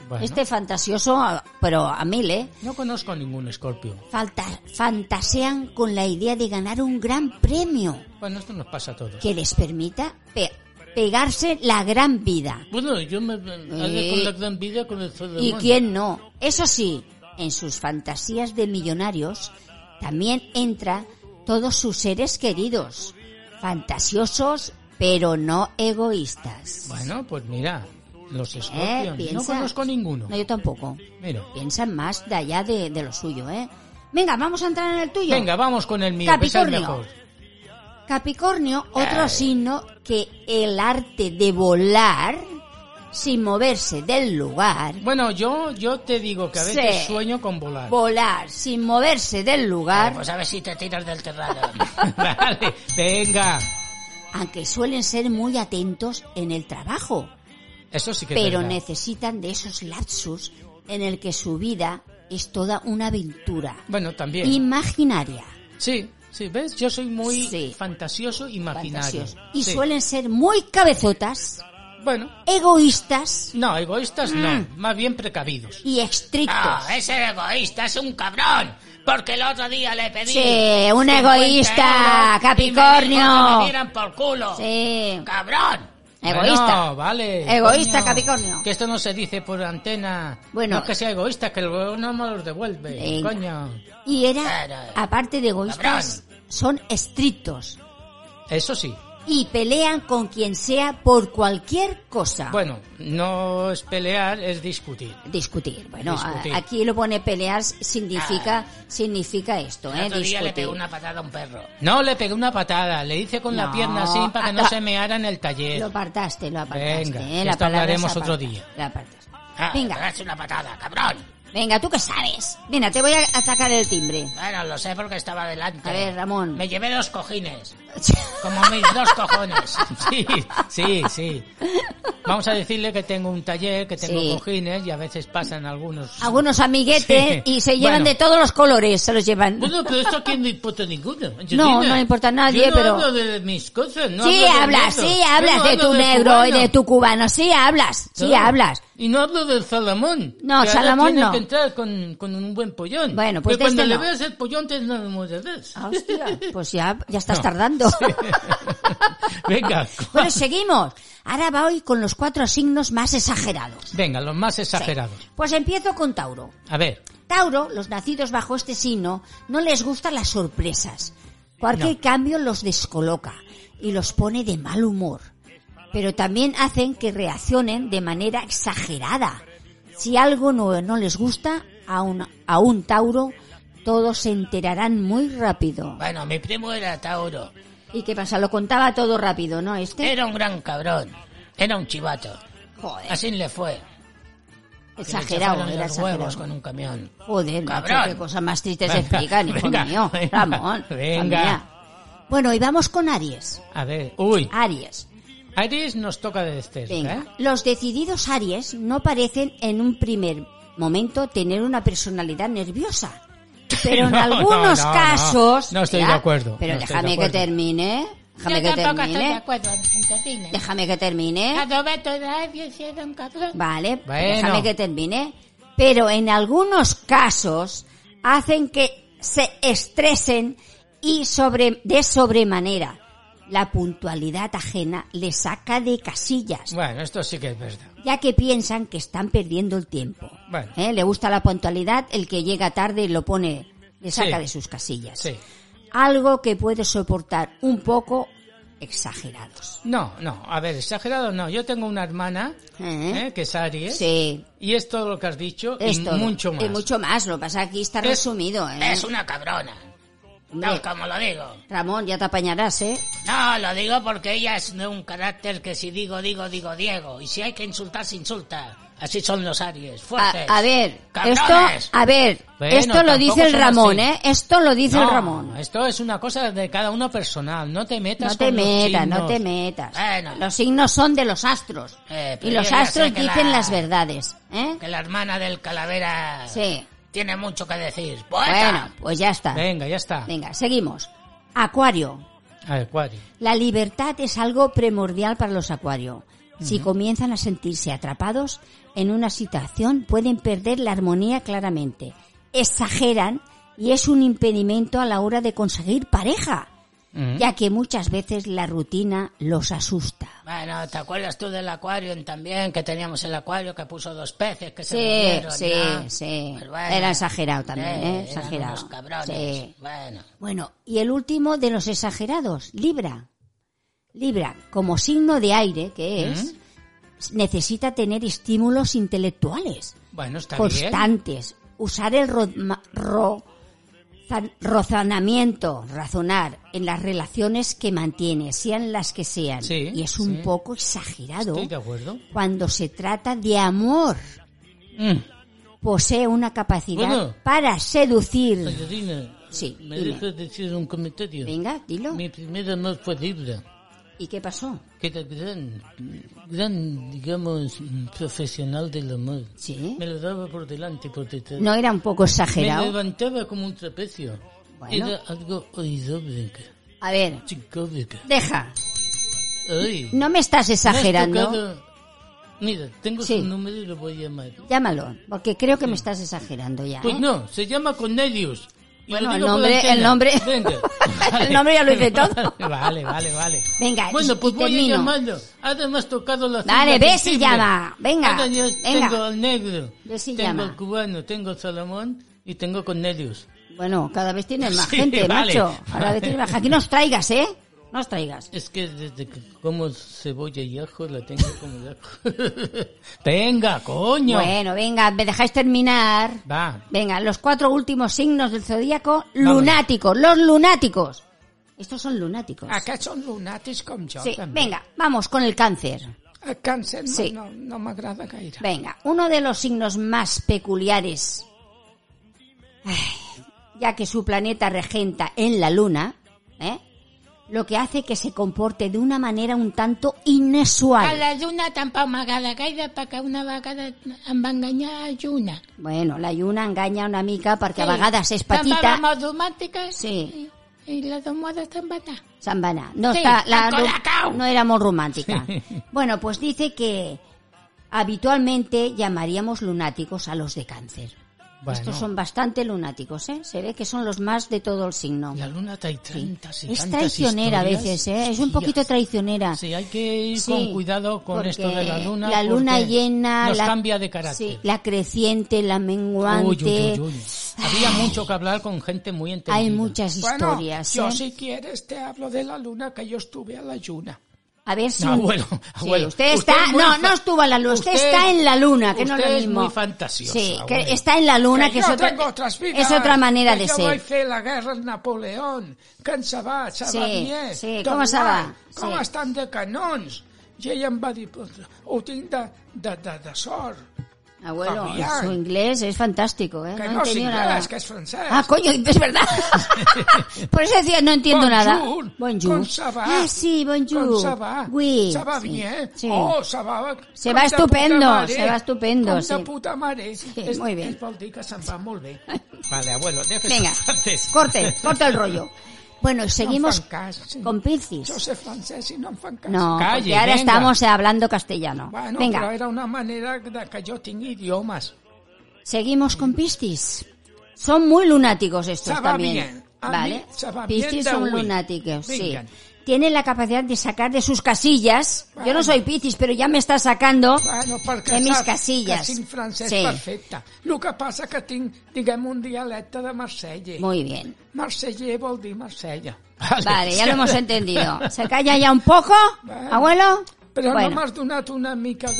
[SPEAKER 2] Bueno,
[SPEAKER 5] Este fantasioso, ah, pero a mil, ¿eh?
[SPEAKER 2] No conozco ningún Escorpio.
[SPEAKER 5] Falta- fantasean con la idea de ganar un gran premio
[SPEAKER 2] Bueno, esto nos pasa a todos.
[SPEAKER 5] que les permita pe- pegarse la gran vida.
[SPEAKER 2] Bueno, yo me hago con la gran vida con el Zodemonio.
[SPEAKER 5] Eh, ¿Y quién no? Eso sí, en sus fantasías de millonarios también entra todos sus seres queridos, fantasiosos pero no egoístas.
[SPEAKER 2] Bueno, pues mira, los
[SPEAKER 5] ¿Eh?
[SPEAKER 2] Scorpions. no
[SPEAKER 5] Piensa.
[SPEAKER 2] conozco ninguno.
[SPEAKER 5] No, yo tampoco.
[SPEAKER 2] Mira.
[SPEAKER 5] Piensan más de allá de, de lo suyo, ¿eh? Venga, vamos a entrar en el tuyo.
[SPEAKER 2] Venga, vamos con el mío, que es el
[SPEAKER 5] Capricornio.
[SPEAKER 2] mejor.
[SPEAKER 5] Capricornio, otro signo que el arte de volar sin moverse del lugar,
[SPEAKER 2] Bueno, yo, yo te digo que a veces
[SPEAKER 5] Sí.
[SPEAKER 2] sueño con volar.
[SPEAKER 5] volar sin moverse del lugar,
[SPEAKER 3] Pues a ver si te tiras del terrado.
[SPEAKER 2] vale, venga.
[SPEAKER 5] aunque suelen ser muy atentos en el trabajo,
[SPEAKER 2] Eso sí que es
[SPEAKER 5] pero
[SPEAKER 2] verdad.
[SPEAKER 5] necesitan de esos lapsus en el que su vida es toda una aventura
[SPEAKER 2] Bueno, también.
[SPEAKER 5] imaginaria.
[SPEAKER 2] Sí, sí, ¿ves? Yo soy muy
[SPEAKER 5] Sí.
[SPEAKER 2] fantasioso, e imaginario.
[SPEAKER 5] fantasiosa. Y
[SPEAKER 2] Sí.
[SPEAKER 5] suelen ser muy cabezotas,
[SPEAKER 2] Bueno,
[SPEAKER 5] egoístas
[SPEAKER 2] no, egoístas
[SPEAKER 5] Mm.
[SPEAKER 2] no, más bien precavidos.
[SPEAKER 5] y estrictos.
[SPEAKER 3] No,
[SPEAKER 2] Ah,
[SPEAKER 3] ese egoísta es un cabrón. Porque el otro día le pedí.
[SPEAKER 5] Sí, un
[SPEAKER 3] 50
[SPEAKER 5] egoísta,
[SPEAKER 3] euros y me dijo
[SPEAKER 5] Capricornio.
[SPEAKER 3] que me dieran por culo.
[SPEAKER 5] Sí,
[SPEAKER 3] ¡Cabrón!
[SPEAKER 5] egoísta.
[SPEAKER 2] Bueno, vale.
[SPEAKER 5] Egoísta,
[SPEAKER 2] coño.
[SPEAKER 5] Capricornio.
[SPEAKER 2] Que esto no se dice por antena.
[SPEAKER 5] Bueno.
[SPEAKER 2] No es que sea egoísta, que el gobierno no los devuelve.
[SPEAKER 5] Venga.
[SPEAKER 2] Coño.
[SPEAKER 5] Y
[SPEAKER 3] Claro.
[SPEAKER 5] era, aparte de egoístas, son estrictos
[SPEAKER 2] Eso sí.
[SPEAKER 5] y pelean con quien sea por cualquier cosa.
[SPEAKER 2] Bueno, no es pelear, es discutir.
[SPEAKER 5] Discutir. Bueno, a-
[SPEAKER 2] Discutir. Ah.
[SPEAKER 5] aquí lo pone pelear significa significa esto,
[SPEAKER 3] El
[SPEAKER 5] ¿eh?
[SPEAKER 3] otro día le
[SPEAKER 5] Discutir.
[SPEAKER 3] pegué una patada a un perro.
[SPEAKER 2] No, le pegué una patada, le hice con la
[SPEAKER 5] No.
[SPEAKER 2] pierna así para que no
[SPEAKER 5] Ah,
[SPEAKER 2] se meara en el
[SPEAKER 5] Lo
[SPEAKER 2] taller.
[SPEAKER 5] apartaste, lo apartaste.
[SPEAKER 2] Venga,
[SPEAKER 5] ¿eh?
[SPEAKER 2] esto
[SPEAKER 5] La palabra
[SPEAKER 2] hablaremos
[SPEAKER 5] es
[SPEAKER 2] otro
[SPEAKER 5] apartar,
[SPEAKER 2] día.
[SPEAKER 5] la apartaste.
[SPEAKER 3] Ah,
[SPEAKER 5] Venga,
[SPEAKER 3] Es una patada, cabrón.
[SPEAKER 5] venga, ¿tú qué sabes? Venga, te voy a atacar el timbre.
[SPEAKER 3] Bueno, lo sé porque estaba delante.
[SPEAKER 5] A ver, Ramón.
[SPEAKER 3] Me llevé dos cojines. Como mis dos cojones.
[SPEAKER 2] Sí, sí, sí. Vamos a decirle que tengo un taller, que tengo
[SPEAKER 5] Sí.
[SPEAKER 2] cojines y a veces pasan algunos...
[SPEAKER 5] Algunos
[SPEAKER 2] Sí.
[SPEAKER 5] amiguetes y se llevan
[SPEAKER 2] Bueno.
[SPEAKER 5] de todos los colores, se los llevan.
[SPEAKER 2] Bueno, pero esto aquí no importa ninguno.
[SPEAKER 5] No, no importa a nadie,
[SPEAKER 2] yo no
[SPEAKER 5] pero-
[SPEAKER 2] hablo de mis cosas, no
[SPEAKER 5] sí,
[SPEAKER 2] hablo de
[SPEAKER 5] hablas,
[SPEAKER 2] negro.
[SPEAKER 5] sí,
[SPEAKER 2] Yo no
[SPEAKER 5] hablas de
[SPEAKER 2] hablo
[SPEAKER 5] tu negro y
[SPEAKER 2] cubano.
[SPEAKER 5] de tu cubano. Sí, hablas, sí,
[SPEAKER 2] Claro.
[SPEAKER 5] hablas.
[SPEAKER 2] Y no hablo del Salamón.
[SPEAKER 5] No,
[SPEAKER 2] que ahora
[SPEAKER 5] Salamón
[SPEAKER 2] tiene
[SPEAKER 5] no.
[SPEAKER 2] que entrar con, con un buen pollón.
[SPEAKER 5] Bueno, pues
[SPEAKER 2] Pero cuando
[SPEAKER 5] este
[SPEAKER 2] le
[SPEAKER 5] no.
[SPEAKER 2] veas el pollón te enamorarás.
[SPEAKER 5] Ah, hostia, pues ya, ya estás tardando.
[SPEAKER 2] Venga.
[SPEAKER 5] Bueno, seguimos. Ahora va hoy con los cuatro signos más exagerados.
[SPEAKER 2] Venga, los más exagerados.
[SPEAKER 5] Sí. Pues empiezo con Tauro.
[SPEAKER 2] A ver.
[SPEAKER 5] Tauro, los nacidos bajo este signo, no les gustan las sorpresas. Cualquier
[SPEAKER 2] No.
[SPEAKER 5] cambio los descoloca y los pone de mal humor. Pero también hacen que reaccionen de manera exagerada. Si algo no, no les gusta, a un, a un Tauro, todos se enterarán muy rápido.
[SPEAKER 3] Bueno, mi primo era Tauro.
[SPEAKER 5] ¿Y qué pasa? Lo contaba todo rápido, ¿no? Este.
[SPEAKER 3] Era un gran cabrón. Era un chivato.
[SPEAKER 5] Joder,
[SPEAKER 3] Así le fue. Que le
[SPEAKER 5] exagerado,
[SPEAKER 3] chocaron
[SPEAKER 5] era
[SPEAKER 3] los huevos
[SPEAKER 5] exagerado.
[SPEAKER 3] con un camión.
[SPEAKER 5] Joder, macho,
[SPEAKER 3] Cabrón.
[SPEAKER 5] qué cosas más tristes se
[SPEAKER 2] Venga,
[SPEAKER 5] explican, hijo
[SPEAKER 2] venga,
[SPEAKER 5] mío.
[SPEAKER 2] venga,
[SPEAKER 5] Ramón.
[SPEAKER 2] venga.
[SPEAKER 5] familia. Bueno, y vamos con Aries.
[SPEAKER 2] A ver. Uy.
[SPEAKER 5] Aries.
[SPEAKER 2] Aries nos toca de cerca,
[SPEAKER 5] Venga.
[SPEAKER 2] ¿eh?
[SPEAKER 5] Los decididos Aries no parecen en un primer momento tener una personalidad nerviosa. Pero en
[SPEAKER 2] No, no,
[SPEAKER 5] algunos
[SPEAKER 2] no, no.
[SPEAKER 5] casos.
[SPEAKER 2] No estoy de acuerdo,
[SPEAKER 5] Pero
[SPEAKER 2] no estoy de
[SPEAKER 5] déjame que
[SPEAKER 2] acuerdo.
[SPEAKER 5] termine. Déjame que termine.
[SPEAKER 3] acuerdo, Antonina.
[SPEAKER 5] Déjame que termine.
[SPEAKER 3] Roberto Aries era un cabrón.
[SPEAKER 5] Vale, pues
[SPEAKER 2] Bueno.
[SPEAKER 5] déjame que termine. Pero en algunos casos hacen que se estresen y sobre, de sobremanera. La puntualidad ajena les saca de casillas,
[SPEAKER 2] Bueno, esto sí que es verdad.
[SPEAKER 5] ya que piensan que están perdiendo el tiempo.
[SPEAKER 2] Bueno.
[SPEAKER 5] ¿Eh? Le gusta la puntualidad, el que llega tarde lo pone, le saca
[SPEAKER 2] Sí.
[SPEAKER 5] de sus casillas.
[SPEAKER 2] Sí.
[SPEAKER 5] Algo que puede soportar un poco exagerados.
[SPEAKER 2] No, no. A ver, exagerado no. Yo tengo una hermana,
[SPEAKER 5] ¿Eh?
[SPEAKER 2] ¿eh? que es Aries.
[SPEAKER 5] Sí,
[SPEAKER 2] Y es todo lo que has dicho
[SPEAKER 5] esto.
[SPEAKER 2] y mucho más.
[SPEAKER 5] Y mucho más, lo que pasa aquí está
[SPEAKER 2] Es-
[SPEAKER 5] resumido. ¿eh?
[SPEAKER 3] Es una cabrona.
[SPEAKER 5] Hombre,
[SPEAKER 3] Tal como lo digo.
[SPEAKER 5] Ramón, ya te apañarás, ¿eh?
[SPEAKER 3] No, lo digo porque ella es de un carácter que si digo, digo, digo, Diego. Y si hay que insultar, se insulta. Así son los Aries,
[SPEAKER 5] A,
[SPEAKER 3] fuertes.
[SPEAKER 5] a ver,
[SPEAKER 3] cabrones.
[SPEAKER 5] esto, a ver,
[SPEAKER 2] Bueno,
[SPEAKER 5] esto lo
[SPEAKER 2] tampoco
[SPEAKER 5] dice el
[SPEAKER 2] son
[SPEAKER 5] Ramón,
[SPEAKER 2] así.
[SPEAKER 5] ¿eh? Esto lo dice el
[SPEAKER 2] No,
[SPEAKER 5] Ramón.
[SPEAKER 2] Esto es una cosa de cada uno personal. No te metas
[SPEAKER 5] No te
[SPEAKER 2] con los
[SPEAKER 5] metas, no
[SPEAKER 2] signos.
[SPEAKER 5] te metas.
[SPEAKER 3] Bueno.
[SPEAKER 5] Los signos son de los astros.
[SPEAKER 3] Eh, pero
[SPEAKER 5] y los
[SPEAKER 3] yo ya
[SPEAKER 5] astros
[SPEAKER 3] sé que
[SPEAKER 5] dicen
[SPEAKER 3] la-
[SPEAKER 5] las verdades, ¿eh?
[SPEAKER 3] Que la hermana del calavera
[SPEAKER 5] Sí.
[SPEAKER 3] tiene mucho que decir. Poeta.
[SPEAKER 5] Bueno, pues ya está.
[SPEAKER 2] Venga, ya está.
[SPEAKER 5] Venga, seguimos. Acuario.
[SPEAKER 2] A ver, Acuario.
[SPEAKER 5] La libertad es algo primordial para los acuarios. Si comienzan a sentirse atrapados en una situación, pueden perder la armonía claramente. Exageran y es un impedimento a la hora de conseguir pareja,
[SPEAKER 2] Mm.
[SPEAKER 5] ya que muchas veces la rutina los asusta.
[SPEAKER 3] Bueno, ¿te acuerdas tú del acuario también? Que teníamos el acuario que puso dos peces que se
[SPEAKER 5] Sí,
[SPEAKER 3] murieron,
[SPEAKER 5] sí,
[SPEAKER 3] ¿no?
[SPEAKER 5] sí.
[SPEAKER 3] Pues
[SPEAKER 5] Era exagerado también, ¿eh?
[SPEAKER 3] eran
[SPEAKER 5] Exagerado.
[SPEAKER 3] unos cabrones.
[SPEAKER 5] Sí.
[SPEAKER 3] Bueno.
[SPEAKER 5] Bueno, y el último de los exagerados, Libra. Libra, como signo de aire
[SPEAKER 2] ¿Mm?
[SPEAKER 5] que es, necesita tener estímulos intelectuales.
[SPEAKER 2] Bueno, está
[SPEAKER 5] Pues
[SPEAKER 2] bien.
[SPEAKER 5] constantes, usar el ro- ma- ro- zan- rozonamiento, razonar en las relaciones que mantiene, sean las que sean.
[SPEAKER 2] Sí,
[SPEAKER 5] y es un
[SPEAKER 2] sí.
[SPEAKER 5] poco exagerado
[SPEAKER 2] Estoy de acuerdo.
[SPEAKER 5] cuando se trata de amor.
[SPEAKER 2] Mm.
[SPEAKER 5] Posee una capacidad
[SPEAKER 2] Bueno.
[SPEAKER 5] para seducir.
[SPEAKER 2] Angelina,
[SPEAKER 5] Sí,
[SPEAKER 2] me
[SPEAKER 5] dime.
[SPEAKER 2] dejas decir un comentario.
[SPEAKER 5] Venga, dilo.
[SPEAKER 2] Mi primera no fue Libra,
[SPEAKER 5] ¿Y qué pasó?
[SPEAKER 2] que era gran, gran, digamos, profesional del amor.
[SPEAKER 5] ¿Sí?
[SPEAKER 2] Me lo daba por delante y por detrás.
[SPEAKER 5] ¿No era un poco
[SPEAKER 2] me
[SPEAKER 5] exagerado?
[SPEAKER 2] levantaba como un trapecio.
[SPEAKER 5] Bueno.
[SPEAKER 2] Era algo oidóbrica,
[SPEAKER 5] A ver,
[SPEAKER 2] chicóbrica.
[SPEAKER 5] deja.
[SPEAKER 2] Ay, me has
[SPEAKER 5] No me estás exagerando.
[SPEAKER 2] tocado- Mira, tengo
[SPEAKER 5] Sí.
[SPEAKER 2] su número y lo voy a llamar.
[SPEAKER 5] Llámalo, porque creo que me estás exagerando ya.
[SPEAKER 2] Pues
[SPEAKER 5] ¿eh?
[SPEAKER 2] no, se llama Cornelius. Y lo
[SPEAKER 5] Bueno, el
[SPEAKER 2] digo por
[SPEAKER 5] nombre-
[SPEAKER 2] antena.
[SPEAKER 5] el nombre-
[SPEAKER 2] Venga.
[SPEAKER 5] El nombre ya lo hice todo.
[SPEAKER 2] Vale, vale, vale.
[SPEAKER 5] Venga, y-
[SPEAKER 2] Bueno, pues
[SPEAKER 5] y
[SPEAKER 2] voy
[SPEAKER 5] termino.
[SPEAKER 2] a llamarlo. Ahora me has tocado la
[SPEAKER 5] Dale,
[SPEAKER 2] cena
[SPEAKER 5] ve
[SPEAKER 2] del
[SPEAKER 5] si
[SPEAKER 2] timbre.
[SPEAKER 5] llama. Venga,
[SPEAKER 2] Ahora yo
[SPEAKER 5] venga.
[SPEAKER 2] tengo al negro,
[SPEAKER 5] Ve si
[SPEAKER 2] tengo
[SPEAKER 5] llama.
[SPEAKER 2] al cubano, tengo al Salomón y tengo Cornelius.
[SPEAKER 5] Bueno, cada vez tienes más
[SPEAKER 2] Sí,
[SPEAKER 5] gente,
[SPEAKER 2] vale.
[SPEAKER 5] macho. Cada vez tienes más. Aquí nos traigas, ¿eh? Nos traigas.
[SPEAKER 2] Es que desde que como cebolla y ajo la tengo como de ajo. venga, coño.
[SPEAKER 5] Bueno, venga, me dejáis terminar.
[SPEAKER 2] Va.
[SPEAKER 5] Venga, los cuatro últimos signos del zodíaco, lunáticos, los lunáticos. Estos son lunáticos.
[SPEAKER 2] Ah,
[SPEAKER 4] Aquests són lunàtics com jo,
[SPEAKER 5] Sí,
[SPEAKER 4] també.
[SPEAKER 5] venga, vamos con el cáncer.
[SPEAKER 4] El càncer no,
[SPEAKER 5] Sí.
[SPEAKER 4] no, no m'agrada gaire.
[SPEAKER 5] Venga, uno de los signos más peculiares, Ay, ya que su planeta regenta en la luna, ¿eh? lo que hace que se comporte de una manera un tanto
[SPEAKER 3] A
[SPEAKER 5] inusual.
[SPEAKER 3] la lluna tampoc m'agrada gaire perquè una vegada em va enganyar a lluna.
[SPEAKER 5] Bueno, la lluna enganya una mica perquè sí. a
[SPEAKER 3] Sí.
[SPEAKER 5] vegades
[SPEAKER 8] Em
[SPEAKER 5] és
[SPEAKER 3] Se'n va
[SPEAKER 5] petita.
[SPEAKER 3] la molt domàtica
[SPEAKER 5] Sí.
[SPEAKER 3] i, i la domada se'n va anar.
[SPEAKER 5] Se'n va anar. No,
[SPEAKER 3] Sí,
[SPEAKER 5] està, la,
[SPEAKER 3] al Colacao.
[SPEAKER 5] no era molt romàntica. Bueno, pues dice que habitualmente llamaríamos lunáticos a los de cáncer.
[SPEAKER 2] Bueno.
[SPEAKER 5] Estos son bastante lunáticos, ¿eh? Se ve que son los más de todo el signo.
[SPEAKER 2] La luna trae tantas y
[SPEAKER 5] Es
[SPEAKER 2] tantas
[SPEAKER 5] traicionera a
[SPEAKER 2] historias.
[SPEAKER 5] veces, ¿eh? Es un
[SPEAKER 2] Hostias.
[SPEAKER 5] poquito traicionera.
[SPEAKER 2] Sí, hay que ir
[SPEAKER 5] Sí,
[SPEAKER 2] con cuidado con
[SPEAKER 5] porque
[SPEAKER 2] esto de la luna.
[SPEAKER 5] La luna
[SPEAKER 2] porque
[SPEAKER 5] llena.
[SPEAKER 2] Nos
[SPEAKER 5] la,
[SPEAKER 2] cambia de carácter.
[SPEAKER 5] sí, la creciente, la menguante.
[SPEAKER 2] Uy, uy, uy, uy. Había mucho que hablar con gente muy entendida.
[SPEAKER 5] Hay muchas
[SPEAKER 4] Bueno,
[SPEAKER 5] historias.
[SPEAKER 4] yo
[SPEAKER 5] ¿eh?
[SPEAKER 4] si quieres te hablo de la luna que yo estuve a la luna.
[SPEAKER 5] A ver si.
[SPEAKER 2] No, abuelo,
[SPEAKER 5] Sí,
[SPEAKER 2] abuelo.
[SPEAKER 5] usted
[SPEAKER 2] Ah, Usted
[SPEAKER 5] está.
[SPEAKER 2] es muy
[SPEAKER 5] no,
[SPEAKER 2] fa-
[SPEAKER 5] no estuvo en la luna. Usted,
[SPEAKER 2] usted-
[SPEAKER 5] está en la luna, que no es
[SPEAKER 2] usted
[SPEAKER 5] lo
[SPEAKER 2] es
[SPEAKER 5] mismo.
[SPEAKER 2] muy fantasiosa,
[SPEAKER 5] Sí, que
[SPEAKER 2] abuelo.
[SPEAKER 5] está en la luna, que, es,
[SPEAKER 4] yo
[SPEAKER 5] otra,
[SPEAKER 4] tengo otras vidas,
[SPEAKER 5] es otra manera
[SPEAKER 4] que
[SPEAKER 5] de
[SPEAKER 4] yo Yo
[SPEAKER 5] ser.
[SPEAKER 4] hice la guerra de Napoleón, que se va, se
[SPEAKER 5] Sí,
[SPEAKER 4] va bien.
[SPEAKER 5] sí,
[SPEAKER 4] tot
[SPEAKER 5] com se va,
[SPEAKER 4] guai, Com
[SPEAKER 5] sí.
[SPEAKER 4] estan de canons? I ell em va dir, ho tinc de, de, de, de sort.
[SPEAKER 5] Abuelo,
[SPEAKER 4] Fabián.
[SPEAKER 5] Ah, su inglés es fantástico, ¿eh?
[SPEAKER 4] Que
[SPEAKER 5] he
[SPEAKER 4] no, és
[SPEAKER 5] entendido
[SPEAKER 4] inglès,
[SPEAKER 5] nada.
[SPEAKER 4] que és francès.
[SPEAKER 5] Ah, coño, es verdad. Por eso decía, no entiendo nada.
[SPEAKER 4] Bonjour.
[SPEAKER 5] Bonjour.
[SPEAKER 4] Com se va?
[SPEAKER 5] Ah, sí, bonjour.
[SPEAKER 4] Com se va?
[SPEAKER 5] Oui.
[SPEAKER 4] Se va
[SPEAKER 5] sí,
[SPEAKER 4] bien.
[SPEAKER 5] Sí.
[SPEAKER 4] Oh, se va...
[SPEAKER 5] Se
[SPEAKER 4] com
[SPEAKER 5] va
[SPEAKER 4] de
[SPEAKER 5] estupendo,
[SPEAKER 4] puta mare.
[SPEAKER 5] se va estupendo,
[SPEAKER 4] Com
[SPEAKER 5] sí.
[SPEAKER 4] de puta mare. és,
[SPEAKER 5] molt bé.
[SPEAKER 4] És vol dir que se'n va molt bé.
[SPEAKER 2] Vale, abuelo, deje
[SPEAKER 5] Venga,
[SPEAKER 2] sus partes.
[SPEAKER 5] corte, corta el rollo. Bueno,
[SPEAKER 4] No
[SPEAKER 5] seguimos
[SPEAKER 4] em fan cas. sí.
[SPEAKER 5] con
[SPEAKER 4] Jo
[SPEAKER 5] Piscis.
[SPEAKER 4] sé francès i no em fan cas.
[SPEAKER 5] No,
[SPEAKER 2] Calle,
[SPEAKER 5] porque ahora
[SPEAKER 2] venga.
[SPEAKER 5] estamos eh, hablando castellano.
[SPEAKER 4] Bueno, però
[SPEAKER 5] venga,
[SPEAKER 4] era una manera de que jo tingui idiomes.
[SPEAKER 5] seguimos con Piscis. Son muy lunáticos estos
[SPEAKER 4] Se va
[SPEAKER 5] también.
[SPEAKER 4] bien. A mí
[SPEAKER 5] Vale.
[SPEAKER 4] se va bien
[SPEAKER 5] Piscis
[SPEAKER 4] de
[SPEAKER 5] son
[SPEAKER 4] huir.
[SPEAKER 5] lunáticos, sí.
[SPEAKER 4] Vengan.
[SPEAKER 5] Tienen la capacidad de sacar de sus casillas. Yo no soy Piscis, pero ya me está sacando.
[SPEAKER 4] Bueno, perquè
[SPEAKER 5] De mis
[SPEAKER 4] saps
[SPEAKER 5] casillas.
[SPEAKER 4] que tinc francès
[SPEAKER 5] Sí.
[SPEAKER 4] perfecte. El que passa que tinc, diguem, un dialecte de Marsella.
[SPEAKER 5] Muy bien.
[SPEAKER 4] Marseller vol dir Marsella.
[SPEAKER 5] Vale, ya lo hemos entendido. ¿Se calla ya un poco,
[SPEAKER 4] Bueno.
[SPEAKER 5] abuelo?
[SPEAKER 4] Però
[SPEAKER 5] Bueno.
[SPEAKER 4] no m'has donat una mica del...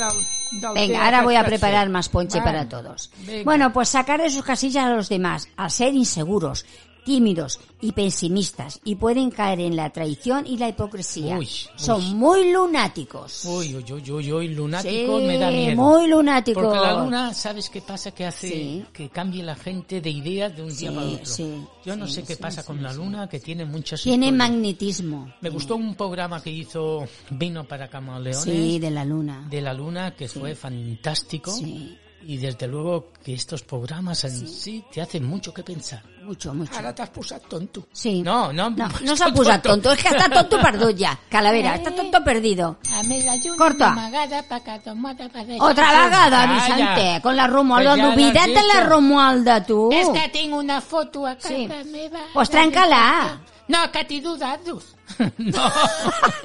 [SPEAKER 4] del
[SPEAKER 5] Venga,
[SPEAKER 4] teatre
[SPEAKER 5] ahora voy a
[SPEAKER 4] que has
[SPEAKER 5] preparar
[SPEAKER 4] fet.
[SPEAKER 5] más ponche
[SPEAKER 4] Vale.
[SPEAKER 5] para todos.
[SPEAKER 4] Venga.
[SPEAKER 5] Bueno, pues sacar de sus casillas a los demás, al ser inseguros, tímidos y pesimistas, y pueden caer en la traición y la hipocresía.
[SPEAKER 2] Uy, uy.
[SPEAKER 5] Son muy lunáticos.
[SPEAKER 2] Uy, uy, uy, uy, uy, lunático
[SPEAKER 5] Sí,
[SPEAKER 2] me da miedo.
[SPEAKER 5] muy lunático.
[SPEAKER 2] Porque la luna, ¿sabes qué pasa? Que hace
[SPEAKER 5] Sí.
[SPEAKER 2] que cambie la gente de ideas de un día
[SPEAKER 5] Sí,
[SPEAKER 2] para otro.
[SPEAKER 5] sí,
[SPEAKER 2] Yo no
[SPEAKER 5] sí,
[SPEAKER 2] sé qué
[SPEAKER 5] sí,
[SPEAKER 2] pasa
[SPEAKER 5] sí,
[SPEAKER 2] con la luna, que tiene muchas
[SPEAKER 5] Tienen
[SPEAKER 2] historias.
[SPEAKER 5] magnetismo.
[SPEAKER 2] Me gustó un programa que hizo Vino para Camaleones
[SPEAKER 5] Sí, de la luna.
[SPEAKER 2] de la luna, que fue fantástico.
[SPEAKER 5] Sí.
[SPEAKER 2] Y desde luego que estos programas en sí, te hacen mucho que pensar.
[SPEAKER 5] Mucho, mucho.
[SPEAKER 4] Ara t'has posat tonto.
[SPEAKER 5] Sí.
[SPEAKER 2] No, no,
[SPEAKER 5] No,
[SPEAKER 2] pues, Eh.
[SPEAKER 5] no s'ha posat
[SPEAKER 2] tonto.
[SPEAKER 5] tonto. És que està tonto perdut ja. Calavera, està tonto perdido.
[SPEAKER 8] A mi la lluna
[SPEAKER 5] Corta.
[SPEAKER 8] m'agrada perquè tomada per això.
[SPEAKER 5] Otra vegada,
[SPEAKER 2] Calla.
[SPEAKER 5] Vicente, con la Romualda.
[SPEAKER 2] Pues ja l'has
[SPEAKER 5] Olvida't de la
[SPEAKER 2] dicho.
[SPEAKER 5] Romualda, tu.
[SPEAKER 8] És que tinc una foto a casa
[SPEAKER 5] Sí.
[SPEAKER 8] meva.
[SPEAKER 5] Pues trenca-la.
[SPEAKER 8] No, que t'hi du dados.
[SPEAKER 2] No,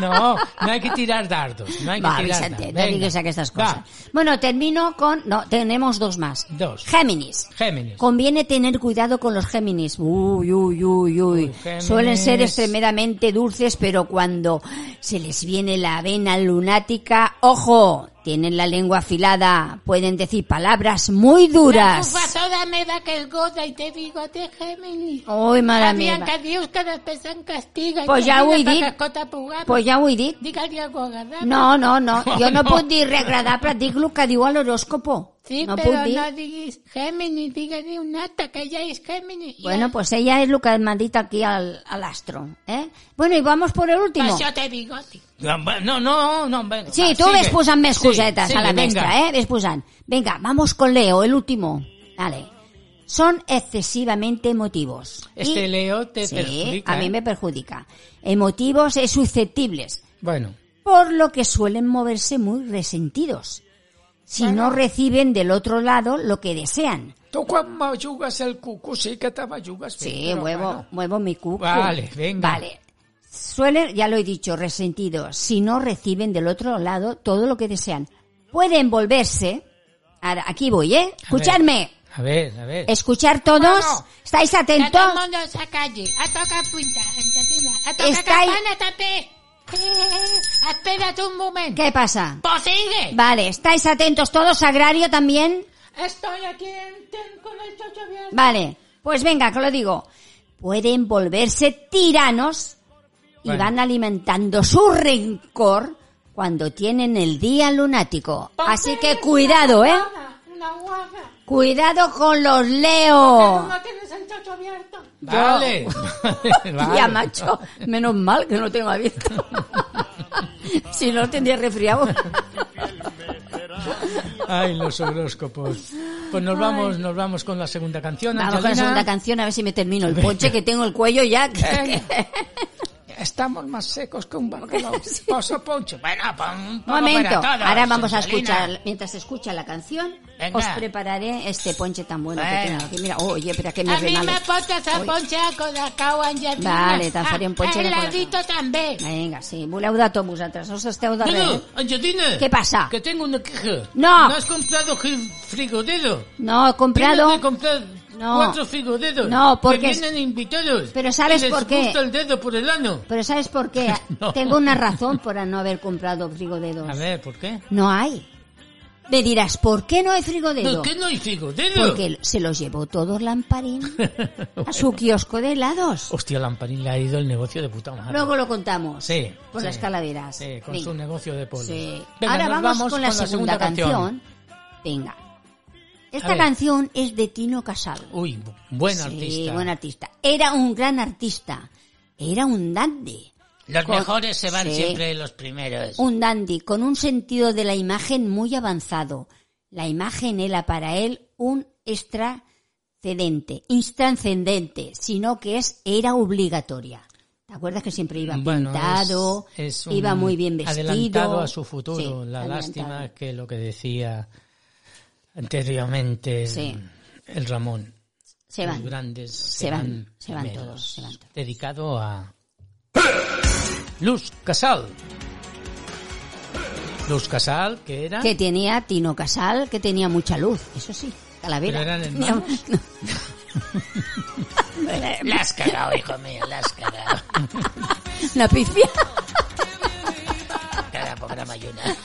[SPEAKER 2] no, no hay que tirar dardos. No hay que
[SPEAKER 5] Va,
[SPEAKER 2] tirar
[SPEAKER 5] Vicente,
[SPEAKER 2] dardos.
[SPEAKER 5] no
[SPEAKER 2] Venga.
[SPEAKER 5] digas estas
[SPEAKER 2] Va,
[SPEAKER 5] cosas. Bueno, termino con... No, tenemos dos más.
[SPEAKER 2] Dos.
[SPEAKER 5] Géminis.
[SPEAKER 2] Géminis.
[SPEAKER 5] Conviene tener cuidado con los Géminis. Uy, uy, uy, uy.
[SPEAKER 2] Géminis.
[SPEAKER 5] Suelen ser extremadamente dulces, pero cuando se les viene la vena lunática, ¡ojo! Tienen la lengua afilada, pueden decir palabras muy duras.
[SPEAKER 8] La toda meva que es goda i té bigote Géminis.
[SPEAKER 5] ¡Uy, mare
[SPEAKER 8] Sabien
[SPEAKER 5] meva!
[SPEAKER 8] que dius que després em castiga.
[SPEAKER 5] Pues ja ho he dit. Pues
[SPEAKER 8] Pues...
[SPEAKER 5] ja ho he dit.
[SPEAKER 8] Digue-li alguna agradable.
[SPEAKER 5] No, no, no. Jo no,
[SPEAKER 2] No.
[SPEAKER 5] puc dir res agradable, dic el que diu a l'horòscopo.
[SPEAKER 8] Sí,
[SPEAKER 5] no
[SPEAKER 8] pero
[SPEAKER 5] puc dir.
[SPEAKER 8] no digas Géminis, diga-li un acta, que ella es Géminis.
[SPEAKER 5] Bueno, pues ella es lo que me ha dicho aquí al, al astro. ¿eh? Bueno, y vamos por el último.
[SPEAKER 8] Pues yo te digo a ti.
[SPEAKER 2] Em, No, no, no. venga,
[SPEAKER 5] Sí,
[SPEAKER 2] va,
[SPEAKER 5] tú
[SPEAKER 2] sigue.
[SPEAKER 5] ves pusan més
[SPEAKER 2] Sí,
[SPEAKER 5] cosetas
[SPEAKER 2] sigue,
[SPEAKER 5] a la
[SPEAKER 2] venga.
[SPEAKER 5] mezcla, ¿eh? Ves pusan. Venga, vamos con Leo, el último. Dale. Son excesivamente emotivos.
[SPEAKER 2] Este Leo te
[SPEAKER 5] sí,
[SPEAKER 2] perjudica,
[SPEAKER 5] a mí
[SPEAKER 2] ¿eh?
[SPEAKER 5] me perjudica. Emotivos y susceptibles,
[SPEAKER 2] Bueno,
[SPEAKER 5] por lo que suelen moverse muy resentidos. Si no reciben del otro lado lo que desean.
[SPEAKER 4] Tu quan m'ajugues el cucu sí que te m'ajugues bé.
[SPEAKER 5] Sí,
[SPEAKER 4] però
[SPEAKER 5] muevo,
[SPEAKER 4] bueno.
[SPEAKER 5] muevo mi cuco.
[SPEAKER 2] Vale, venga.
[SPEAKER 5] Vale. Suelen, ya lo he dicho, resentidos, si no reciben del otro lado todo lo que desean. Pueden volverse, ahora, aquí voy, ¿eh? Escuchadme,
[SPEAKER 2] a ver, a ver.
[SPEAKER 5] escuchar todos,
[SPEAKER 4] Bueno.
[SPEAKER 5] estáis
[SPEAKER 8] Que
[SPEAKER 5] atentos.
[SPEAKER 8] todo el mundo se calle. A tocar punta, Angelina. A tocar
[SPEAKER 5] Está ahí.
[SPEAKER 8] campana, tapé. Espérate un momento.
[SPEAKER 5] ¿Qué pasa?
[SPEAKER 8] Pues sigue.
[SPEAKER 5] Vale, estáis atentos todos, agrario también.
[SPEAKER 8] Estoy aquí en, ten- con el chocho abierto.
[SPEAKER 5] Vale, pues venga, que lo digo. Pueden volverse tiranos y
[SPEAKER 2] Bueno.
[SPEAKER 5] van alimentando su rencor cuando tienen el día lunático.
[SPEAKER 8] Pues
[SPEAKER 5] Así que cuidado, ¿eh?
[SPEAKER 8] Una guarda.
[SPEAKER 5] Cuidado con los
[SPEAKER 8] Tú
[SPEAKER 5] Leo.
[SPEAKER 8] no tienes el chocho abierto.
[SPEAKER 2] Vale. vale.
[SPEAKER 5] Ya, macho. Menos mal que no tengo abierto. si no, tendría resfriado.
[SPEAKER 2] Ay, los horóscopos. Pues nos vamos, nos vamos con la segunda canción.
[SPEAKER 5] Vamos con la
[SPEAKER 2] Angelina.
[SPEAKER 5] segunda canción a ver si me termino el ponche que tengo el cuello ya.
[SPEAKER 9] estamos más secos que un bargalón. Pozo Poncho.
[SPEAKER 10] Bueno, pa un poco
[SPEAKER 5] Momento,
[SPEAKER 10] para todos,
[SPEAKER 5] ahora vamos a
[SPEAKER 10] Chinchulina.
[SPEAKER 5] escuchar, mientras escucha la canción,
[SPEAKER 10] Venga.
[SPEAKER 5] os prepararé este ponche tan bueno que
[SPEAKER 10] Bueno.
[SPEAKER 5] tengo aquí. Mira, oye, pero que me
[SPEAKER 3] A mi
[SPEAKER 5] regalo.
[SPEAKER 3] me potes a ponxar con la cau enllatina.
[SPEAKER 5] Vale, te'n faré un ponxe de
[SPEAKER 3] Ah,
[SPEAKER 5] colacau.
[SPEAKER 3] L'Audito també.
[SPEAKER 5] Vinga, sí, voleu de tot vosaltres, no us esteu de res.
[SPEAKER 2] Bueno,
[SPEAKER 5] eh?
[SPEAKER 2] Angelina.
[SPEAKER 5] ¿Qué pasa?
[SPEAKER 2] Que tengo una queja.
[SPEAKER 5] No.
[SPEAKER 2] ¿No has comprado gel- frigodedo?
[SPEAKER 5] No,
[SPEAKER 2] Tienes
[SPEAKER 5] he
[SPEAKER 2] que
[SPEAKER 5] comprado...
[SPEAKER 2] comprar
[SPEAKER 5] No.
[SPEAKER 2] cuatro frigodedos.
[SPEAKER 5] No, porque
[SPEAKER 2] Que
[SPEAKER 5] es-
[SPEAKER 2] vienen invitados.
[SPEAKER 5] Pero ¿sabes
[SPEAKER 2] Y les
[SPEAKER 5] por qué?
[SPEAKER 2] gusta el dedo por el ano.
[SPEAKER 5] Pero ¿sabes por qué?
[SPEAKER 2] No.
[SPEAKER 5] Tengo una razón por no haber comprado frigodedos.
[SPEAKER 2] A ver, ¿por qué?
[SPEAKER 5] No hay. Me dirás, ¿por qué no hay
[SPEAKER 2] ¿Por
[SPEAKER 5] frigodedo?
[SPEAKER 2] qué no hay frigodedo?
[SPEAKER 5] Porque se los llevó todos Lamparín a su kiosco de helados.
[SPEAKER 2] Hostia, Lamparín le ha ido el negocio de puta madre.
[SPEAKER 5] Luego lo contamos.
[SPEAKER 2] Sí,
[SPEAKER 5] Con
[SPEAKER 2] sí.
[SPEAKER 5] las calaveras.
[SPEAKER 2] Sí, con
[SPEAKER 5] Venga.
[SPEAKER 2] su negocio de polvo.
[SPEAKER 5] Sí.
[SPEAKER 2] Venga,
[SPEAKER 5] Ahora
[SPEAKER 2] nos
[SPEAKER 5] vamos, con la segunda, canción. Venga. Esta
[SPEAKER 2] ver.
[SPEAKER 5] canción es de Tino Casal.
[SPEAKER 2] Uy, buen
[SPEAKER 5] Sí,
[SPEAKER 2] artista.
[SPEAKER 5] buen artista. Era un gran artista. Era un dandy.
[SPEAKER 10] Los
[SPEAKER 5] Con-
[SPEAKER 10] mejores se van
[SPEAKER 5] Sí.
[SPEAKER 10] siempre los primeros.
[SPEAKER 5] Un dandy con un sentido de la imagen muy avanzado. La imagen era para él un extracedente, intranscendente, sino que es era obligatoria. ¿Te acuerdas que siempre iba
[SPEAKER 2] Bueno,
[SPEAKER 5] pintado,
[SPEAKER 2] es- es un
[SPEAKER 5] iba muy bien vestido?
[SPEAKER 2] Adelantado a su futuro.
[SPEAKER 5] Sí,
[SPEAKER 2] la
[SPEAKER 5] adelantado.
[SPEAKER 2] lástima es que lo que decía anteriormente el,
[SPEAKER 5] Sí.
[SPEAKER 2] el Ramón.
[SPEAKER 5] Se van.
[SPEAKER 2] Los grandes se,
[SPEAKER 5] Se van,
[SPEAKER 2] van,
[SPEAKER 5] se van
[SPEAKER 2] primeros.
[SPEAKER 5] todos, se van todos.
[SPEAKER 2] Dedicado a Luz Casal. Luz Casal, que era
[SPEAKER 5] Que tenía Tino Casal, que tenía mucha luz, eso sí, calavera.
[SPEAKER 2] ¿Pero eran
[SPEAKER 5] Tenía-
[SPEAKER 2] hermanos?
[SPEAKER 5] no.
[SPEAKER 2] Eh,
[SPEAKER 10] La has cagado, hijo mío, la has cagado.
[SPEAKER 5] La pifia.
[SPEAKER 10] Cada programa hay una.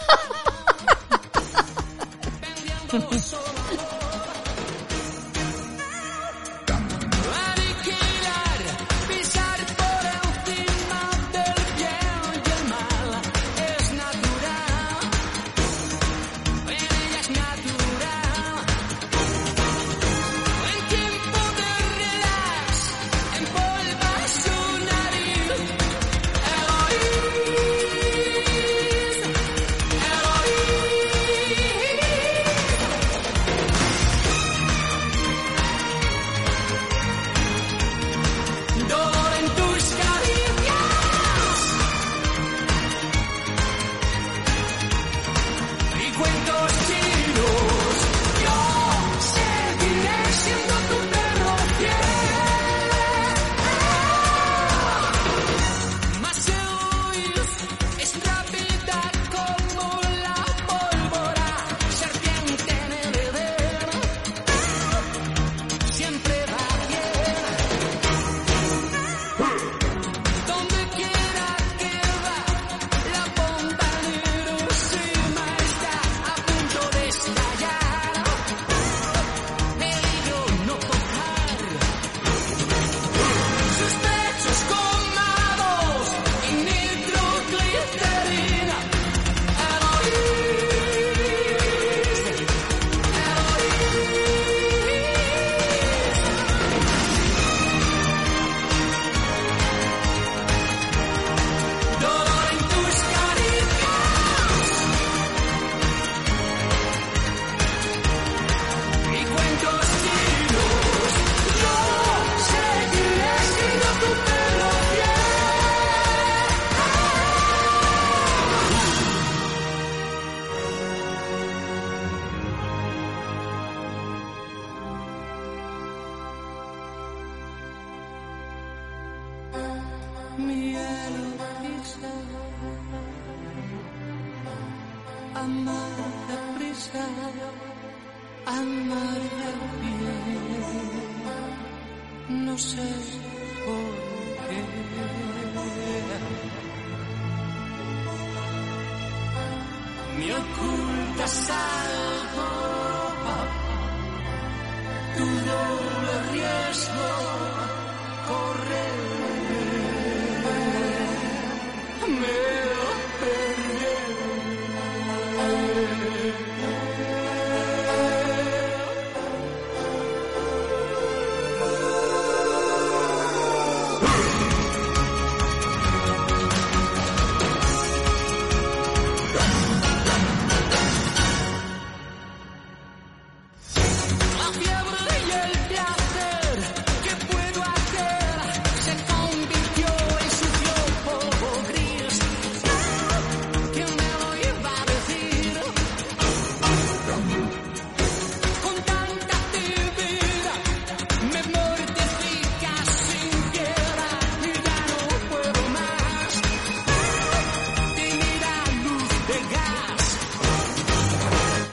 [SPEAKER 4] La fiebre y el plan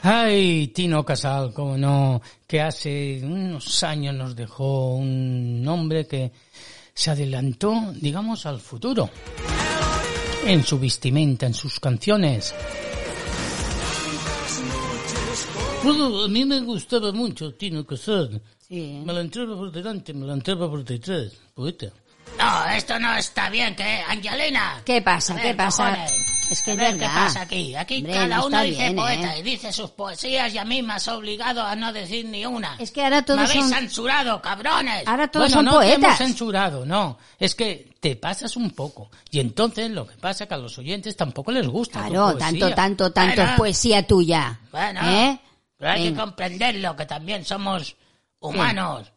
[SPEAKER 2] Ay, Tino Casal, como no, que hace unos años nos dejó un hombre que se adelantó, digamos, al futuro. En su vestimenta, en sus canciones. Bueno, a mí me gustaba mucho Tino Casal.
[SPEAKER 5] Sí.
[SPEAKER 2] Me la entraba por delante, me la entraba por detrás, poeta.
[SPEAKER 3] No, esto no está bien, ¿qué? Angelina.
[SPEAKER 5] ¿Qué pasa?
[SPEAKER 3] A ver,
[SPEAKER 5] ¿Qué pasa?
[SPEAKER 3] cojones.
[SPEAKER 5] Es que
[SPEAKER 3] A
[SPEAKER 5] es
[SPEAKER 3] ver,
[SPEAKER 5] verdad.
[SPEAKER 3] ¿Qué pasa aquí? Aquí
[SPEAKER 5] Hombre,
[SPEAKER 3] cada
[SPEAKER 5] no
[SPEAKER 3] uno
[SPEAKER 5] está
[SPEAKER 3] dice
[SPEAKER 5] bien,
[SPEAKER 3] poeta
[SPEAKER 5] ¿eh?
[SPEAKER 3] y dice sus poesías y a mí me has obligado a no decir ni una.
[SPEAKER 5] Es que ahora todos
[SPEAKER 3] Me habéis
[SPEAKER 5] son-
[SPEAKER 3] censurado, cabrones.
[SPEAKER 5] Ahora todos
[SPEAKER 2] bueno,
[SPEAKER 5] son
[SPEAKER 2] no te hemos
[SPEAKER 5] poetas.
[SPEAKER 2] censurado, no. Es que te pasas un poco. Y entonces lo que pasa es que a los oyentes tampoco les gusta. tu
[SPEAKER 5] Claro,
[SPEAKER 2] poesía.
[SPEAKER 5] tanto, tanto, tanto
[SPEAKER 3] Bueno.
[SPEAKER 5] es poesía tuya.
[SPEAKER 3] Bueno,
[SPEAKER 5] ¿Eh?
[SPEAKER 3] pero hay que
[SPEAKER 5] Venga.
[SPEAKER 3] comprenderlo, que también somos humanos,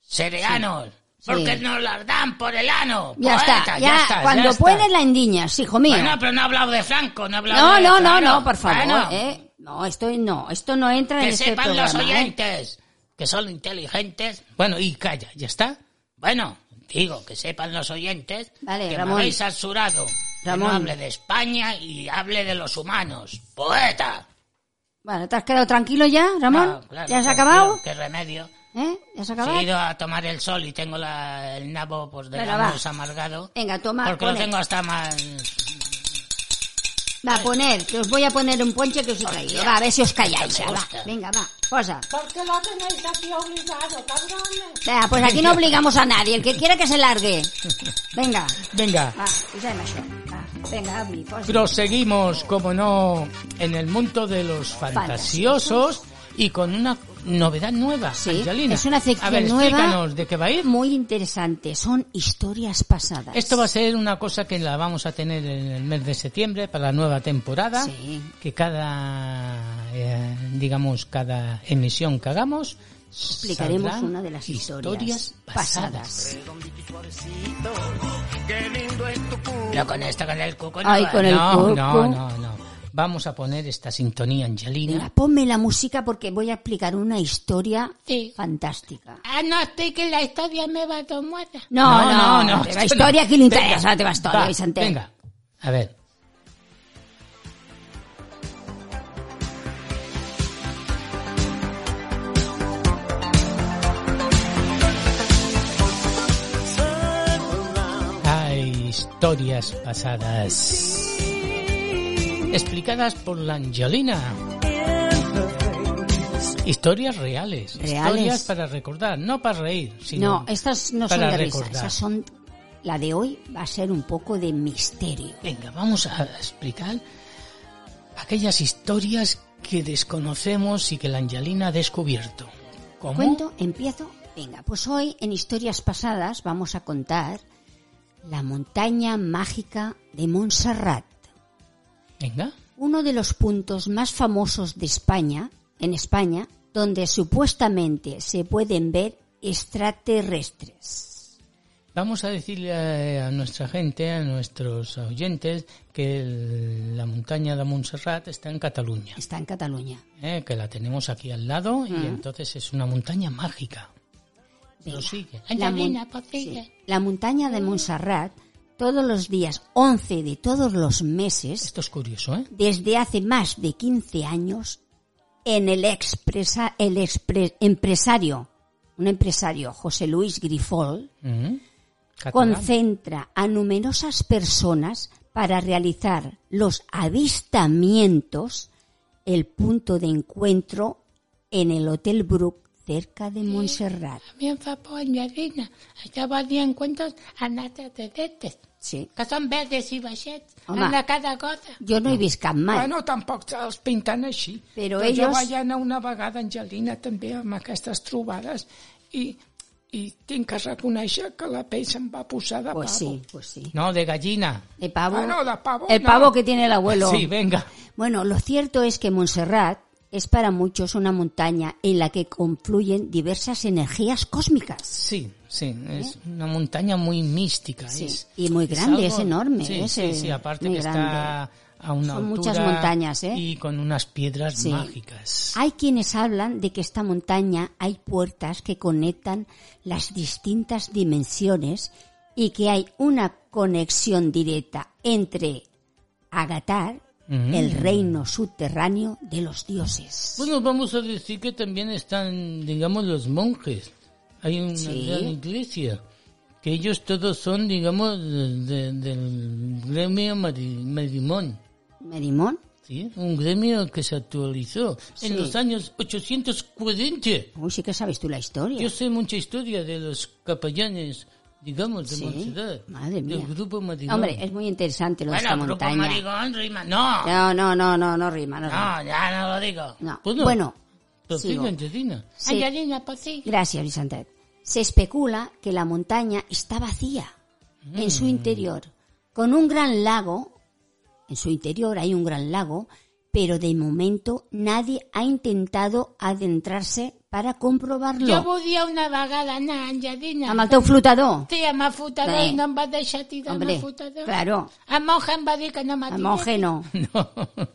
[SPEAKER 3] cereanos, porque
[SPEAKER 5] Sí.
[SPEAKER 3] nos las dan por el ano.
[SPEAKER 5] Ya
[SPEAKER 3] poeta,
[SPEAKER 5] está, ya,
[SPEAKER 3] está,
[SPEAKER 5] cuando
[SPEAKER 3] ya está.
[SPEAKER 5] puedes la endiñas, hijo mío.
[SPEAKER 3] Bueno, pero no he hablado de Franco, no he hablado
[SPEAKER 5] no,
[SPEAKER 3] de...
[SPEAKER 5] no, no,
[SPEAKER 3] claro.
[SPEAKER 5] no, por favor,
[SPEAKER 3] Bueno,
[SPEAKER 5] ¿eh? No, esto no, esto no entra en
[SPEAKER 3] Que
[SPEAKER 5] este
[SPEAKER 3] sepan los
[SPEAKER 5] programa, ¿eh?
[SPEAKER 3] oyentes, que son inteligentes.
[SPEAKER 2] Bueno, y calla, ya está.
[SPEAKER 3] Bueno, digo, que sepan los oyentes
[SPEAKER 5] Vale,
[SPEAKER 3] que
[SPEAKER 5] Ramón.
[SPEAKER 3] me habéis censurado. Que
[SPEAKER 5] Ramón.
[SPEAKER 3] no hable de España y hable de los humanos. ¡Poeta!
[SPEAKER 5] Bueno, ¿te has quedado tranquilo ya, Ramón?
[SPEAKER 3] No, Ah, claro,
[SPEAKER 5] ¿Ya has
[SPEAKER 3] qué-
[SPEAKER 5] acabado?
[SPEAKER 3] ¿Qué remedio?
[SPEAKER 5] ¿Eh? ¿Ya has
[SPEAKER 3] Sí,
[SPEAKER 5] acabado?
[SPEAKER 3] He ido a tomar el sol y tengo la- el nabo pues, de
[SPEAKER 5] Venga,
[SPEAKER 3] la
[SPEAKER 5] va.
[SPEAKER 3] luz amargado.
[SPEAKER 5] Venga, toma,
[SPEAKER 3] porque lo
[SPEAKER 5] pone.
[SPEAKER 3] tengo hasta más...
[SPEAKER 5] Va a poner, que os voy a poner un ponche que os he traído. Va, a ver si os calláis ya,
[SPEAKER 3] me
[SPEAKER 5] va.
[SPEAKER 3] gusta.
[SPEAKER 5] Venga, va, posa.
[SPEAKER 8] Porque lo tenéis aquí obligado, cabrones.
[SPEAKER 5] Venga, pues aquí no obligamos a nadie, el que quiera que se largue. Venga,
[SPEAKER 2] Venga,
[SPEAKER 5] va, posem això. Va, venga, obri, posa.
[SPEAKER 2] proseguimos, como no, en el mundo de los fantasiosos y con una novedad nueva,
[SPEAKER 5] Sí,
[SPEAKER 2] Angelina.
[SPEAKER 5] es una sección
[SPEAKER 2] A ver,
[SPEAKER 5] nueva.
[SPEAKER 2] explícanos de qué va a ir.
[SPEAKER 5] Muy interesante, son historias pasadas.
[SPEAKER 2] Esto va a ser una cosa que la vamos a tener en el mes de septiembre para la nueva temporada.
[SPEAKER 5] Sí.
[SPEAKER 2] Que cada, eh, digamos, cada emisión que hagamos,
[SPEAKER 5] Explicaremos
[SPEAKER 2] saldrán
[SPEAKER 5] una de las historias, pasadas.
[SPEAKER 1] Qué lindo es tu culo.
[SPEAKER 3] Pero con esto, con el cuco... no
[SPEAKER 5] Ay,
[SPEAKER 3] va.
[SPEAKER 5] con el
[SPEAKER 2] No,
[SPEAKER 5] cuco.
[SPEAKER 2] no, no, no. Vamos a poner esta sintonía, Angelina.
[SPEAKER 5] Venga, ponme la música porque voy a explicar una historia
[SPEAKER 8] Sí.
[SPEAKER 5] fantástica.
[SPEAKER 8] Ah, no, estoy que la historia me va tomada.
[SPEAKER 5] No, no, no,
[SPEAKER 2] no,
[SPEAKER 5] te
[SPEAKER 2] esto
[SPEAKER 5] va
[SPEAKER 2] no.
[SPEAKER 5] historia que le
[SPEAKER 2] Venga,
[SPEAKER 5] interesa, te va historia,
[SPEAKER 2] Va,
[SPEAKER 5] Vicente.
[SPEAKER 2] Venga, a ver. Ay, historias pasadas. Explicadas por la Angelina. Historias reales,
[SPEAKER 5] Reales.
[SPEAKER 2] Historias para recordar, no para reír, sino
[SPEAKER 5] No, estas no son
[SPEAKER 2] para
[SPEAKER 5] de
[SPEAKER 2] recordar.
[SPEAKER 5] risa, estas son... La de hoy va a ser un poco de misterio.
[SPEAKER 2] Venga, vamos a explicar aquellas historias que desconocemos y que la Angelina ha descubierto. ¿Cómo?
[SPEAKER 5] ¿Cuento? ¿Empiezo? Venga, pues hoy en Historias Pasadas vamos a contar la montaña mágica de Montserrat,
[SPEAKER 2] Venga.
[SPEAKER 5] uno de los puntos más famosos de España, en España, donde supuestamente se pueden ver extraterrestres.
[SPEAKER 2] Vamos a decirle a, a nuestra gente, a nuestros oyentes, que el- la montaña de Montserrat está en Cataluña,
[SPEAKER 5] Está en Cataluña.
[SPEAKER 2] ¿eh? que la tenemos aquí al lado y entonces es una montaña mágica.
[SPEAKER 5] Ah. Venga.
[SPEAKER 2] Prosigue.
[SPEAKER 5] La, Ah. mon-
[SPEAKER 8] Angelina, por sigue.
[SPEAKER 5] sí. La montaña de Montserrat, todos los días 11 de todos los meses,
[SPEAKER 2] Esto es curioso, ¿eh?
[SPEAKER 5] desde hace más de 15 años, en el, expresa, el expre- empresario, un empresario, José Luis Grifol,
[SPEAKER 2] Ujú. Mm. Catalán.
[SPEAKER 5] concentra a numerosas personas para realizar los avistamientos, el punto de encuentro en el Hotel Brook, cerca de Montserrat.
[SPEAKER 8] Bien, papo, Angelina. Estaba de encuentros a extraterrestres.
[SPEAKER 5] Sí.
[SPEAKER 8] Que són verdes i baixets.
[SPEAKER 5] Home.
[SPEAKER 8] En la cada cosa.
[SPEAKER 5] Yo no he visto mal.
[SPEAKER 4] Bueno, tampoc els pinten així.
[SPEAKER 5] Però
[SPEAKER 4] Però Jo
[SPEAKER 5] ells-
[SPEAKER 4] vaig anar una vegada, Angelina, també, amb aquestes trobades, i, i tinc que reconèixer que la pell se'm va posar de
[SPEAKER 5] Pues
[SPEAKER 4] pavo.
[SPEAKER 5] sí, pues sí.
[SPEAKER 2] No, de gallina.
[SPEAKER 5] El pavo,
[SPEAKER 4] Ah, no, de pavo
[SPEAKER 5] el
[SPEAKER 4] no.
[SPEAKER 5] pavo que tiene el abuelo.
[SPEAKER 2] Sí, venga.
[SPEAKER 5] Bueno, lo cierto es que Montserrat es para muchos una montaña en la que confluyen diversas energías cósmicas.
[SPEAKER 2] Sí, sí, es una montaña muy mística.
[SPEAKER 5] Eh? Sí,
[SPEAKER 2] es-
[SPEAKER 5] y muy grande, es enorme,
[SPEAKER 2] Sí,
[SPEAKER 5] es,
[SPEAKER 2] sí,
[SPEAKER 5] eh,
[SPEAKER 2] sí, aparte
[SPEAKER 5] muy
[SPEAKER 2] que está
[SPEAKER 5] grande.
[SPEAKER 2] a una
[SPEAKER 5] Son
[SPEAKER 2] altura
[SPEAKER 5] muchas montañas, ¿eh?
[SPEAKER 2] Y con unas piedras
[SPEAKER 5] Sí.
[SPEAKER 2] mágicas.
[SPEAKER 5] Hay quienes hablan de que esta montaña hay puertas que conectan las distintas dimensiones y que hay una conexión directa entre Agatar
[SPEAKER 4] Mm.
[SPEAKER 5] el reino subterráneo de los dioses.
[SPEAKER 2] Bueno, Pues vamos a decir que también están, digamos, los monjes. Hay una
[SPEAKER 5] Sí.
[SPEAKER 2] gran iglesia. Que ellos todos son, digamos, de- del gremio mari- marimón.
[SPEAKER 5] Merimón,
[SPEAKER 2] ¿sí? Un gremio que se actualizó
[SPEAKER 5] Sí.
[SPEAKER 2] en los años 840.
[SPEAKER 5] uy, sí que sabes tú la historia.
[SPEAKER 2] Yo sé mucha historia de los capellanes, digamos, de
[SPEAKER 5] Sí.
[SPEAKER 2] Montserrat.
[SPEAKER 5] Madre mía.
[SPEAKER 2] Del grupo marimón.
[SPEAKER 5] Hombre, es muy interesante lo de
[SPEAKER 3] Bueno,
[SPEAKER 5] esta
[SPEAKER 3] grupo
[SPEAKER 5] montaña.
[SPEAKER 3] maricón rima. No,
[SPEAKER 5] No, no, no, no, no rima, no rima.
[SPEAKER 3] no, ya no lo digo.
[SPEAKER 5] No.
[SPEAKER 2] Bueno.
[SPEAKER 5] Bueno,
[SPEAKER 2] Pero
[SPEAKER 5] sigo.
[SPEAKER 2] fíjate, Dina.
[SPEAKER 5] se-
[SPEAKER 8] Angelina, pues sí.
[SPEAKER 5] gracias, Vicente. Se especula que la montaña está vacía en su interior, con un gran lago. En su interior hay un gran lago, pero de momento nadie ha intentado adentrarse para
[SPEAKER 8] Jo
[SPEAKER 5] comprobarlo.
[SPEAKER 8] volia una vegada anar a Angelina.
[SPEAKER 5] Amb el teu flotador.
[SPEAKER 8] Sí, amb el fotador
[SPEAKER 5] Sí.
[SPEAKER 8] i no em va deixar tirar amb
[SPEAKER 5] Hombre,
[SPEAKER 8] el fotador.
[SPEAKER 5] claro,
[SPEAKER 8] El monje em va dir que no m'ha
[SPEAKER 5] al
[SPEAKER 8] tirat.
[SPEAKER 5] monje no.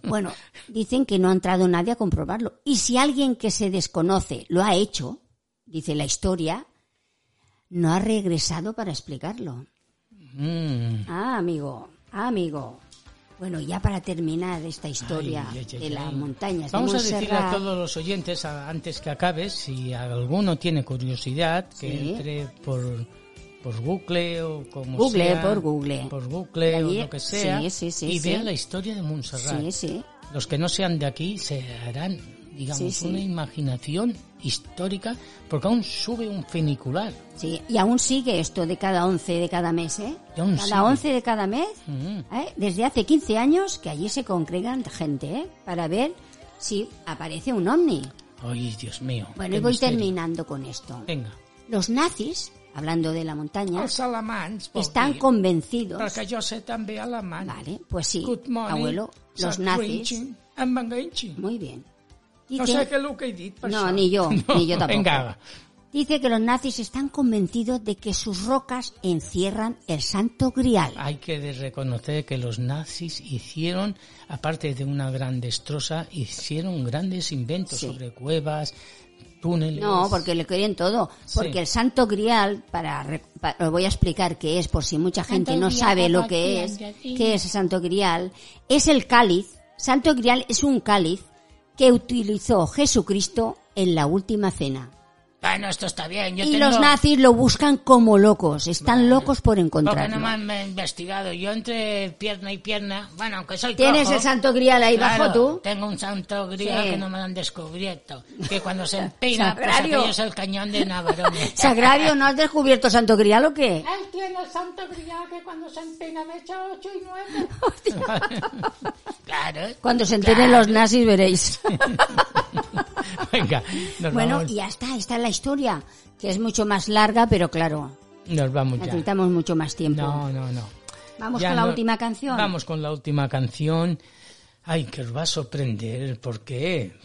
[SPEAKER 5] Bueno, dicen que no ha entrado nadie a comprobarlo. Y si alguien que se desconoce lo ha hecho, dice la historia, no ha regresado para explicarlo.
[SPEAKER 2] Mm.
[SPEAKER 5] Ah, amigo, ah, amigo. Bueno, ya para terminar esta historia
[SPEAKER 2] Ay, ay, ay,
[SPEAKER 5] de las
[SPEAKER 2] ay.
[SPEAKER 5] montañas de
[SPEAKER 2] Vamos a decirle a
[SPEAKER 5] Montserrat,
[SPEAKER 2] todos los oyentes a- antes que acabes, si alguno tiene curiosidad, que
[SPEAKER 5] Sí.
[SPEAKER 2] entre por, por Google o como
[SPEAKER 5] Google,
[SPEAKER 2] sea,
[SPEAKER 5] por Google.
[SPEAKER 2] por Google
[SPEAKER 5] Allí-
[SPEAKER 2] o lo que sea,
[SPEAKER 5] sí, sí, sí,
[SPEAKER 2] y
[SPEAKER 5] sí.
[SPEAKER 2] vean la historia de Montserrat.
[SPEAKER 5] Sí, sí.
[SPEAKER 2] Los que no sean de aquí se harán, digamos,
[SPEAKER 5] Sí, sí.
[SPEAKER 2] una imaginación histórica, porque aún sube un funicular.
[SPEAKER 5] Sí, y aún sigue esto de cada 11 de cada mes, ¿eh?
[SPEAKER 2] Y aún
[SPEAKER 5] cada
[SPEAKER 2] sigue.
[SPEAKER 5] 11 de cada mes,
[SPEAKER 2] Mm.
[SPEAKER 5] ¿eh? desde hace 15 años que allí se congregan gente, ¿eh? Para ver si aparece un ovni.
[SPEAKER 2] Ay, Dios mío.
[SPEAKER 5] Bueno,
[SPEAKER 2] qué
[SPEAKER 5] y voy
[SPEAKER 2] misterio.
[SPEAKER 5] terminando con esto.
[SPEAKER 2] Venga.
[SPEAKER 5] Los nazis, hablando de la montaña,
[SPEAKER 4] Els alemans, vol
[SPEAKER 5] están
[SPEAKER 4] dir,
[SPEAKER 5] convencidos.
[SPEAKER 4] perquè jo sé també alemany.
[SPEAKER 5] Vale, pues sí,
[SPEAKER 4] Good morning,
[SPEAKER 5] abuelo, los nazis.
[SPEAKER 4] s'arrinxin, Em enganxin.
[SPEAKER 5] Muy bien.
[SPEAKER 4] No
[SPEAKER 5] Dicen-
[SPEAKER 4] sé què és el que he dit per
[SPEAKER 5] no,
[SPEAKER 4] això.
[SPEAKER 5] ni yo, ni yo tampoco.
[SPEAKER 2] Venga.
[SPEAKER 5] Dice que los nazis están convencidos de que sus rocas encierran el santo grial.
[SPEAKER 2] Hay que de- reconocer que los nazis hicieron, aparte de una gran destroza, hicieron grandes inventos
[SPEAKER 5] Sí.
[SPEAKER 2] sobre cuevas, túneles.
[SPEAKER 5] No, porque le querían todo. Porque
[SPEAKER 2] Sí.
[SPEAKER 5] el santo grial, para, re- pa- os voy a explicar qué es, por si mucha gente
[SPEAKER 8] Santo
[SPEAKER 5] no
[SPEAKER 8] Grial,
[SPEAKER 5] sabe lo
[SPEAKER 8] papá,
[SPEAKER 5] que
[SPEAKER 8] tía,
[SPEAKER 5] es,
[SPEAKER 8] tía, tía.
[SPEAKER 5] qué es el santo grial, es el cáliz. Santo grial es un cáliz que utilizó Jesucristo en la última cena.
[SPEAKER 3] Bueno, esto está bien. Yo
[SPEAKER 5] y
[SPEAKER 3] tengo...
[SPEAKER 5] los nazis lo buscan como locos, están locos por
[SPEAKER 3] Porque no
[SPEAKER 5] encontrarlo.
[SPEAKER 3] me han investigado. Yo entre pierna y pierna, bueno, aunque soy
[SPEAKER 5] Tienes
[SPEAKER 3] cojo,
[SPEAKER 5] el santo grial ahí
[SPEAKER 3] claro,
[SPEAKER 5] bajo tú.
[SPEAKER 3] Tengo un santo grial
[SPEAKER 5] Sí.
[SPEAKER 3] que no me lo han descubierto. Que cuando se empina, pues
[SPEAKER 5] Sagrario.
[SPEAKER 3] aquello es el cañón de Navarone.
[SPEAKER 5] Sagrario, ¿no has descubierto santo grial o qué?
[SPEAKER 8] Él tiene el santo grial que cuando se empina me echa ocho y nueve.
[SPEAKER 3] claro.
[SPEAKER 5] Cuando se enteren los nazis veréis.
[SPEAKER 2] Venga, nos
[SPEAKER 5] Bueno,
[SPEAKER 2] vamos,
[SPEAKER 5] y ya está, está la historia, que es mucho más larga, pero claro,
[SPEAKER 2] nos vamos ya.
[SPEAKER 5] necesitamos mucho más tiempo.
[SPEAKER 2] No, no, no.
[SPEAKER 5] Vamos
[SPEAKER 2] Ya
[SPEAKER 5] con la
[SPEAKER 2] no-
[SPEAKER 5] última canción.
[SPEAKER 2] Vamos con la última canción. Ay, que os va a sorprender. ¿Por qué?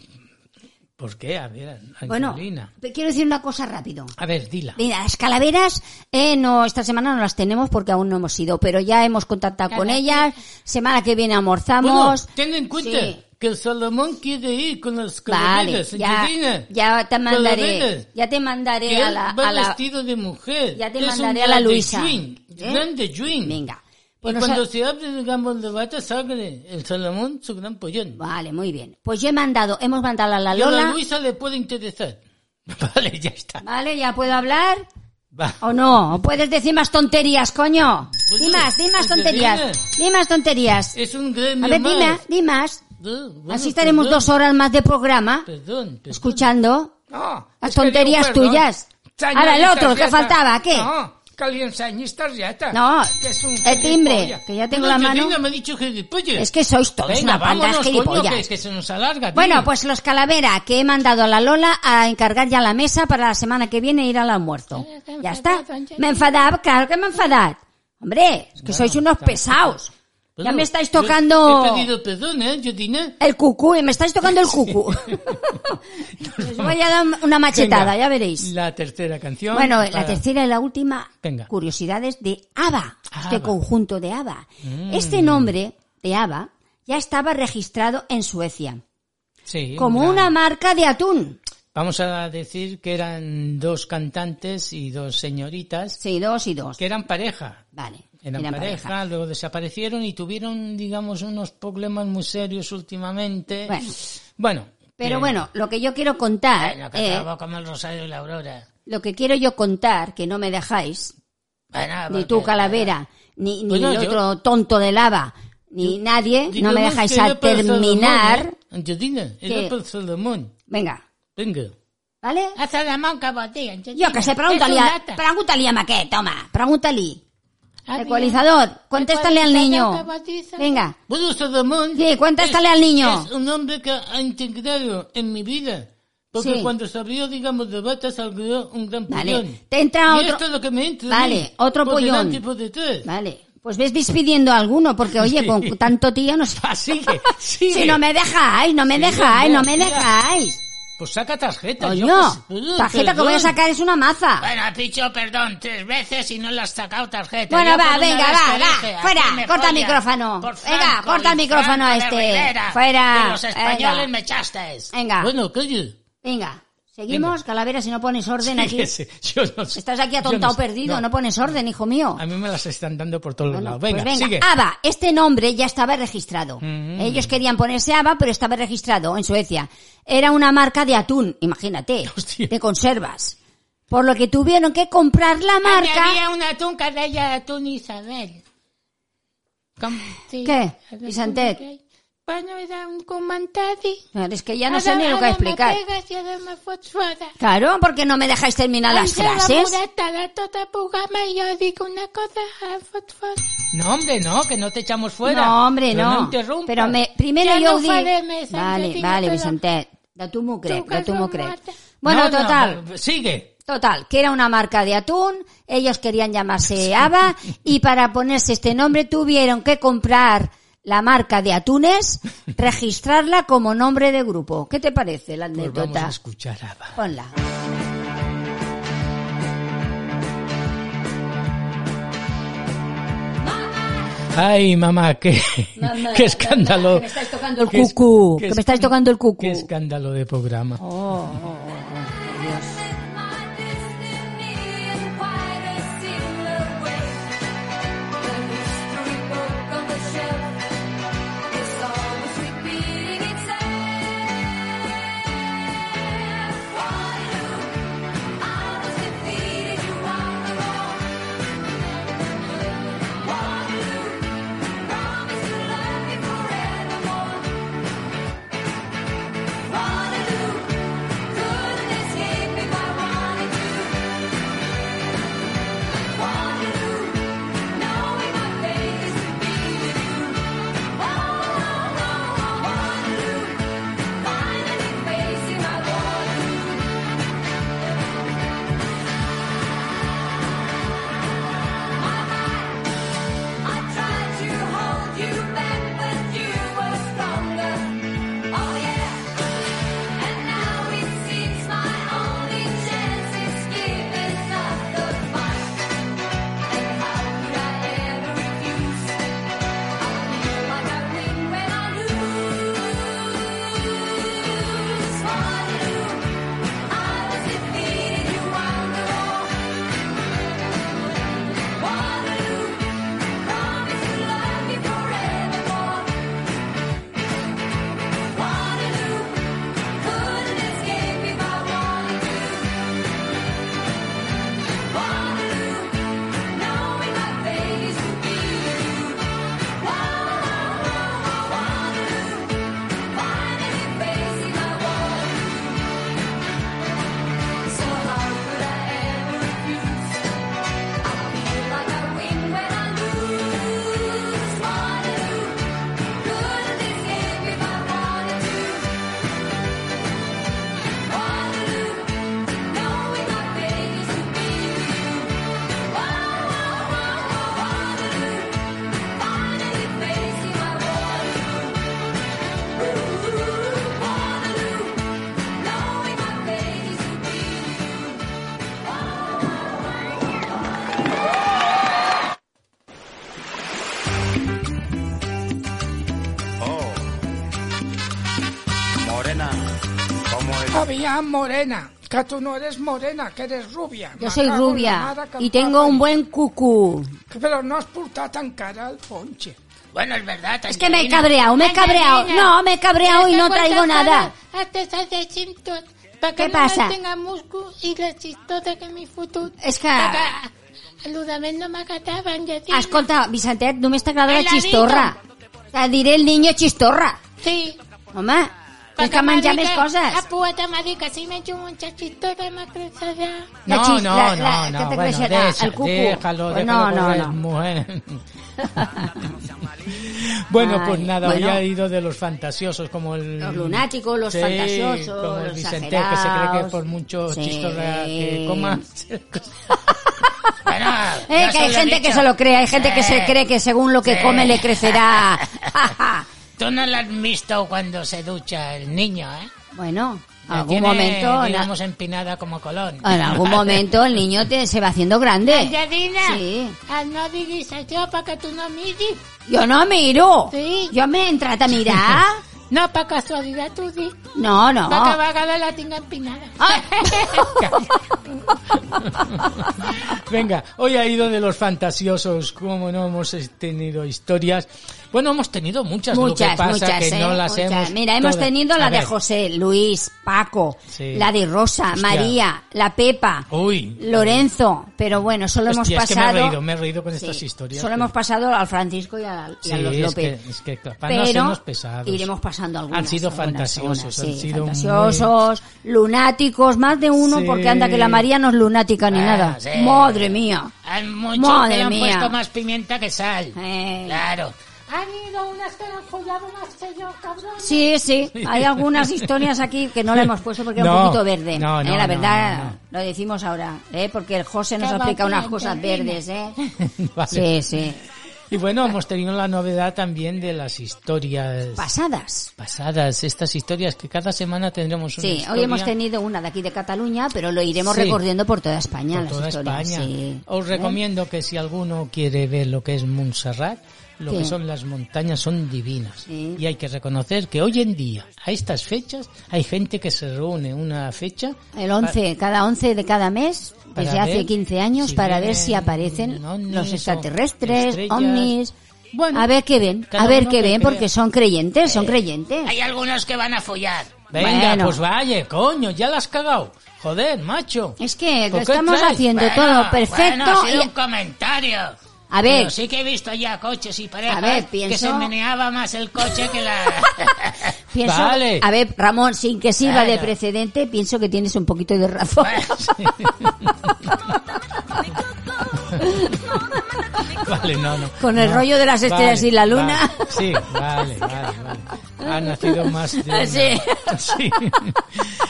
[SPEAKER 2] ¿Por qué? A ver,
[SPEAKER 5] Bueno,
[SPEAKER 2] Angelina.
[SPEAKER 5] pe- quiero decir una cosa rápido.
[SPEAKER 2] A ver, dila.
[SPEAKER 5] Mira, las calaveras, eh, no, esta semana no las tenemos porque aún no hemos ido, pero ya hemos contactado con ellas. Semana que viene
[SPEAKER 2] Bueno,
[SPEAKER 5] almorzamos.
[SPEAKER 2] ten en cuenta
[SPEAKER 5] Sí.
[SPEAKER 2] que el Salomón quiere ir con las
[SPEAKER 5] Vale,
[SPEAKER 2] calaveras,
[SPEAKER 5] ya,
[SPEAKER 2] Angelina.
[SPEAKER 5] ya te
[SPEAKER 2] Calaveras.
[SPEAKER 5] mandaré, ya te
[SPEAKER 2] Que
[SPEAKER 5] mandaré
[SPEAKER 2] él
[SPEAKER 5] a la,
[SPEAKER 2] va
[SPEAKER 5] a la-
[SPEAKER 2] vestido de mujer.
[SPEAKER 5] Ya te
[SPEAKER 2] Es un
[SPEAKER 5] mandaré a la
[SPEAKER 2] grande
[SPEAKER 5] Luisa.
[SPEAKER 2] swing,
[SPEAKER 5] ¿Eh?
[SPEAKER 2] Grande swing.
[SPEAKER 5] venga.
[SPEAKER 2] Y
[SPEAKER 5] Pues nos
[SPEAKER 2] cuando
[SPEAKER 5] ha-
[SPEAKER 2] se abre, digamos, la bata, sangre. El Salomón, su gran pollón.
[SPEAKER 5] Vale, muy bien. Pues yo he mandado, hemos mandado a la
[SPEAKER 2] Y a la
[SPEAKER 5] Lola.
[SPEAKER 2] Luisa le puede interesar. Vale, ya está.
[SPEAKER 5] Vale, ya puedo hablar.
[SPEAKER 2] Va.
[SPEAKER 5] ¿O no? ¿O puedes decir más tonterías, coño?
[SPEAKER 2] Pues
[SPEAKER 5] Di
[SPEAKER 2] no,
[SPEAKER 5] más, di más
[SPEAKER 2] pues dime.
[SPEAKER 5] tonterías. Di más tonterías.
[SPEAKER 2] Es un gremio
[SPEAKER 5] A ver,
[SPEAKER 2] más.
[SPEAKER 5] di más, di más.
[SPEAKER 2] Ah, bueno,
[SPEAKER 5] Así estaremos
[SPEAKER 2] perdón,
[SPEAKER 5] dos horas más de programa
[SPEAKER 2] Perdón, perdón.
[SPEAKER 5] escuchando
[SPEAKER 4] No,
[SPEAKER 5] las
[SPEAKER 4] és que diu,
[SPEAKER 5] tonterías
[SPEAKER 4] perdó,
[SPEAKER 5] tuyas.
[SPEAKER 4] senyor
[SPEAKER 5] Ahora el
[SPEAKER 4] de
[SPEAKER 5] otro, el que
[SPEAKER 4] targeta.
[SPEAKER 5] faltaba, ¿qué?
[SPEAKER 4] No, que li ensenyis targeta.
[SPEAKER 5] No,
[SPEAKER 4] que és un
[SPEAKER 5] el timbre,
[SPEAKER 4] gilipollas.
[SPEAKER 5] que ya tengo
[SPEAKER 2] Bueno,
[SPEAKER 5] la mano.
[SPEAKER 2] Angelina me ha dicho gilipollas.
[SPEAKER 5] Es que sois todos
[SPEAKER 2] Venga,
[SPEAKER 5] una panda
[SPEAKER 2] vámonos, coño, que,
[SPEAKER 5] gilipollas.
[SPEAKER 2] que se nos alarga.
[SPEAKER 5] Bueno,
[SPEAKER 2] tío.
[SPEAKER 5] pues los calavera que he mandado a la Lola a encargar ya la mesa para la semana que viene ir al almuerzo. Ya está. Me enfadaba, claro que me enfadad. Hombre, es que sois unos pesados. Ya
[SPEAKER 2] Bueno,
[SPEAKER 5] me estáis
[SPEAKER 2] yo
[SPEAKER 5] tocando
[SPEAKER 2] He pedido perdón, ¿eh, Jodina?
[SPEAKER 5] el cucú, y me estáis tocando el cucú. Os voy a dar una machetada,
[SPEAKER 2] Venga,
[SPEAKER 5] ya veréis.
[SPEAKER 2] La tercera canción.
[SPEAKER 5] Bueno, la
[SPEAKER 2] para-
[SPEAKER 5] tercera y la última
[SPEAKER 2] Venga.
[SPEAKER 5] curiosidades de ABBA, este
[SPEAKER 2] ABBA.
[SPEAKER 5] conjunto de ABBA.
[SPEAKER 2] Mm.
[SPEAKER 5] Este nombre de ABBA ya estaba registrado en Suecia
[SPEAKER 2] Sí,
[SPEAKER 5] como
[SPEAKER 2] una-
[SPEAKER 5] una marca de atún.
[SPEAKER 2] Vamos a decir que eran dos cantantes y dos señoritas
[SPEAKER 5] Sí, dos y dos.
[SPEAKER 2] que eran pareja.
[SPEAKER 5] Vale.
[SPEAKER 2] Eran, pareja, luego desaparecieron y tuvieron, digamos, unos problemas muy serios últimamente.
[SPEAKER 5] Bueno.
[SPEAKER 2] Bueno,
[SPEAKER 5] Pero
[SPEAKER 2] eh,
[SPEAKER 5] bueno, lo que yo quiero contar,
[SPEAKER 3] Bueno,
[SPEAKER 5] eh,
[SPEAKER 3] que acabo como el Rosario y la Aurora.
[SPEAKER 5] lo que quiero yo contar, que no me dejáis,
[SPEAKER 3] Bueno,
[SPEAKER 5] ni
[SPEAKER 3] porque-
[SPEAKER 5] tú calavera, ni, ni
[SPEAKER 2] Bueno,
[SPEAKER 5] el
[SPEAKER 2] Pues yo-
[SPEAKER 5] otro tonto de lava, ni nadie,
[SPEAKER 2] digo,
[SPEAKER 5] no me
[SPEAKER 2] es
[SPEAKER 5] dejáis
[SPEAKER 2] que
[SPEAKER 5] a
[SPEAKER 2] era para
[SPEAKER 5] terminar.
[SPEAKER 2] Salomón, ¿eh? Angelina,
[SPEAKER 5] ¿Qué?
[SPEAKER 2] era para Salomón.
[SPEAKER 5] Venga,
[SPEAKER 2] Venga.
[SPEAKER 5] ¿vale?
[SPEAKER 8] A Salomón Cabotín.
[SPEAKER 5] Yo que sé, pregúntale a, pregúntale a Maquet, toma, pregúntale.
[SPEAKER 2] Ah,
[SPEAKER 5] Ecualizador, contéstale al niño. Venga,
[SPEAKER 2] Bueno, Salomón.
[SPEAKER 5] Sí, cuéntasele
[SPEAKER 2] es-
[SPEAKER 5] al niño.
[SPEAKER 2] Es un hombre que ha integrado en mi vida. Porque
[SPEAKER 5] Sí.
[SPEAKER 2] cuando se abrió, digamos, de bata, salió un gran
[SPEAKER 5] Vale.
[SPEAKER 2] pollón.
[SPEAKER 5] Te entra
[SPEAKER 2] Y
[SPEAKER 5] otro-
[SPEAKER 2] esto es lo que me entra. a
[SPEAKER 5] Vale,
[SPEAKER 2] mí,
[SPEAKER 5] otro
[SPEAKER 2] por
[SPEAKER 5] pollón.
[SPEAKER 2] delante y por detrás.
[SPEAKER 5] vale. Pues ves despidiendo a alguno, porque oye, con tanto tío no se
[SPEAKER 2] Ah, Sigue, sigue.
[SPEAKER 5] Si no me dejáis, no me dejáis, no me dejáis.
[SPEAKER 2] Pues saca tarjeta. yo
[SPEAKER 5] Coño,
[SPEAKER 2] qué sé.
[SPEAKER 5] tarjeta que voy a
[SPEAKER 2] Perdón.
[SPEAKER 5] sacar es una maza.
[SPEAKER 3] Bueno, has dicho perdón tres veces y no le has sacado tarjeta.
[SPEAKER 5] Bueno,
[SPEAKER 3] Yo
[SPEAKER 5] va,
[SPEAKER 3] por una
[SPEAKER 5] venga,
[SPEAKER 3] vez
[SPEAKER 5] va,
[SPEAKER 3] te
[SPEAKER 5] va,
[SPEAKER 3] dije, aquí
[SPEAKER 5] fuera,
[SPEAKER 3] me
[SPEAKER 5] corta el
[SPEAKER 3] follan.
[SPEAKER 5] micrófono.
[SPEAKER 3] Por
[SPEAKER 5] Venga,
[SPEAKER 3] Franco
[SPEAKER 5] corta el
[SPEAKER 3] y
[SPEAKER 5] micrófono
[SPEAKER 3] Franco de
[SPEAKER 5] este.
[SPEAKER 3] Rivera.
[SPEAKER 5] Fuera,
[SPEAKER 3] De los españoles
[SPEAKER 5] venga.
[SPEAKER 3] me echaste.
[SPEAKER 5] Venga,
[SPEAKER 2] Bueno, calle.
[SPEAKER 5] venga. Seguimos, calavera, si no pones orden aquí.
[SPEAKER 2] Fíjese, yo no sé.
[SPEAKER 5] Estás aquí
[SPEAKER 2] Yo no
[SPEAKER 5] atontado
[SPEAKER 2] sé.
[SPEAKER 5] perdido, no. pones orden, hijo mío.
[SPEAKER 2] A mí me las están dando por todos
[SPEAKER 5] Bueno,
[SPEAKER 2] lados.
[SPEAKER 5] pues
[SPEAKER 2] Venga, sigue.
[SPEAKER 5] ABBA, este nombre ya estaba registrado. Ellos querían ponerse ABBA, pero estaba registrado en Suecia. Era una marca de atún, imagínate,
[SPEAKER 2] Hostia.
[SPEAKER 5] de conservas. Por lo que tuvieron que comprar la marca.
[SPEAKER 8] Había una tunca de ella, atún Isabel. Com- sí.
[SPEAKER 5] ¿Qué?
[SPEAKER 8] Era un
[SPEAKER 5] Isantet.
[SPEAKER 8] comandante. Bueno, era un comandante.
[SPEAKER 5] Es que ya no sé ni lo que explicar.
[SPEAKER 8] Las
[SPEAKER 5] Claro, porque no me dejáis terminar las frases.
[SPEAKER 8] tota Yo digo una cosa, a fotfada.
[SPEAKER 2] No, hombre, no, que no te echamos fuera.
[SPEAKER 5] No, hombre,
[SPEAKER 2] Pero
[SPEAKER 5] no.
[SPEAKER 2] interrumpas.
[SPEAKER 5] Pero me, primero
[SPEAKER 8] Ya
[SPEAKER 5] yo
[SPEAKER 8] no
[SPEAKER 5] di-
[SPEAKER 8] faré més,
[SPEAKER 5] Vale,
[SPEAKER 8] Santi,
[SPEAKER 5] vale,
[SPEAKER 8] però-
[SPEAKER 5] Vicentet. De tu m'ho crec,
[SPEAKER 8] Tu
[SPEAKER 5] de
[SPEAKER 8] que
[SPEAKER 5] tu m'ho
[SPEAKER 8] som
[SPEAKER 5] crec.
[SPEAKER 8] mortes.
[SPEAKER 5] Bueno,
[SPEAKER 2] No, no,
[SPEAKER 5] total.
[SPEAKER 2] no, sigue.
[SPEAKER 5] Total, que era una marca de atún, ellos querían llamarse ABBA y para ponerse este nombre tuvieron que comprar la marca de atunes, registrarla como nombre de grupo. ¿Qué te parece la
[SPEAKER 2] Pues vamos a
[SPEAKER 5] anécdota?
[SPEAKER 2] escuchar a Ava.
[SPEAKER 5] Ponla.
[SPEAKER 2] Ay, mamá, qué,
[SPEAKER 5] Mamá,
[SPEAKER 2] qué escándalo.
[SPEAKER 5] mamá, que me estáis tocando el
[SPEAKER 2] Qué es-
[SPEAKER 5] cucú,
[SPEAKER 2] qué
[SPEAKER 5] que me
[SPEAKER 2] es-
[SPEAKER 5] estáis tocando el cucú.
[SPEAKER 2] Qué escándalo de programa.
[SPEAKER 5] Oh, oh, oh, oh, Dios.
[SPEAKER 6] Waterloo, good Oh,
[SPEAKER 1] Oh.
[SPEAKER 4] Había morena, que tú no eres morena, que eres rubia.
[SPEAKER 5] Yo
[SPEAKER 4] Me
[SPEAKER 5] soy
[SPEAKER 4] cago en la
[SPEAKER 5] rubia
[SPEAKER 4] mare que
[SPEAKER 5] y
[SPEAKER 4] em
[SPEAKER 5] tengo
[SPEAKER 4] pariu.
[SPEAKER 5] un buen cucú.
[SPEAKER 4] Pero no has portado tan cara el ponche.
[SPEAKER 3] Bueno, es verdad.
[SPEAKER 5] Es que me he cabreado, me he cabreado. No, me he cabreado y no traigo nada.
[SPEAKER 8] Hazte esas de Simpson, para que
[SPEAKER 5] ¿Qué
[SPEAKER 8] no
[SPEAKER 5] pasa?
[SPEAKER 8] tenga músculo y la chistosa que m'hi fotut.
[SPEAKER 5] És que, ah,
[SPEAKER 8] Saludament no m'acataven, ja dic.
[SPEAKER 5] escolta, Vicentet, només t'agrada la
[SPEAKER 8] Bailarina.
[SPEAKER 5] xistorra. Te diré el niño xistorra.
[SPEAKER 8] Sí.
[SPEAKER 5] Home, és que menjar més
[SPEAKER 3] "Ah,
[SPEAKER 8] La
[SPEAKER 5] coses.
[SPEAKER 8] poeta m'ha dit que si menjo mucha chistosa m'ha creixerà.
[SPEAKER 5] La
[SPEAKER 2] No,
[SPEAKER 5] chis-
[SPEAKER 2] no,
[SPEAKER 5] la- la-
[SPEAKER 2] no,
[SPEAKER 5] que
[SPEAKER 2] no,
[SPEAKER 5] te
[SPEAKER 2] bueno,
[SPEAKER 5] creixerà,
[SPEAKER 2] deixa-
[SPEAKER 5] el cucu.
[SPEAKER 2] déjalo,
[SPEAKER 5] Pues
[SPEAKER 2] déjalo,
[SPEAKER 5] no, no,
[SPEAKER 2] pobres
[SPEAKER 5] no.
[SPEAKER 2] mujeres. bueno, pues
[SPEAKER 5] Ay,
[SPEAKER 2] nada,
[SPEAKER 5] bueno.
[SPEAKER 2] hoy ha ido de los fantasiosos, como el...
[SPEAKER 5] Los lunáticos, los
[SPEAKER 2] Sí,
[SPEAKER 5] fantasiosos,
[SPEAKER 2] como el
[SPEAKER 5] los
[SPEAKER 2] Vicente, que se cree que por mucho
[SPEAKER 5] Sí.
[SPEAKER 2] chistorra que coma...
[SPEAKER 3] Bueno,
[SPEAKER 5] Eh,
[SPEAKER 3] yo
[SPEAKER 5] que hay
[SPEAKER 3] solo he
[SPEAKER 5] gente que
[SPEAKER 3] dicho-
[SPEAKER 5] se lo cree, hay gente que se
[SPEAKER 3] Eh,
[SPEAKER 5] cree que según lo que
[SPEAKER 3] Sí.
[SPEAKER 5] come le crecerá.
[SPEAKER 3] Tú no la has visto cuando se ducha el niño, ¿eh?
[SPEAKER 5] bueno, en
[SPEAKER 3] La
[SPEAKER 5] algún
[SPEAKER 3] tiene,
[SPEAKER 5] momento, en,
[SPEAKER 3] Digamos empinada como Colón.
[SPEAKER 5] en algún momento el niño te- se va haciendo grande.
[SPEAKER 8] Angelina,
[SPEAKER 5] Sí.
[SPEAKER 8] ah, no diguis això perquè tu no miris.
[SPEAKER 5] Yo no miro.
[SPEAKER 8] Sí.
[SPEAKER 5] Yo me he entrat a mirar.
[SPEAKER 8] No, per casualitat t'ho dic.
[SPEAKER 5] No, no.
[SPEAKER 8] Perquè a vegades la tinc empinada.
[SPEAKER 5] Ay.
[SPEAKER 2] Venga, hoy ha ido de los fantasiosos, como no hemos tenido historias. Bueno, hemos tenido muchas, lo que
[SPEAKER 5] Muchas,
[SPEAKER 2] pasa
[SPEAKER 5] muchas,
[SPEAKER 2] que
[SPEAKER 5] ¿eh?
[SPEAKER 2] no las
[SPEAKER 5] Muchas.
[SPEAKER 2] hemos...
[SPEAKER 5] Mira, hemos
[SPEAKER 2] todas.
[SPEAKER 5] tenido
[SPEAKER 2] A
[SPEAKER 5] la de
[SPEAKER 2] ver,
[SPEAKER 5] José, Luis, Paco,
[SPEAKER 2] Sí.
[SPEAKER 5] la de Rosa,
[SPEAKER 2] Hostia.
[SPEAKER 5] María, la Pepa,
[SPEAKER 2] Uy.
[SPEAKER 5] Lorenzo, pero bueno, solo
[SPEAKER 2] Hostia, es
[SPEAKER 5] hemos
[SPEAKER 2] que me he
[SPEAKER 5] pasado...
[SPEAKER 2] reído, me he reído con Pues estas historias,
[SPEAKER 5] Solo
[SPEAKER 2] pero-
[SPEAKER 5] hemos pasado al Francisco y al- y a,
[SPEAKER 2] Sí,
[SPEAKER 5] los
[SPEAKER 2] es
[SPEAKER 5] López.
[SPEAKER 2] que- es que, claro, para no hacernos pesados.
[SPEAKER 5] iremos pasando algunas.
[SPEAKER 2] Han sido
[SPEAKER 5] algunas,
[SPEAKER 2] fantasiosos,
[SPEAKER 5] algunas,
[SPEAKER 2] han
[SPEAKER 5] sí,
[SPEAKER 2] sido
[SPEAKER 5] fantasiosos, lunáticos, más de uno,
[SPEAKER 2] Sí. Eh,
[SPEAKER 5] porque anda que la María no es lunática ni
[SPEAKER 3] Ah,
[SPEAKER 5] nada.
[SPEAKER 3] sí.
[SPEAKER 5] Madre mía.
[SPEAKER 2] Ah,
[SPEAKER 3] Hay muchos
[SPEAKER 5] Madre
[SPEAKER 3] que le han
[SPEAKER 5] mía.
[SPEAKER 3] puesto más pimienta que sal.
[SPEAKER 5] Eh.
[SPEAKER 3] Claro.
[SPEAKER 8] Han ido unas que han follado más que yo, cabrón.
[SPEAKER 5] Sí, sí, hay algunas historias aquí que no le hemos puesto porque era
[SPEAKER 2] No,
[SPEAKER 5] un poquito verde.
[SPEAKER 2] no,
[SPEAKER 5] eh,
[SPEAKER 2] no,
[SPEAKER 5] la
[SPEAKER 2] no,
[SPEAKER 5] verdad,
[SPEAKER 2] no, no.
[SPEAKER 5] lo decimos ahora, ¿eh? porque el José nos
[SPEAKER 8] Que va
[SPEAKER 5] explica
[SPEAKER 8] con la
[SPEAKER 5] unas cosas
[SPEAKER 8] Angelina.
[SPEAKER 5] verdes. ¿eh?
[SPEAKER 2] Vale.
[SPEAKER 5] Sí, sí.
[SPEAKER 2] Y bueno, hemos tenido la novedad también de las historias
[SPEAKER 5] Pasadas.
[SPEAKER 2] pasadas, estas historias que cada semana tendremos una
[SPEAKER 5] Sí, hoy
[SPEAKER 2] historia
[SPEAKER 5] hemos tenido una de aquí de Cataluña, pero lo iremos
[SPEAKER 2] Sí.
[SPEAKER 5] recorriendo por toda España.
[SPEAKER 2] por
[SPEAKER 5] las
[SPEAKER 2] toda
[SPEAKER 5] historias,
[SPEAKER 2] España.
[SPEAKER 5] sí.
[SPEAKER 2] Os
[SPEAKER 5] ¿Eh?
[SPEAKER 2] recomiendo que si alguno quiere ver lo que es Montserrat, lo
[SPEAKER 5] Sí.
[SPEAKER 2] que son las montañas son divinas.
[SPEAKER 5] Sí.
[SPEAKER 2] Y hay que reconocer que hoy en día, a estas fechas, hay gente que se reúne una fecha
[SPEAKER 5] El 11, cada 11 de cada mes,
[SPEAKER 2] Para
[SPEAKER 5] desde hace
[SPEAKER 2] ver
[SPEAKER 5] 15 años,
[SPEAKER 2] si
[SPEAKER 5] para ver si
[SPEAKER 2] vienen
[SPEAKER 5] aparecen
[SPEAKER 2] ovnis
[SPEAKER 5] los
[SPEAKER 2] o
[SPEAKER 5] extraterrestres,
[SPEAKER 2] estrellas.
[SPEAKER 5] ovnis.
[SPEAKER 2] Bueno,
[SPEAKER 5] a ver qué ven,
[SPEAKER 2] cada
[SPEAKER 5] a ver
[SPEAKER 2] uno
[SPEAKER 5] qué
[SPEAKER 2] que
[SPEAKER 5] ven,
[SPEAKER 2] crea. Eh,
[SPEAKER 5] porque son creyentes, son creyentes.
[SPEAKER 3] Hay algunos que van a follar.
[SPEAKER 2] Venga,
[SPEAKER 5] Bueno.
[SPEAKER 2] pues vaya, coño, ya la has cagado. Joder, macho.
[SPEAKER 5] Es que lo
[SPEAKER 2] ¿Con qué
[SPEAKER 5] estamos
[SPEAKER 2] traes?
[SPEAKER 5] haciendo
[SPEAKER 3] Bueno,
[SPEAKER 5] todo perfecto.
[SPEAKER 3] Bueno, ha sido
[SPEAKER 5] y-
[SPEAKER 3] un comentario.
[SPEAKER 5] A ver.
[SPEAKER 3] Pero sí que he visto ya coches y parejas
[SPEAKER 5] A ver,
[SPEAKER 3] que
[SPEAKER 5] pienso-
[SPEAKER 3] se meneaba más el coche que la...
[SPEAKER 5] pienso-
[SPEAKER 2] Vale.
[SPEAKER 5] A ver, Ramón, sin que sirva de
[SPEAKER 3] Bueno.
[SPEAKER 5] precedente, pienso que tienes un poquito de razón.
[SPEAKER 2] Vale, no, no.
[SPEAKER 5] Con el
[SPEAKER 2] No.
[SPEAKER 5] rollo de las estrellas
[SPEAKER 2] Vale,
[SPEAKER 5] y la luna.
[SPEAKER 2] vale. Sí, vale, vale, vale. Ha nacido más de una.
[SPEAKER 5] Sí.
[SPEAKER 2] Sí.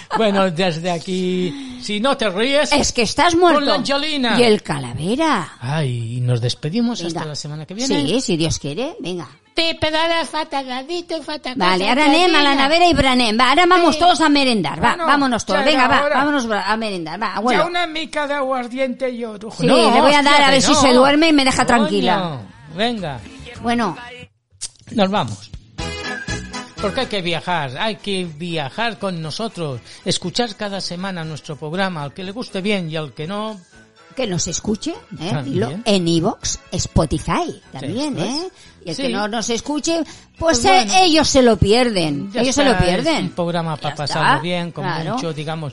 [SPEAKER 2] Pues, Bueno, desde aquí, si no te ríes...
[SPEAKER 5] Es que estás muerto.
[SPEAKER 2] Con la Angelina.
[SPEAKER 5] Y el calavera.
[SPEAKER 2] Ay, Ah, y nos despedimos
[SPEAKER 5] Venga.
[SPEAKER 2] hasta la semana que viene.
[SPEAKER 5] Sí, si Dios quiere, venga.
[SPEAKER 8] Sí, pero ara fa tardadito i fa tardadito.
[SPEAKER 5] Vale, ahora anem a la nevera y branem. Va, ahora vamos todos a merendar. Va,
[SPEAKER 4] Bueno,
[SPEAKER 5] vámonos todos.
[SPEAKER 4] ya
[SPEAKER 5] Venga,
[SPEAKER 4] era
[SPEAKER 5] va,
[SPEAKER 4] hora.
[SPEAKER 5] vámonos a merendar. Va,
[SPEAKER 4] Ya
[SPEAKER 5] abuelo.
[SPEAKER 4] una mica de aguardiente y oro.
[SPEAKER 5] Sí, le voy a dar a ver si se duerme y me deja tranquila.
[SPEAKER 2] Venga,
[SPEAKER 5] Bueno,
[SPEAKER 2] nos vamos. Porque hay que viajar, hay que viajar con nosotros, escuchar cada semana nuestro programa, al que le guste bien y al que no,
[SPEAKER 5] que nos escuche, ¿eh?
[SPEAKER 2] También.
[SPEAKER 5] Dilo, en Evox, Spotify también,
[SPEAKER 2] Sí,
[SPEAKER 5] ¿eh? Y el que
[SPEAKER 2] Sí.
[SPEAKER 5] no nos escuche, pues
[SPEAKER 2] Pues
[SPEAKER 5] eh,
[SPEAKER 2] bueno.
[SPEAKER 5] ellos se lo pierden.
[SPEAKER 2] Ya
[SPEAKER 5] ellos se
[SPEAKER 2] está,
[SPEAKER 5] lo pierden.
[SPEAKER 2] Es un programa para
[SPEAKER 5] Ya está,
[SPEAKER 2] pasarlo bien, con
[SPEAKER 5] claro.
[SPEAKER 2] mucho, digamos.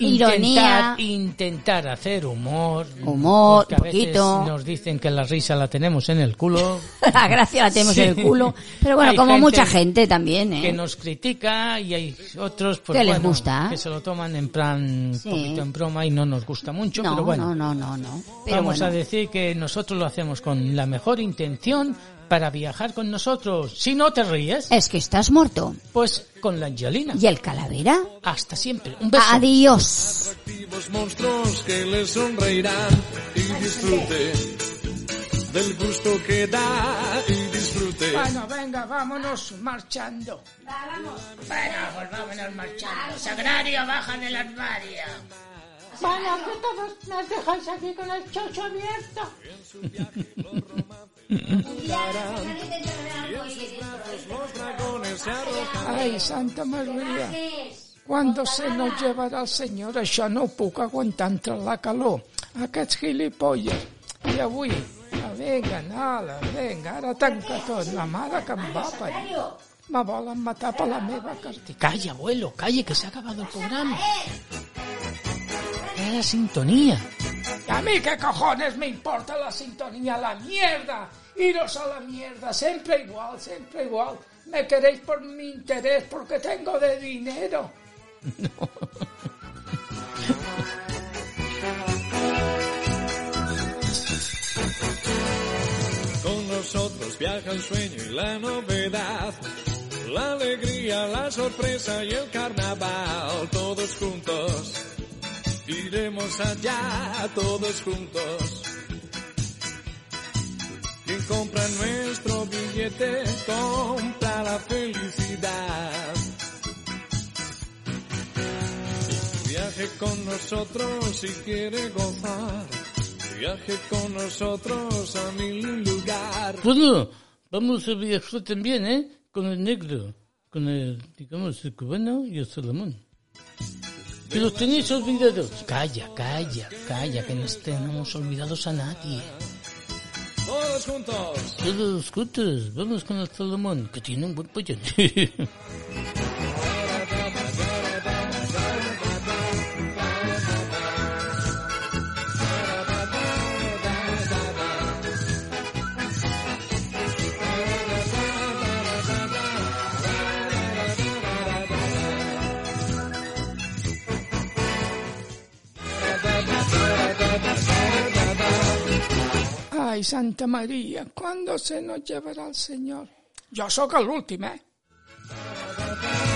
[SPEAKER 5] Ironía.
[SPEAKER 2] Intentar, intentar hacer humor.
[SPEAKER 5] Humor,
[SPEAKER 2] porque a
[SPEAKER 5] un poquito.
[SPEAKER 2] veces nos dicen que la risa la tenemos en el culo.
[SPEAKER 5] la gracia la tenemos
[SPEAKER 2] Sí.
[SPEAKER 5] en el culo. Pero bueno,
[SPEAKER 2] Hay
[SPEAKER 5] como
[SPEAKER 2] gente
[SPEAKER 5] mucha gente también, ¿eh?
[SPEAKER 2] Que nos critica y hay otros pues,
[SPEAKER 5] Que les
[SPEAKER 2] bueno,
[SPEAKER 5] gusta.
[SPEAKER 2] que se lo toman en plan
[SPEAKER 5] Sí.
[SPEAKER 2] poquito en broma y no nos gusta mucho,
[SPEAKER 5] no,
[SPEAKER 2] pero bueno.
[SPEAKER 5] no, no, no, no. Pero
[SPEAKER 2] Vamos
[SPEAKER 5] bueno.
[SPEAKER 2] a decir que nosotros lo hacemos con la mejor intención para viajar con nosotros. Si no te ríes,
[SPEAKER 5] Es que estás muerto.
[SPEAKER 2] pues con la Angelina.
[SPEAKER 5] ¿Y el calavera?
[SPEAKER 2] Hasta siempre. Un beso.
[SPEAKER 5] Adiós.
[SPEAKER 11] atractivos monstruos que le sonreirán y disfrute del gusto que da y disfrute.
[SPEAKER 4] Bueno, venga, vámonos marchando.
[SPEAKER 3] bueno, pues vámonos marchando. Sagrario, baja del armario.
[SPEAKER 8] Bueno, que todos nos dejáis aquí con el chocho abierto.
[SPEAKER 11] Los dragones se arrojan.
[SPEAKER 4] Ay, Santa María. Cuando se nos llevarà el senyor, això no ho puc aguantar entre la calor. Aquests gilipolles. I avui, ah, vinga, nala, vinga, ara tanca tot. La mare que em va parir. Me volen matar per la meva cartica.
[SPEAKER 2] Calle, abuelo, calle, que se ha acabado el programa. Era sintonía.
[SPEAKER 4] A mí qué cojones me importa la sintonía, la mierda. Iros a la mierda, siempre igual, siempre igual. Me queréis por mi interés, porque tengo de dinero.
[SPEAKER 11] Con nosotros viaja el sueño y la novedad, la alegría, la sorpresa y el carnaval, todos juntos. Iremos allá todos juntos. Quien compra nuestro billete compra la felicidad. Viaje con nosotros si quiere gozar. Viaje con nosotros a mi lugar.
[SPEAKER 2] Bueno, vamos a viajar también, ¿eh? Con el negro, con el, digamos, el cubano y el Salomón. Que los tenéis olvidados.
[SPEAKER 3] Calla, calla, calla, que no estemos olvidados a nadie.
[SPEAKER 11] Todos juntos.
[SPEAKER 2] Todos juntos, vamos con el Salomón, que tiene un buen pollón.
[SPEAKER 4] Ay, Santa María, ¿cuándo se nos llevará el Señor? Yo soy el último, ¿eh?